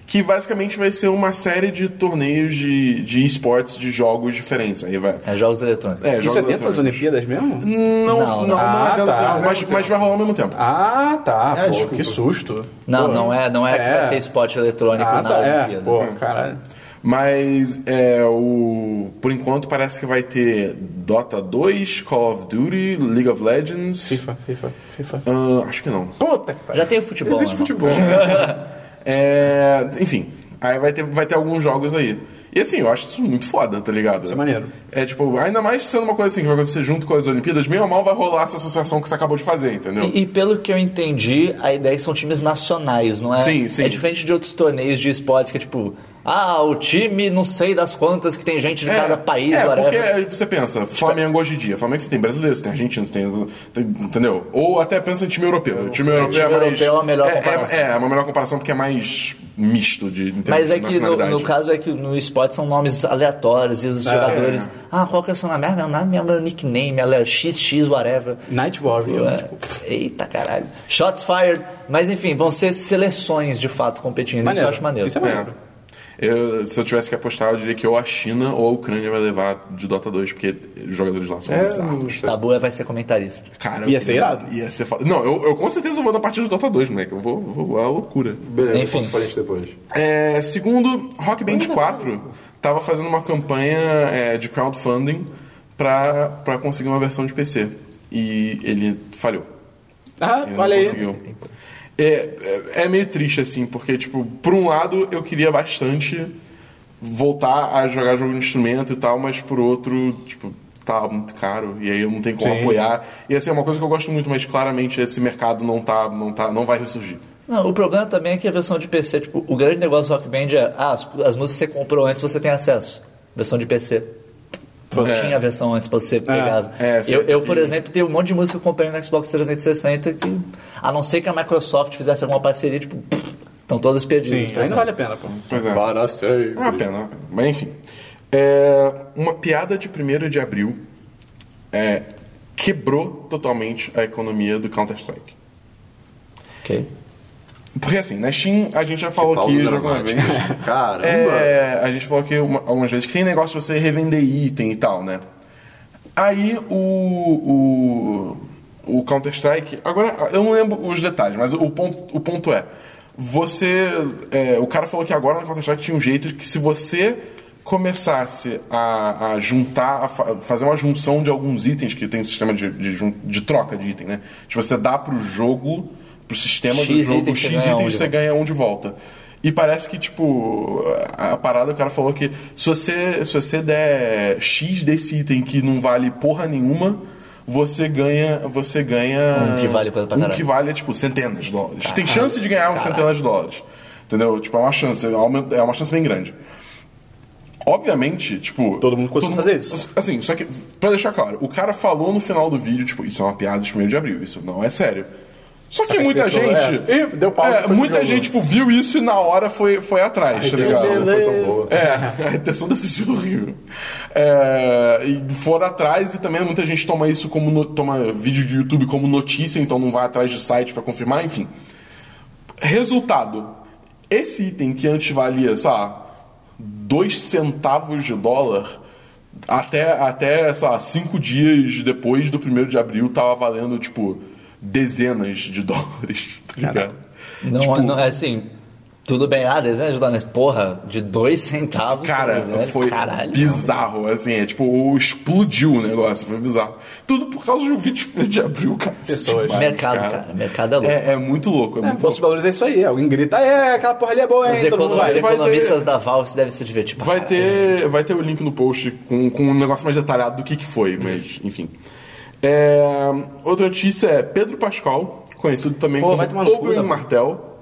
Que basicamente vai ser uma série de torneios de, de esportes, de jogos diferentes. Aí vai. É, jogos eletrônicos. É, Isso é dentro das eletrônicos. Olimpíadas mesmo? Hum. Não, não, não, Não, não. é dentro Ah, tá, das- ao mas, mas vai rolar ao mesmo tempo. Ah, tá. É, pô, desculpa. que susto. Não, Pô. não é, não é, que É. vai ter esporte eletrônico Ah, na tá. É. Olimpíada. Pô, caralho. Mas é o. Por enquanto parece que vai ter Dota 2, Call of Duty, League of Legends. FIFA, FIFA, FIFA. Ahn, acho que não. Puta que pariu. Já tem o futebol, né, Existe irmão? futebol. É, enfim, aí vai ter, vai ter alguns jogos aí. E assim, eu acho isso muito foda, tá ligado? Isso é maneiro. É tipo, ainda mais sendo uma coisa assim que vai acontecer junto com as Olimpíadas, meio ou mal vai rolar essa associação que você acabou de fazer, entendeu? E, e pelo que eu entendi, a ideia é que são times nacionais, não é? Sim, sim. É diferente de outros torneios de esportes que é tipo, ah, o time não sei das quantas que tem gente de cada país, é, whatever. Tipo, porque aí você pensa, Flamengo hoje em dia, Flamengo você tem brasileiro, você tem argentino, você tem, tem- Entendeu? Ou até pensa em time europeu. O time europeu é Time mais. europeu é uma melhor comparação. É, é uma melhor comparação porque é mais misto de em termos Mas é de que no, nacionalidade. no caso é que no esporte são nomes aleatórios e os É. jogadores. Ah, qual que é o seu nome? Ah, meu nome é meu nickname, ela é XX, whatever. Night Warrior. Eu, é, né? Tipo, Eita caralho. Shots fired. Mas enfim, vão ser seleções de fato competindo. Isso Maneiro. eu acho maneiro. Isso é É. maneiro. Eu- se eu tivesse que apostar, eu diria que ou a China ou a Ucrânia vai levar de Dota 2, porque os jogadores lá são bizarros. Tabu é- vai ser comentarista. Cara, Ia eu ser queria- irado. Ia ser foda. Não, eu, eu com certeza vou na partida do Dota 2, moleque. Eu vou, vou à loucura. Beleza, Enfim. Enfim. Falei isso depois. É, segundo, Rock Band 4 tava fazendo uma campanha é, de crowdfunding pra, pra conseguir uma versão de PC. E ele falhou. Ah, Ele olha aí. não conseguiu. É, é, é meio triste, assim, porque, tipo, por um lado eu queria bastante voltar a jogar jogo de instrumento e tal, mas por outro, tipo, tá muito caro e aí eu não tenho como Sim. apoiar. E assim, é uma coisa que eu gosto muito, mas claramente esse mercado não tá, não tá, não vai ressurgir. Não, o problema também é que a versão de PC, tipo, o grande negócio do Rock Band é, ah, as, as músicas que você comprou antes você tem acesso. Versão de PC. Não É. tinha a versão antes pra você pegar. as- É, sim, eu, eu, por que- exemplo, tenho um monte de música que eu comprei no Xbox 360 que, a não ser que a Microsoft fizesse alguma parceria, tipo, pff, estão todas perdidas. Sim, por aí não exemplo. vale a pena, pô. Pois é. Para sempre. É uma pena, é uma pena. Mas enfim. É, uma piada de 1 de abril é, quebrou totalmente a economia do Counter-Strike. Ok. Porque assim, na Steam a gente já falou pausa aqui já alguma vez. dramática. Caramba. É, a gente falou aqui uma- algumas vezes que tem negócio de você revender item e tal, né? Aí o. O, o Counter-Strike. Agora, eu não lembro os detalhes, mas o ponto, o ponto é. Você. é, o cara falou que agora no Counter-Strike tinha um jeito que se você começasse a, a juntar, a fa- fazer uma junção de alguns itens que tem um sistema de, de, jun- de troca de item, né? Se você dá pro jogo, pro sistema do X jogo, itens, X você ganha um itens de você ganha um de volta. E parece que, tipo, a a parada, o cara falou que se você, se você der X desse item que não vale porra nenhuma, você ganha. Você ganha. Um que vale coisa pra Um caralho. que vale, tipo, centenas de dólares. Tem chance de ganhar um centenas de dólares. Entendeu? Tipo, é uma chance, aumenta- é uma chance bem grande. Obviamente, tipo. Todo mundo conseguiu fazer isso. Assim, só que, pra deixar claro, o cara falou no final do vídeo, tipo, isso é uma piada de 1 de abril, isso não é sério. Só que muita pessoas, gente. é, e deu pausa, foi pro muita jogo. gente, tipo, viu isso e na hora foi, foi atrás, tá Beleza. ligado? Não foi tão boa. É, a intenção deve ter sido horrível. É, e foram atrás e também muita gente toma isso como no- toma vídeo de YouTube como notícia, então não vai atrás de site pra confirmar, enfim. Resultado: esse item que antes valia, sei lá, 2 centavos de dólar, até, até sei lá, 5 dias depois do 1 de abril, tava valendo, tipo, dezenas de dólares. Tá ligado? Não, Tipo, não, assim, tudo bem, ah, dezenas de dólares, porra, de dois centavos. Cara, por exemplo, foi caralho. bizarro, assim, é tipo, explodiu o negócio, foi bizarro. Tudo por causa de um 20 de abril, cara. Isso é Pessoas. demais, Mercado, cara. mercado é louco. É, é muito louco, é, É, muito Bolsa de louco. Valores é isso aí. Alguém grita, é, aquela porra ali é boa, Os, hein? Todo econo- mundo os vai. então vai economistas da Valve devem se divertir. pra Vai caralho. ter, vai ter o link no post com, com um negócio mais detalhado do que, que foi, mas enfim. É, outra notícia é Pedro Pascal, conhecido também Pô, como vai tomar no cu, então. Oberyn Dabu. Martel,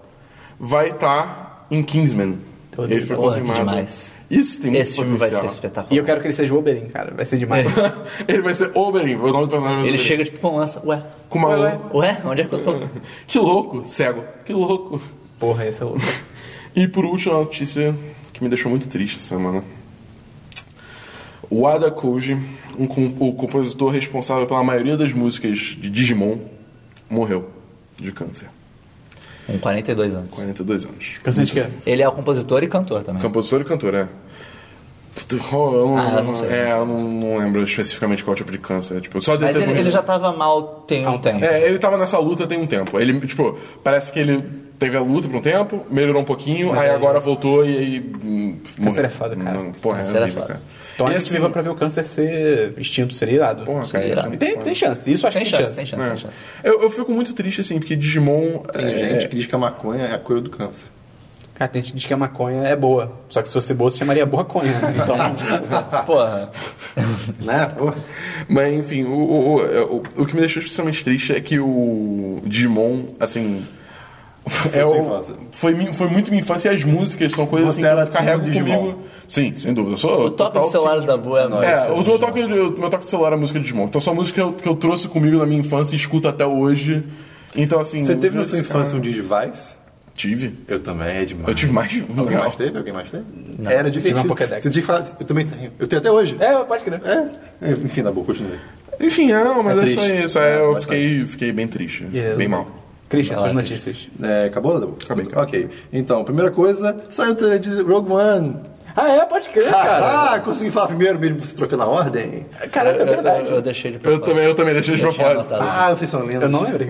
vai estar em Kingsman. Ele foi Porra, que confirmado. demais. Isso tem muito Esse filme vai potencial. ser espetacular. E eu quero que ele seja o Oberyn, cara. Vai ser demais. É. Ele vai ser Oberyn, o nome do personagem vai ser Ele Oberyn. chega tipo com lança, ué, com uma Ué, ué. ué, onde é que eu tô? Que louco, cego. Que louco. Porra, esse é louco. E por último, a notícia que me deixou muito triste essa semana. O Ada Koji, um com- o compositor responsável pela maioria das músicas de Digimon, morreu de câncer. Com 42 anos. 42 anos. Cansei de quê? Ele é o compositor e cantor também. Compositor e cantor, é. Puta, qual- Eu não, Ah, eu não sei. É, eu não, não lembro especificamente qual tipo de câncer. é, Tipo, só de Mas ter ele, morrido. ele já tava mal tem um tempo. É, ele tava nessa luta tem um tempo. Ele, tipo, parece que ele teve a luta por um tempo, melhorou um pouquinho, aí agora voltou e aí. hum, morreu. é foda, cara. Não, Porra, é Câncer é horrível, foda. cara. Tomara e que assim, viva pra ver o câncer ser extinto, seria irado. Porra, cara, Sei isso lá. é muito Tem, foda. tem chance, isso eu acho Tem que tem chance, chance. tem chance, É. tem chance. Eu, eu fico muito triste, assim, porque Digimon. Tem é, gente que diz que a maconha é a cura do câncer. Cara, tem gente que diz que a maconha é boa. Só que se fosse boa, se chamaria boa conha. né? Então, Porra. Né? Pô, Mas enfim, o, o, é, o, o- o que me deixou especialmente triste é que o Digimon, assim. Foi é sua o- infância. foi, mi- foi muito minha infância e as músicas são coisas Você assim, era que eu carrego time Digimon. comigo. Sim, sem dúvida. Eu sou O top do celular da Bu é nóis. É, o meu toque, o meu toque de celular é a música de Digimon. Então, são músicas que eu, que eu trouxe comigo na minha infância e escuto até hoje. Então, assim. Você teve na esse sua cara- infância um Digivice? Tive. Eu também, é demais. Eu tive mais de um, na Alguém real. mais teve? Alguém mais teve? Era Tive divertido. uma Pokédex. Você tinha que falar, eu também tenho. Eu tenho até hoje. é, pode crer. É. Enfim, na boa, continue. Enfim, é, não, mas É é, só triste. isso. É, É, eu bastante. fiquei, fiquei bem triste. Yeah. Bem mal. Christian, suas notícias. É, acabou, Dabu? Acabei. Ok. Então, primeira coisa, saiu o trailer de Rogue One. Ah, é, pode crer, cara. Ah, consegui falar primeiro mesmo você trocando a ordem? Caraca, é verdade. Eu, eu deixei de Eu propósito. também, eu também deixei de Eu tinha propósito. anotado. Ah, vocês são lindos. Eu não lembrei.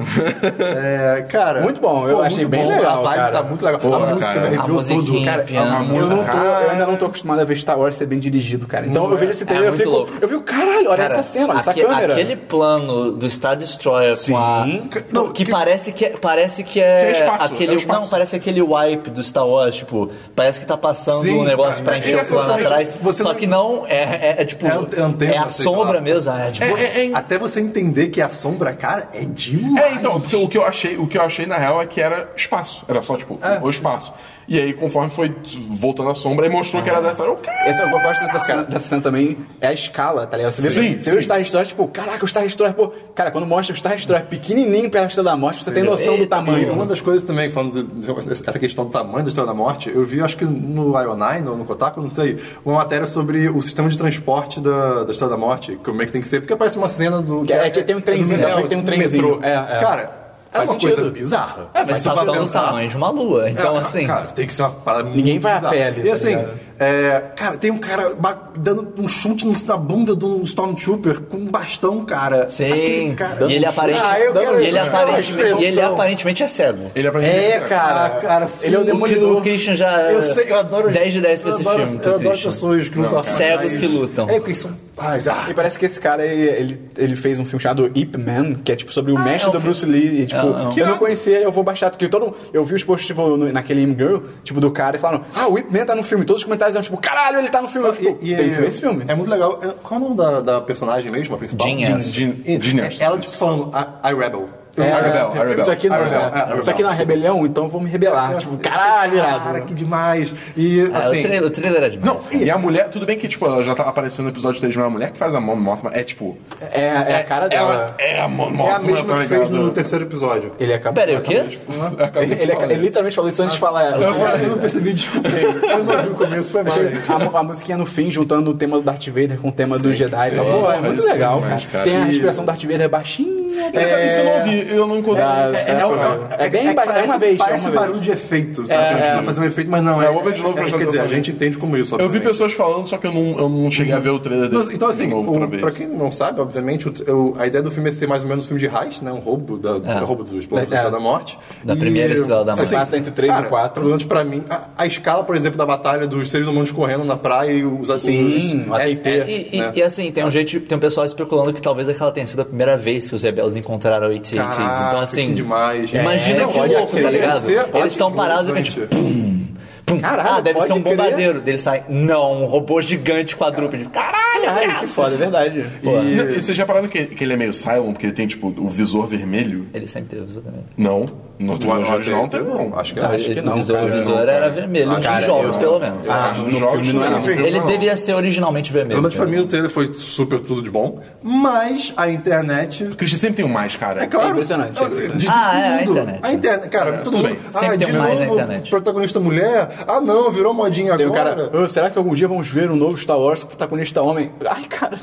É, cara. Muito bom, eu achei muito bem bom. legal, A vibe cara. tá muito legal. Porra, a música cara. me arrepiou A todo. musiquinha. Cara, Cara, eu, Piano. não tô, eu ainda não tô acostumado a ver Star Wars ser bem dirigido, cara. Então Não eu é? vejo esse trailer É eu muito fico. louco. Eu fico, caralho, olha Cara, essa cena, olha essa aque- câmera. Aquele plano do Star Destroyer com a. Não, que, que- parece que é. Parece que Que é. é espaço, aquele, é o espaço. Não, parece aquele wipe do Star Wars, tipo, parece que tá passando Sim, um negócio cara, pra encher o plano exatamente. atrás. Você só não- que não é, é, é tipo. É an- antena, é a sei lá. sombra mesmo. É, tipo, É, é, é, Até você entender que a sombra, cara, é demais. É, então, porque o que eu achei, o que eu achei na real é que era espaço. Era só, tipo, É, o espaço. E aí, conforme foi voltando a sombra, aí mostrou que era dessa. Eu, cara, Esse, eu gosto é dessa cena, dessa cena também, é a escala, tá ligado? Você vê, Sim, você vê sim. o Star Destroyer, tipo, caraca, o Star Destroyer, pô... Cara, quando mostra o Star Destroyer pequenininho pela Estrela da Morte, você tem noção do Eita, E tamanho. né? uma das coisas também, falando dessa questão do tamanho da Estrela da Morte, eu vi, acho que no Ionine ou no Kotaku, não sei, uma matéria sobre o sistema de transporte da, da Estrela da Morte, como é que tem que ser, porque aparece uma cena do... Que é- tem um trenzinho, do- dá pra ver que tem um trenzinho. metrô. É, é. Cara, é Faz uma sentido. coisa bizarra. É, mas mas tá você vai passando o pensar- tamanho de uma lua. Então, É, assim. Cara, tem que ser uma parada muito Ninguém vai a bizarra. pé ali, E tá assim, ligado? é, cara, tem um cara ba- dando um chute no- na bunda de um Stormtrooper com um bastão, cara. Sim, Aquele cara dando um e ele, chute. aparente, Ah, eu e quero ele isso, cara. aparentemente, e ele Expressão. aparentemente é cego. Ele aprendeu É, isso, cara. Ah, cara, sim. Ele um é o O, demolidor. Christian já. Eu sei, eu adoro. 10 de 10 pra esse eu adoro, filme. Eu do adoro Christian. pessoas que lutam assim. Cegos que lutam. É, porque são. Ai, ah, E parece que esse cara, ele, ele, ele fez um filme chamado Ip Man, que é tipo sobre o mestre é um do filme. Bruce Lee. E, tipo, É, é um- que eu não conhecia, eu vou baixar. Porque todo, eu vi os posts, tipo, no- naquele Im Girl, tipo, do cara, e falaram, ah, o Ip Man tá no filme. Todos os comentários eram, tipo, caralho, ele tá no filme. Eu, tipo, E- e- tem que ver esse filme. É muito legal. É, Qual é o nome da, da personagem mesmo, a principal? Jean cara. Erso. Gin- E- Gin Erso. Ela, tipo, falando, I, I Rebel. É, Arabel, Arabel. Isso aqui não Arabel, é, Arabel. isso aqui não é rebelião, então eu vou me rebelar. tipo, caralho, Cara, é irado. que demais. E, Ah, o, assim... trailer, o trailer é demais. Não, e a mulher, tudo bem que, tipo, ela já tá aparecendo no episódio 3, mas a mulher que faz a Mon Mothma é, tipo... É, é a cara dela. Ela é a Mon É Mothma, a mesma tá que fez no é ligado? terceiro episódio. Ele acabou. Pera aí, o quê? Eu acabei de Ele, falar ele isso. literalmente falou isso antes de falar. Eu, eu não percebi, desculpa. Eu não vi o começo, foi mal. gente. A, mu- a musiquinha no fim, juntando o tema do Darth Vader com o tema do Jedi. sim. Pô, é Porra, muito isso é legal, demais, cara. cara. Tem a E- é respiração do Darth Vader baixinha. é- Engraçado, isso eu não ouvi, eu não encontrei. É, é, é, é bem ba- é uma vez. Parece é uma barulho vez. de efeito, sabe? a gente vai fazer um efeito, mas não. É, eu vou ver de novo pra é, prestar Quer dizer, a atenção. gente entende como isso. é, Eu vi obviamente. pessoas falando, só que eu não, eu não cheguei a ver o trailer dele. Então, então, assim, de novo pra o, ver pra isso. quem não sabe, obviamente, o- eu- a ideia do filme é ser mais ou menos um filme de heist, né? Um roubo, da, do roubo do Explosão É. da Morte. assim, Da primeira Estrela da Morte. Se passa entre o três e o cara, quatro. Pelo menos pra mim, a, a escala, por exemplo, da batalha dos seres humanos correndo na praia e os Sim, os, é, é, E, e- né? e, assim, tem um gente, tem um pessoal especulando que talvez aquela tenha sido a primeira vez que os rebeldes encontraram o AT&T. Caraca, Então assim, que demais. imagina É, que pode louco, tá crer. ligado? Ser- pode Eles estão crer, parados e fica gente. tipo... Pum, pum. Caralho, ah, deve pode ser um crer. bombardeiro. Daí Ele sai, não, um robô gigante quadrúpede. Caralho, Caralho, cara. que foda, é verdade. E... Não, e vocês já pararam que, que ele é meio silent, porque ele tem, tipo, o visor vermelho? Ele sempre teve visor também. Não. No outro Uau, não, não tem- tem, não. Acho que é. Não, não. ele- que não, o visor, cara, o visor não, cara. era vermelho, nos cara, jogos, eu- pelo menos. Ah, no nos filme jogos não era. no filme ele não. devia ser originalmente vermelho. Pelo menos pra cara. mim o trailer foi super tudo de bom, mas a internet. O Christian sempre tem um mais, cara. É claro. É impressionante, é Ah, impressionante. diz Ah, todo é, a mundo. internet. A internet, cara, É, todo tudo mundo. bem. Sempre ah, tem de mais na novo, internet. protagonista mulher. Ah, não, virou modinha Tem um agora. cara. "Ah, será que algum dia vamos ver um novo Star Wars com protagonista homem? Ai, cara.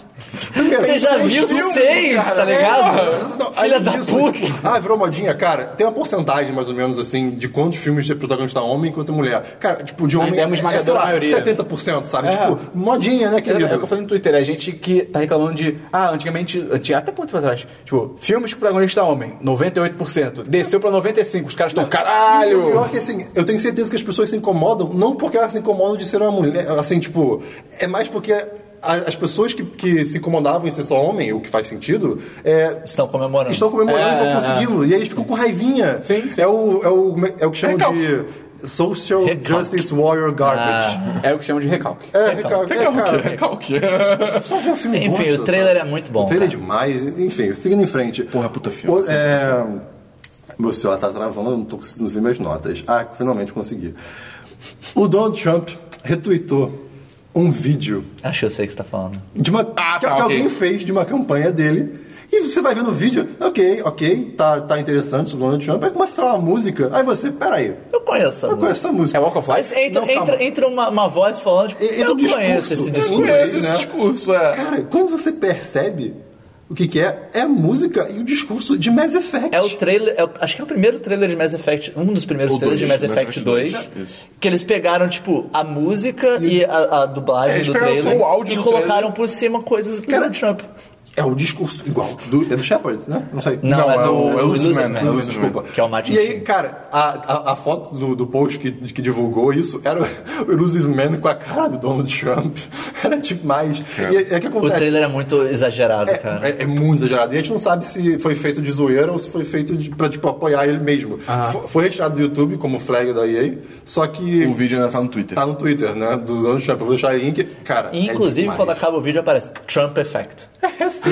Primeiro, Você já tem viu filme, seis, tá ligado? É, não, Filha além da puta. tipo, ah, virou modinha, cara. Tem uma porcentagem, mais ou menos, assim, de quantos filmes de protagonista homem quanto mulher. Cara, tipo, de homem ideia é uma é, sei esmagadora lá, maioria. 70%, sabe? É. Tipo, modinha, né, É, querido? o que eu falei no Twitter, é gente que tá reclamando de. Ah, antigamente, anti- até pouco tempo atrás, tipo, filmes com protagonista homem, 98%. Desceu pra 95%. Os caras estão, E o caralho! pior é que assim, eu tenho certeza que as pessoas se incomodam, não porque elas se incomodam de ser uma mulher, assim, tipo, é mais porque a- as pessoas que, que se incomodavam em ser só homem, o que faz sentido, é, Estão comemorando. estão comemorando e estão conseguindo. E aí eles ficam com raivinha. É, Sim, sim. É o, é o, é o que chamam de Social Recalque. Justice Warrior Garbage. É o que chamam de recalque. É, recalque, é, cara. Recalque, recalque. Só ver o filme Enfim, bosta, o trailer sabe? é muito bom, O trailer é cara. demais. Enfim, seguindo em frente. Porra, puta filme. O- é... Meu celular tá travando, eu não tô conseguindo ver minhas notas. Ah, finalmente consegui. O Donald Trump retweetou um vídeo Acho que eu sei o que você tá falando. de uma Ah, que, tá, que ok. alguém fez de uma campanha dele. E você vai vendo o vídeo, ok, ok, tá, tá interessante o Donald Trump, aí começa a falar uma música, aí você, peraí, Eu conheço essa eu música. conheço essa música. É Walk of Mas entra, Não, calma. entra, entra uma, uma voz falando, tipo, E- entra eu um discurso. conheço esse É, Eu discurso. conheço né? esse discurso, é. Cara, quando você percebe o que, que é, é a música e o discurso de Mass Effect. É o trailer, é o- acho que é o primeiro trailer de Mass Effect, um dos primeiros Ou trailers dois, de Mass Effect 2, Isso. que eles pegaram, tipo, a música e a, a É, dublagem eles do pegaram só trailer o áudio e do colocaram trailer. por cima coisas do Cara, Donald Trump. É o discurso igual. Do, é do Shepard, né? Não sei. Não, não, é é do, o- é é do o Lizard Lizard Man, Man. é o Lizard Desculpa. Que é o Martin E aí, Sheen. cara, a, a, a foto do, do post que, que divulgou isso era o Illusive Man com a cara do Donald Trump. Era demais. E é, é que O acontece. trailer é muito exagerado, cara. é, é- é muito exagerado. E a gente não sabe se foi feito de zoeira ou se foi feito de, pra tipo, apoiar ele mesmo. Fo- Foi retirado do YouTube como flag da EA, só que. O vídeo ainda tá no Twitter. Tá no Twitter, né? Do Donald Trump. Eu vou deixar o link. Cara. é E, Inclusive, demais. quando acaba o vídeo, aparece Trump Effect. É sim.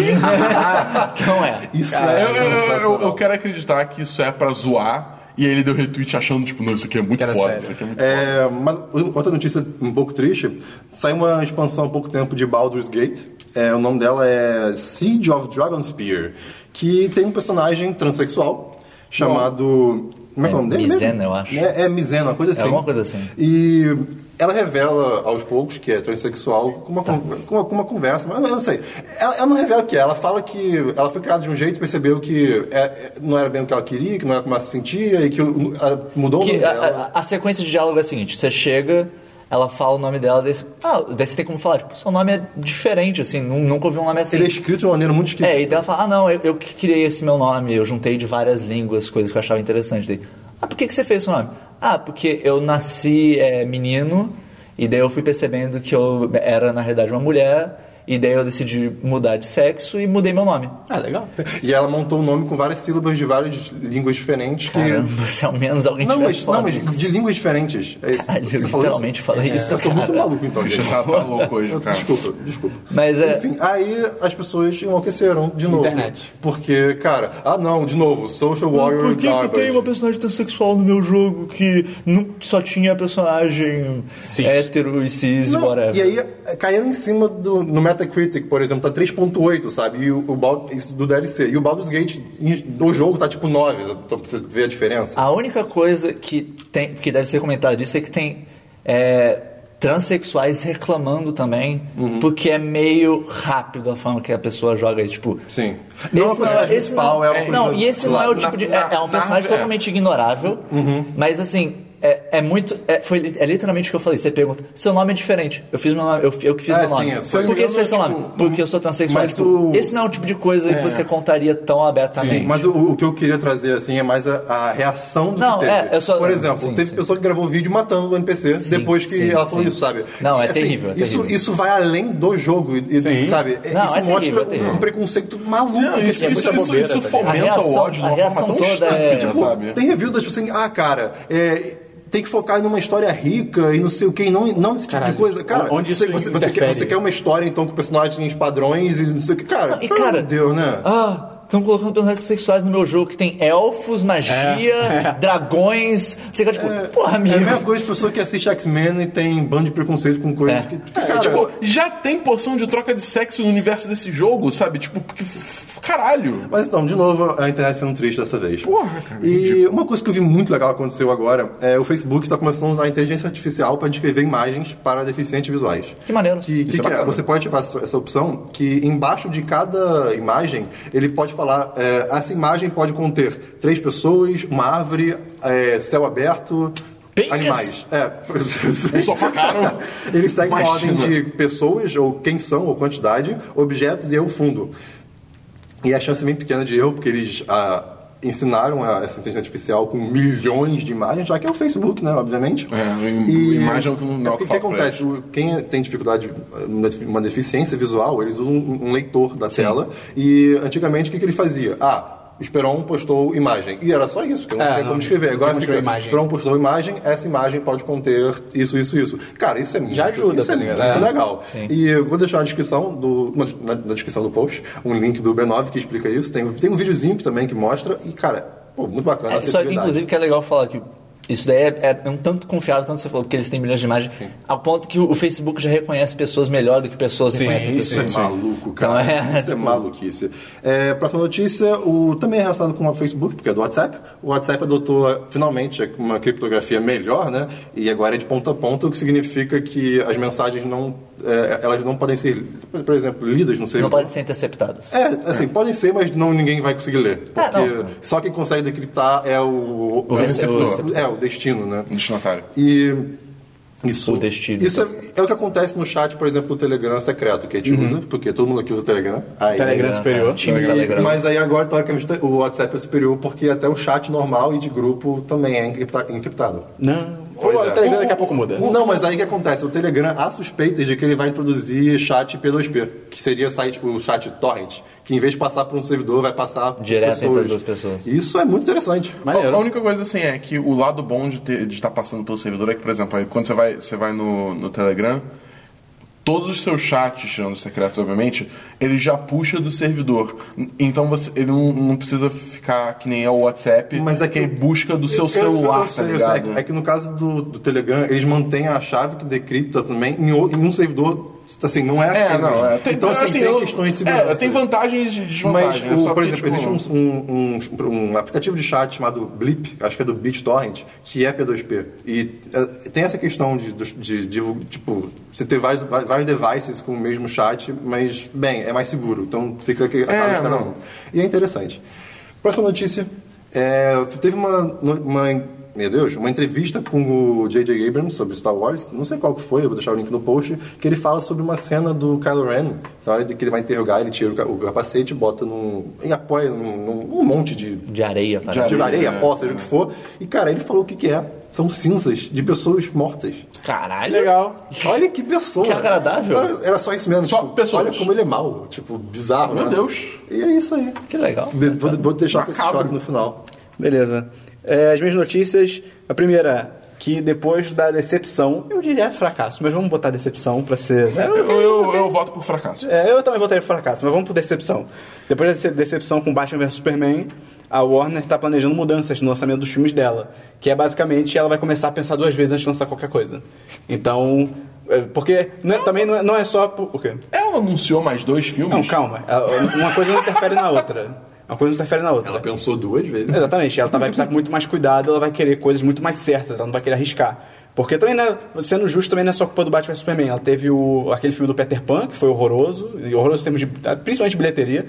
então é. Isso Eu, é. eu- eu- eu, sensacional. eu quero acreditar que isso é pra zoar. E ele deu retweet achando, tipo, não, isso aqui é muito foda, isso aqui é muito foda. É, mas outra notícia um pouco triste, saiu uma expansão há pouco tempo de Baldur's Gate. É, o nome dela é Siege of Dragonspear, que tem um personagem transexual chamado. Como é, que é o nome dele? Mizena, mesmo? eu acho. É, é Mizena, uma coisa assim. alguma coisa assim. E ela revela aos poucos que é transexual com uma, Tá. con- com uma, com uma conversa, mas eu não sei. Ela, ela não revela o que é, ela fala que ela foi criada de um jeito e percebeu que é- é- não era bem o que ela queria, que não era como ela se sentia e que o- a- mudou o nome Que a, dela. a- a sequência de diálogo é a seguinte: você chega, ela fala o nome dela, daí você, ah, daí você tem como falar, tipo, seu nome é diferente, assim, nu- nunca ouvi um nome assim. Ele é escrito de uma maneira muito esquisita. É, e daí ela fala, ah, não, eu, eu que criei esse meu nome, eu juntei de várias línguas, coisas que eu achava interessante. Daí, ah, por que, que você fez esse nome? Ah, porque eu nasci é, menino, e daí eu fui percebendo que eu era, na realidade, uma mulher, e daí eu decidi mudar de sexo e mudei meu nome. Ah, legal. E ela montou um nome com várias sílabas de várias línguas diferentes que. Caramba, se ao menos alguém Não, tivesse mas, falado não, mas isso. de línguas diferentes. É isso. Caralho, Você eu falou Ah, literalmente isso? É, falei isso, Eu tô muito cara. maluco então, Christian gente. tá, tá louco hoje, cara. Desculpa, desculpa. Mas é- Enfim, aí as pessoas enlouqueceram de novo. Internet. Porque, cara, ah não, de novo, Social Warrior Por que, que Garbage. tem uma personagem transexual no meu jogo que não, só tinha personagem hétero e cis e Não, whatever? E aí eh, caíram em cima do. No Metacritic, por exemplo, tá 3.8, sabe? E o, o Bald- isso do DLC. E o Baldur's Gate em- do jogo tá tipo 9. Então pra você ver a diferença. A única coisa que, tem, que deve ser comentada disso é que tem é, Transsexuais reclamando também, porque é meio rápido a forma que a pessoa joga. e, Tipo, Sim. Não é uma esse não, personagem esse não, principal, é uma coisa não, e esse não é o na- tipo de. na- é, é um personagem na- é. totalmente ignorável, Uhum. mas assim. É, é muito. É, foi, li- é literalmente o que eu falei. Você pergunta, seu nome é diferente. Eu fiz meu nome, eu, fi- eu que fiz É, meu nome. sim, é, Por foi- que você fez seu nome? Porque eu sou transexual. mas Tipo, o- Esse não é o tipo de coisa que você contaria tão abertamente. Sim, mas o, o que eu queria trazer assim é mais a, a reação do Não, que teve. é, eu só- Por exemplo, sim, teve sim. pessoa que gravou vídeo matando o NPC Sim, depois que sim, ela falou sim. isso, sabe? Não, é E, assim, terrível, é isso, terrível. isso vai além do jogo, e- e, sabe? Não, isso é terrível, mostra é terrível. um preconceito maluco. Não, que tipo isso, é as isso, pessoas- isso, isso fomenta A reação- o ódio de a uma reação forma tão toda é- estúpida, Pô, sabe? tá Tipo, Tem review das pessoas assim, ah, cara, é, tem que focar numa história rica e não sei o que, não, não nesse tipo de coisa. Cara, onde isso você, você, você quer, interfere? você quer uma história, então, com personagens padrões e não sei o que. Cara, Não, e pelo amor cara, de Deus, né? Ah, estão colocando personagens sexuais no meu jogo que tem elfos, magia, dragões. Você fica tipo, porra, É a amigo. mesma coisa de pessoa que assiste X-Men e tem bando de preconceito com coisas É. que. Cara, Tipo, já tem porção de troca de sexo no universo desse jogo, sabe? Tipo, porque. f- Caralho! Mas então, de novo, a internet sendo triste dessa vez. Porra, cara, E uma coisa que eu vi muito legal aconteceu agora é o Facebook está começando a usar a inteligência artificial para descrever imagens para deficientes visuais. Que maneiro. Que, que, Isso é que é? bacana. Você pode ativar essa, essa opção que embaixo de cada imagem ele pode falar: é, essa imagem pode conter três pessoas, uma árvore, é, céu aberto. Penis? Animais. É. sofá caro. Eles seguem uma ordem Imagina. de pessoas, ou quem são, ou quantidade, objetos e o fundo. E a chance é bem pequena de erro, porque eles ah, ensinaram a- essa inteligência artificial com milhões de imagens, já que é o Facebook, né, obviamente. É, im- imagem é o que não- não é o que O que falta pra acontece? O- Quem tem dificuldade, eh, uma deficiência visual, eles usam um um leitor da tela. E antigamente, o que, que ele fazia? Ah, o Esperon postou imagem. E era só isso, porque não É, tinha não, como escrever. não Agora tinha fica, como escrever imagem. Esperon postou imagem, essa imagem pode conter isso, isso, isso. Cara, isso é muito, ajuda, isso é tá ligado? muito É. legal. Sim. E eu vou deixar na descrição do. Na, na descrição do post, um link do B9 que explica isso. Tem, tem um videozinho que também que mostra. E, cara, pô, muito bacana. a É, só que, acessibilidade. inclusive, que é legal falar que isso daí é, é um tanto confiável, tanto você falou, porque eles têm milhões de imagens, ao ponto que o o Facebook já reconhece pessoas melhor do que pessoas que conhecem Isso é pessoas. maluco, cara. Então, é, Isso é maluquice. É, próxima notícia, o, também é relacionado com o Facebook, porque é do WhatsApp. O WhatsApp adotou finalmente uma criptografia melhor, né? E agora é de ponta a ponta, o que significa que as mensagens não. é, elas não podem ser, por exemplo, lidas no servidor. Não podem ser interceptadas. É, assim, podem ser, mas não, ninguém vai conseguir ler. Porque Ah, não. só quem consegue decriptar é o, O é receptor. Hum. É, o destino, né? Destinatário. E. Isso, O destino. então. isso é, é o que acontece no chat, por exemplo, do Telegram secreto, que a gente usa, porque todo mundo aqui usa o Telegram. Aí, né? Telegram superior. Time Uhum. Telegram. tá Mas aí agora, teoricamente, o WhatsApp é superior, porque até o chat normal e de grupo também é encripta- encriptado. Não. Pois o é. Telegram tá daqui a pouco muda. Não, mas aí o que acontece? O Telegram há suspeitas de que ele vai introduzir chat P2P, que seria site- o chat torrent, que em vez de passar por um servidor, vai passar Direto entre pessoas. as duas pessoas. Isso é muito interessante. A, a Maneiro. única coisa assim é que o lado bom de estar passando pelo servidor é que, por exemplo, aí quando você vai, você vai no, no Telegram, todos os seus chats, tirando os secretos, obviamente, ele já puxa do servidor. Então você, ele não, não precisa ficar que nem é o WhatsApp, Mas é que- que ele busca do seu Eu- eu celular, tá sei, eu sei. ligado? É que no caso do, do Telegram, eles mantêm a chave que decripta também em, o- em um servidor. Assim, não é. É, aquele não, mesmo. é. Tem, então, assim, tem eu- questões de segurança. é, tem vantagens e Mas, desvantagens. o- né? por Só que, exemplo, tipo, existe um, um- um- um aplicativo de chat chamado Blip, acho que é do BitTorrent, que é P2P. E é, tem essa questão de, dos- de- de, tipo, você ter vários, vários devices com o mesmo chat, mas, bem, é mais seguro. Então, fica aqui a cara de cada É, não. um. E é interessante. Próxima notícia. É, teve uma, uma- Meu Deus, uma entrevista com o J.J. Abrams sobre Star Wars. Não sei qual que foi, eu vou deixar o link no post. Que ele fala sobre uma cena do Kylo Ren. Na hora de que ele vai interrogar, ele tira o ca- o capacete, bota num. e apoia num, num- um monte de. De areia, tá cara. De areia, né? pó, seja o que for. E, cara, ele falou o que, que é. São cinzas de pessoas mortas. Caralho. Legal. Olha que pessoa. Que agradável. Era- Era só isso mesmo. Só tipo, pessoas. Olha como ele é mal. Tipo, bizarro. Meu né? Deus. Tá E é isso aí. Que legal. De- vou, vou deixar com esse Macabro. choque no final. Beleza. É, as minhas notícias. A primeira, que depois da decepção, eu diria fracasso, mas vamos botar decepção pra ser. um É, eu, eu, eu voto por fracasso. É, eu também votaria por fracasso, mas vamos por decepção. Depois dessa decepção com Batman vs Superman, a Warner está planejando mudanças no lançamento dos filmes dela, que é basicamente ela vai começar a pensar duas vezes antes de lançar qualquer coisa. Então, é, porque não é- também não é, não é só por- o quê? Ela anunciou mais dois filmes. Não, calma. É, Uma coisa não interfere na outra. Uma coisa não interfere na outra. Ela pensou duas vezes. Exatamente, ela tá- vai precisar com muito mais cuidado, ela vai querer coisas muito mais certas, ela não vai querer arriscar. Porque também, né, sendo justo, também não é só culpa do Batman vs Superman. Ela teve o, aquele filme do Peter Pan, que foi horroroso, e horroroso em termos de, principalmente bilheteria.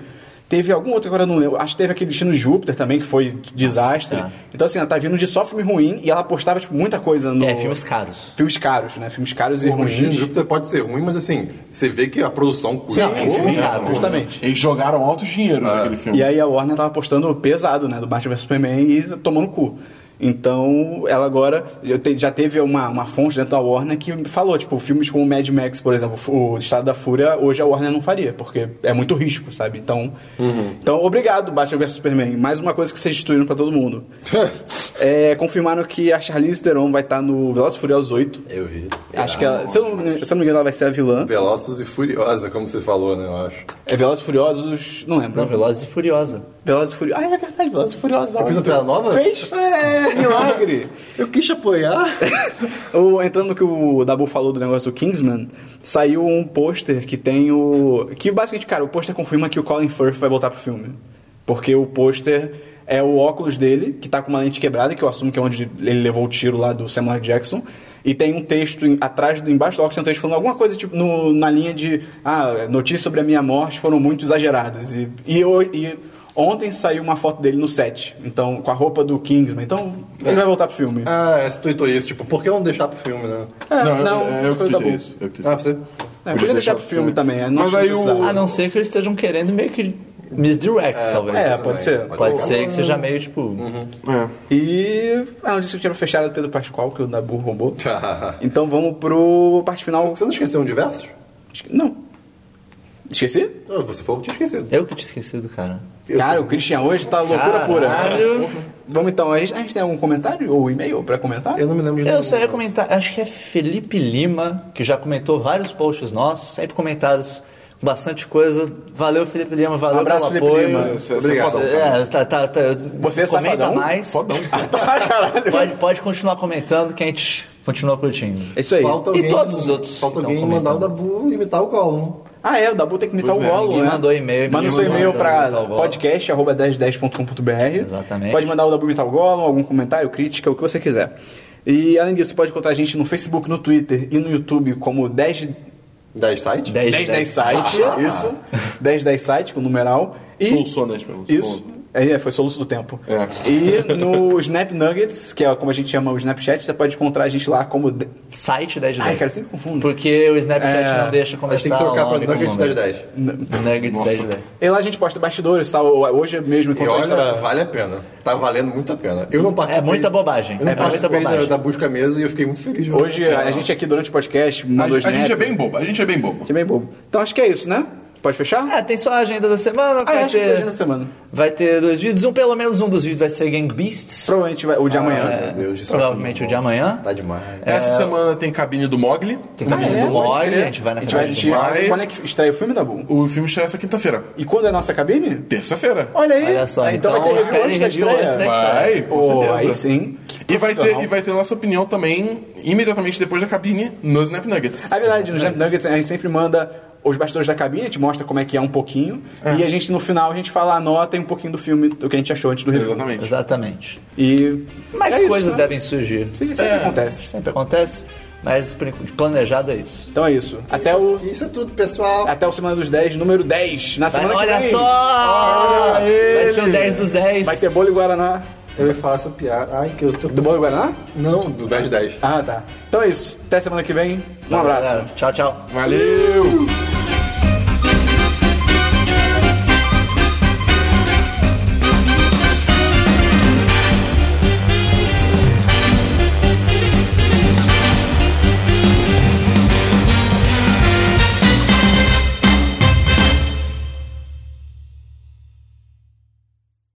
Teve algum outro que agora eu não lembro. Acho que teve aquele destino de Júpiter também, que foi desastre. tá. Então, assim, ela tá vindo de só filme ruim e ela postava, tipo, muita coisa no. É, filmes caros. Filmes caros, né? Filmes caros e O Ruim ruins. Júpiter pode ser ruim, mas assim, você vê que a produção custa. Sim, sim, Porra, cara, justamente. Eles jogaram altos dinheiro É. naquele filme. E aí a Warner tava postando pesado, né? Do Batman vs Superman e tomando cu. Então, ela agora já te- já teve uma, uma fonte dentro da Warner que falou, tipo, filmes como Mad Max, por exemplo, o Estado da Fúria, hoje a Warner não faria, porque é muito risco, sabe? Então, então obrigado, Batman vs Superman. Mais uma coisa que vocês destruíram pra todo mundo. é, confirmaram que a Charlize Theron vai estar no Velozes e Furiosos 8. Eu vi. Acho que ela, se, eu não, se eu não me engano, ela vai ser a vilã. Velozes e Furiosa, como você falou, né? Eu acho. É Velozes e Furiosos, não lembro. Não, Velozes e Furiosa. Velozes e Furiosos. Ah, é verdade, Velozes e Furiosos. Eu fiz uma piada nova? Fez? É, milagre. Eu quis te apoiar. O- entrando no que o Dabu falou do negócio do Kingsman, saiu um pôster que tem o... Que basicamente, cara, o pôster confirma que o Colin Firth vai voltar pro filme. Porque o pôster é o óculos dele, que tá com uma lente quebrada, que eu assumo que é onde ele levou o tiro lá do Samuel L. Jackson. E tem um texto em- atrás, do, embaixo do óculos, tem um texto falando alguma coisa tipo, no- na linha de... Ah, notícias sobre a minha morte foram muito exageradas. E, e, eu- e ontem saiu uma foto dele no set, então, com a roupa do Kingsman. Então, É. ele vai voltar pro filme. Ah, você tweetou isso, tipo, por que não deixar pro filme, né? É, Não, eu- não, é, eu que foi da tuitei boa. isso. Eu que tuitei. Ah, você. É, podia deixar pro filme também, é, não Mas aí o... precisava. A Ah, não ser que eles estejam querendo meio que misdirect, talvez. É, pode ser. Pode ser que seja meio tipo. É. E ah, a notícia que tinha fechada do Pedro Pascoal, que o Nabu roubou. Então vamos pro parte final. Você não esqueceu um diversos? Não. Esqueci? Ah, Você falou que tinha esquecido. Eu que tinha esquecido, cara. Cara, o Christian hoje tá loucura pura. Caralho. Vamos então, a gente, a gente tem algum comentário ou e-mail pra comentar? Eu não me lembro de Eu nenhum. só ia comentar, acho que é Felipe Lima, que já comentou vários posts nossos, sempre comentários com bastante coisa. Valeu, Felipe Lima, valeu Um abraço, Felipe pelo apoio. Lima. Você é safadão, É, tá, tá, tá. Você é Comenta safadão? mais. Fodão. Ah, tá, Pode, pode continuar comentando que a gente continua curtindo. É isso aí. Falta E alguém, todos os outros Falta que alguém tão mandar o comentando. Dabu imitar o Gollum. Ah, é, o Dabu tem que imitar Pois o é, Golo, ninguém né? mandou e-mail, Manda o seu ninguém e-mail mandou imitar pra o Golo. podcast.1010.com.br. Exatamente. Pode mandar o Dabu imitar o Gollum, algum comentário, crítica, o que você quiser. E além disso, você pode encontrar a gente no Facebook, no Twitter e no YouTube como 10 10 site? 10 1010 site, Ah. isso. 1010 site com numeral. E Soluçou, né, tipo, Isso. É, foi soluço do tempo. É. E no Snap Nuggets, que é como a gente chama o Snapchat, você pode encontrar a gente lá como. de- Site 10 de 10. Ai, cara, eu sempre confundo. Porque o Snapchat É, não deixa A gente tem que começar trocar o pra nome com tá o Nuggets número. 1010. Nuggets Nossa. 10 de 10. E lá a gente posta bastidores, tá? Hoje mesmo, E enquanto a gente olha, tava- é vale a pena. Tá valendo muito a pena. Eu não participei. É muita bobagem. Eu não É muita participei da, bobagem. da busca mesa e eu fiquei muito feliz. Hoje a gente aqui durante o podcast um, A, mandou a Snap. gente é bem bobo, a gente é bem bobo. A gente é bem bobo. Então acho que é isso, né? Pode fechar? Ah, tem só a agenda da semana. Ah, vai acho que ter- seja na semana. Vai ter dois vídeos. Um, pelo menos um dos vídeos vai ser Gang Beasts. Provavelmente vai- o de amanhã. Ah, é? Meu Deus, isso é Provavelmente o de amanhã. Tá demais. Essa semana tem cabine do Mogli. Tem cabelo do Pode Mori, crer. a gente vai na casa assistir. do Mori. Vai. Quando é que estreia o filme, Dabu? O filme estreia essa quinta-feira. E quando é a nossa cabine? Terça-feira. Olha aí. Olha só, Ah, então, então vai ter review esperem antes da review estreia. antes da Vai, com Pô, certeza. aí sim. E vai, ter, Profissional. e vai ter nossa opinião também imediatamente depois da cabine no Snap Nuggets. É verdade, no Jump Nuggets a gente sempre manda os bastidores da cabine, te mostra como é que é um pouquinho. E a gente, no final, a gente fala a nota e um pouquinho do filme, do que a gente achou antes do review. Exatamente. Exatamente. E. Mais é isso, coisas né? devem surgir. Sim, sempre acontece. Sempre acontece, mas por enquanto, de planejado é isso. Então é isso. Até o. Isso é tudo, pessoal. Até o Semana dos 10, número 10. Na Vai- semana que olha vem. só! vai ser o 10 dos 10. Vai ter bolo e Guaraná. Eu ia falar essa piada. Ai, que eu tô. Do bolo e Guaraná? Não, do 1010. Ah, tá. Então é isso. Até semana que vem. Um abraço. Tchau, tchau. Valeu!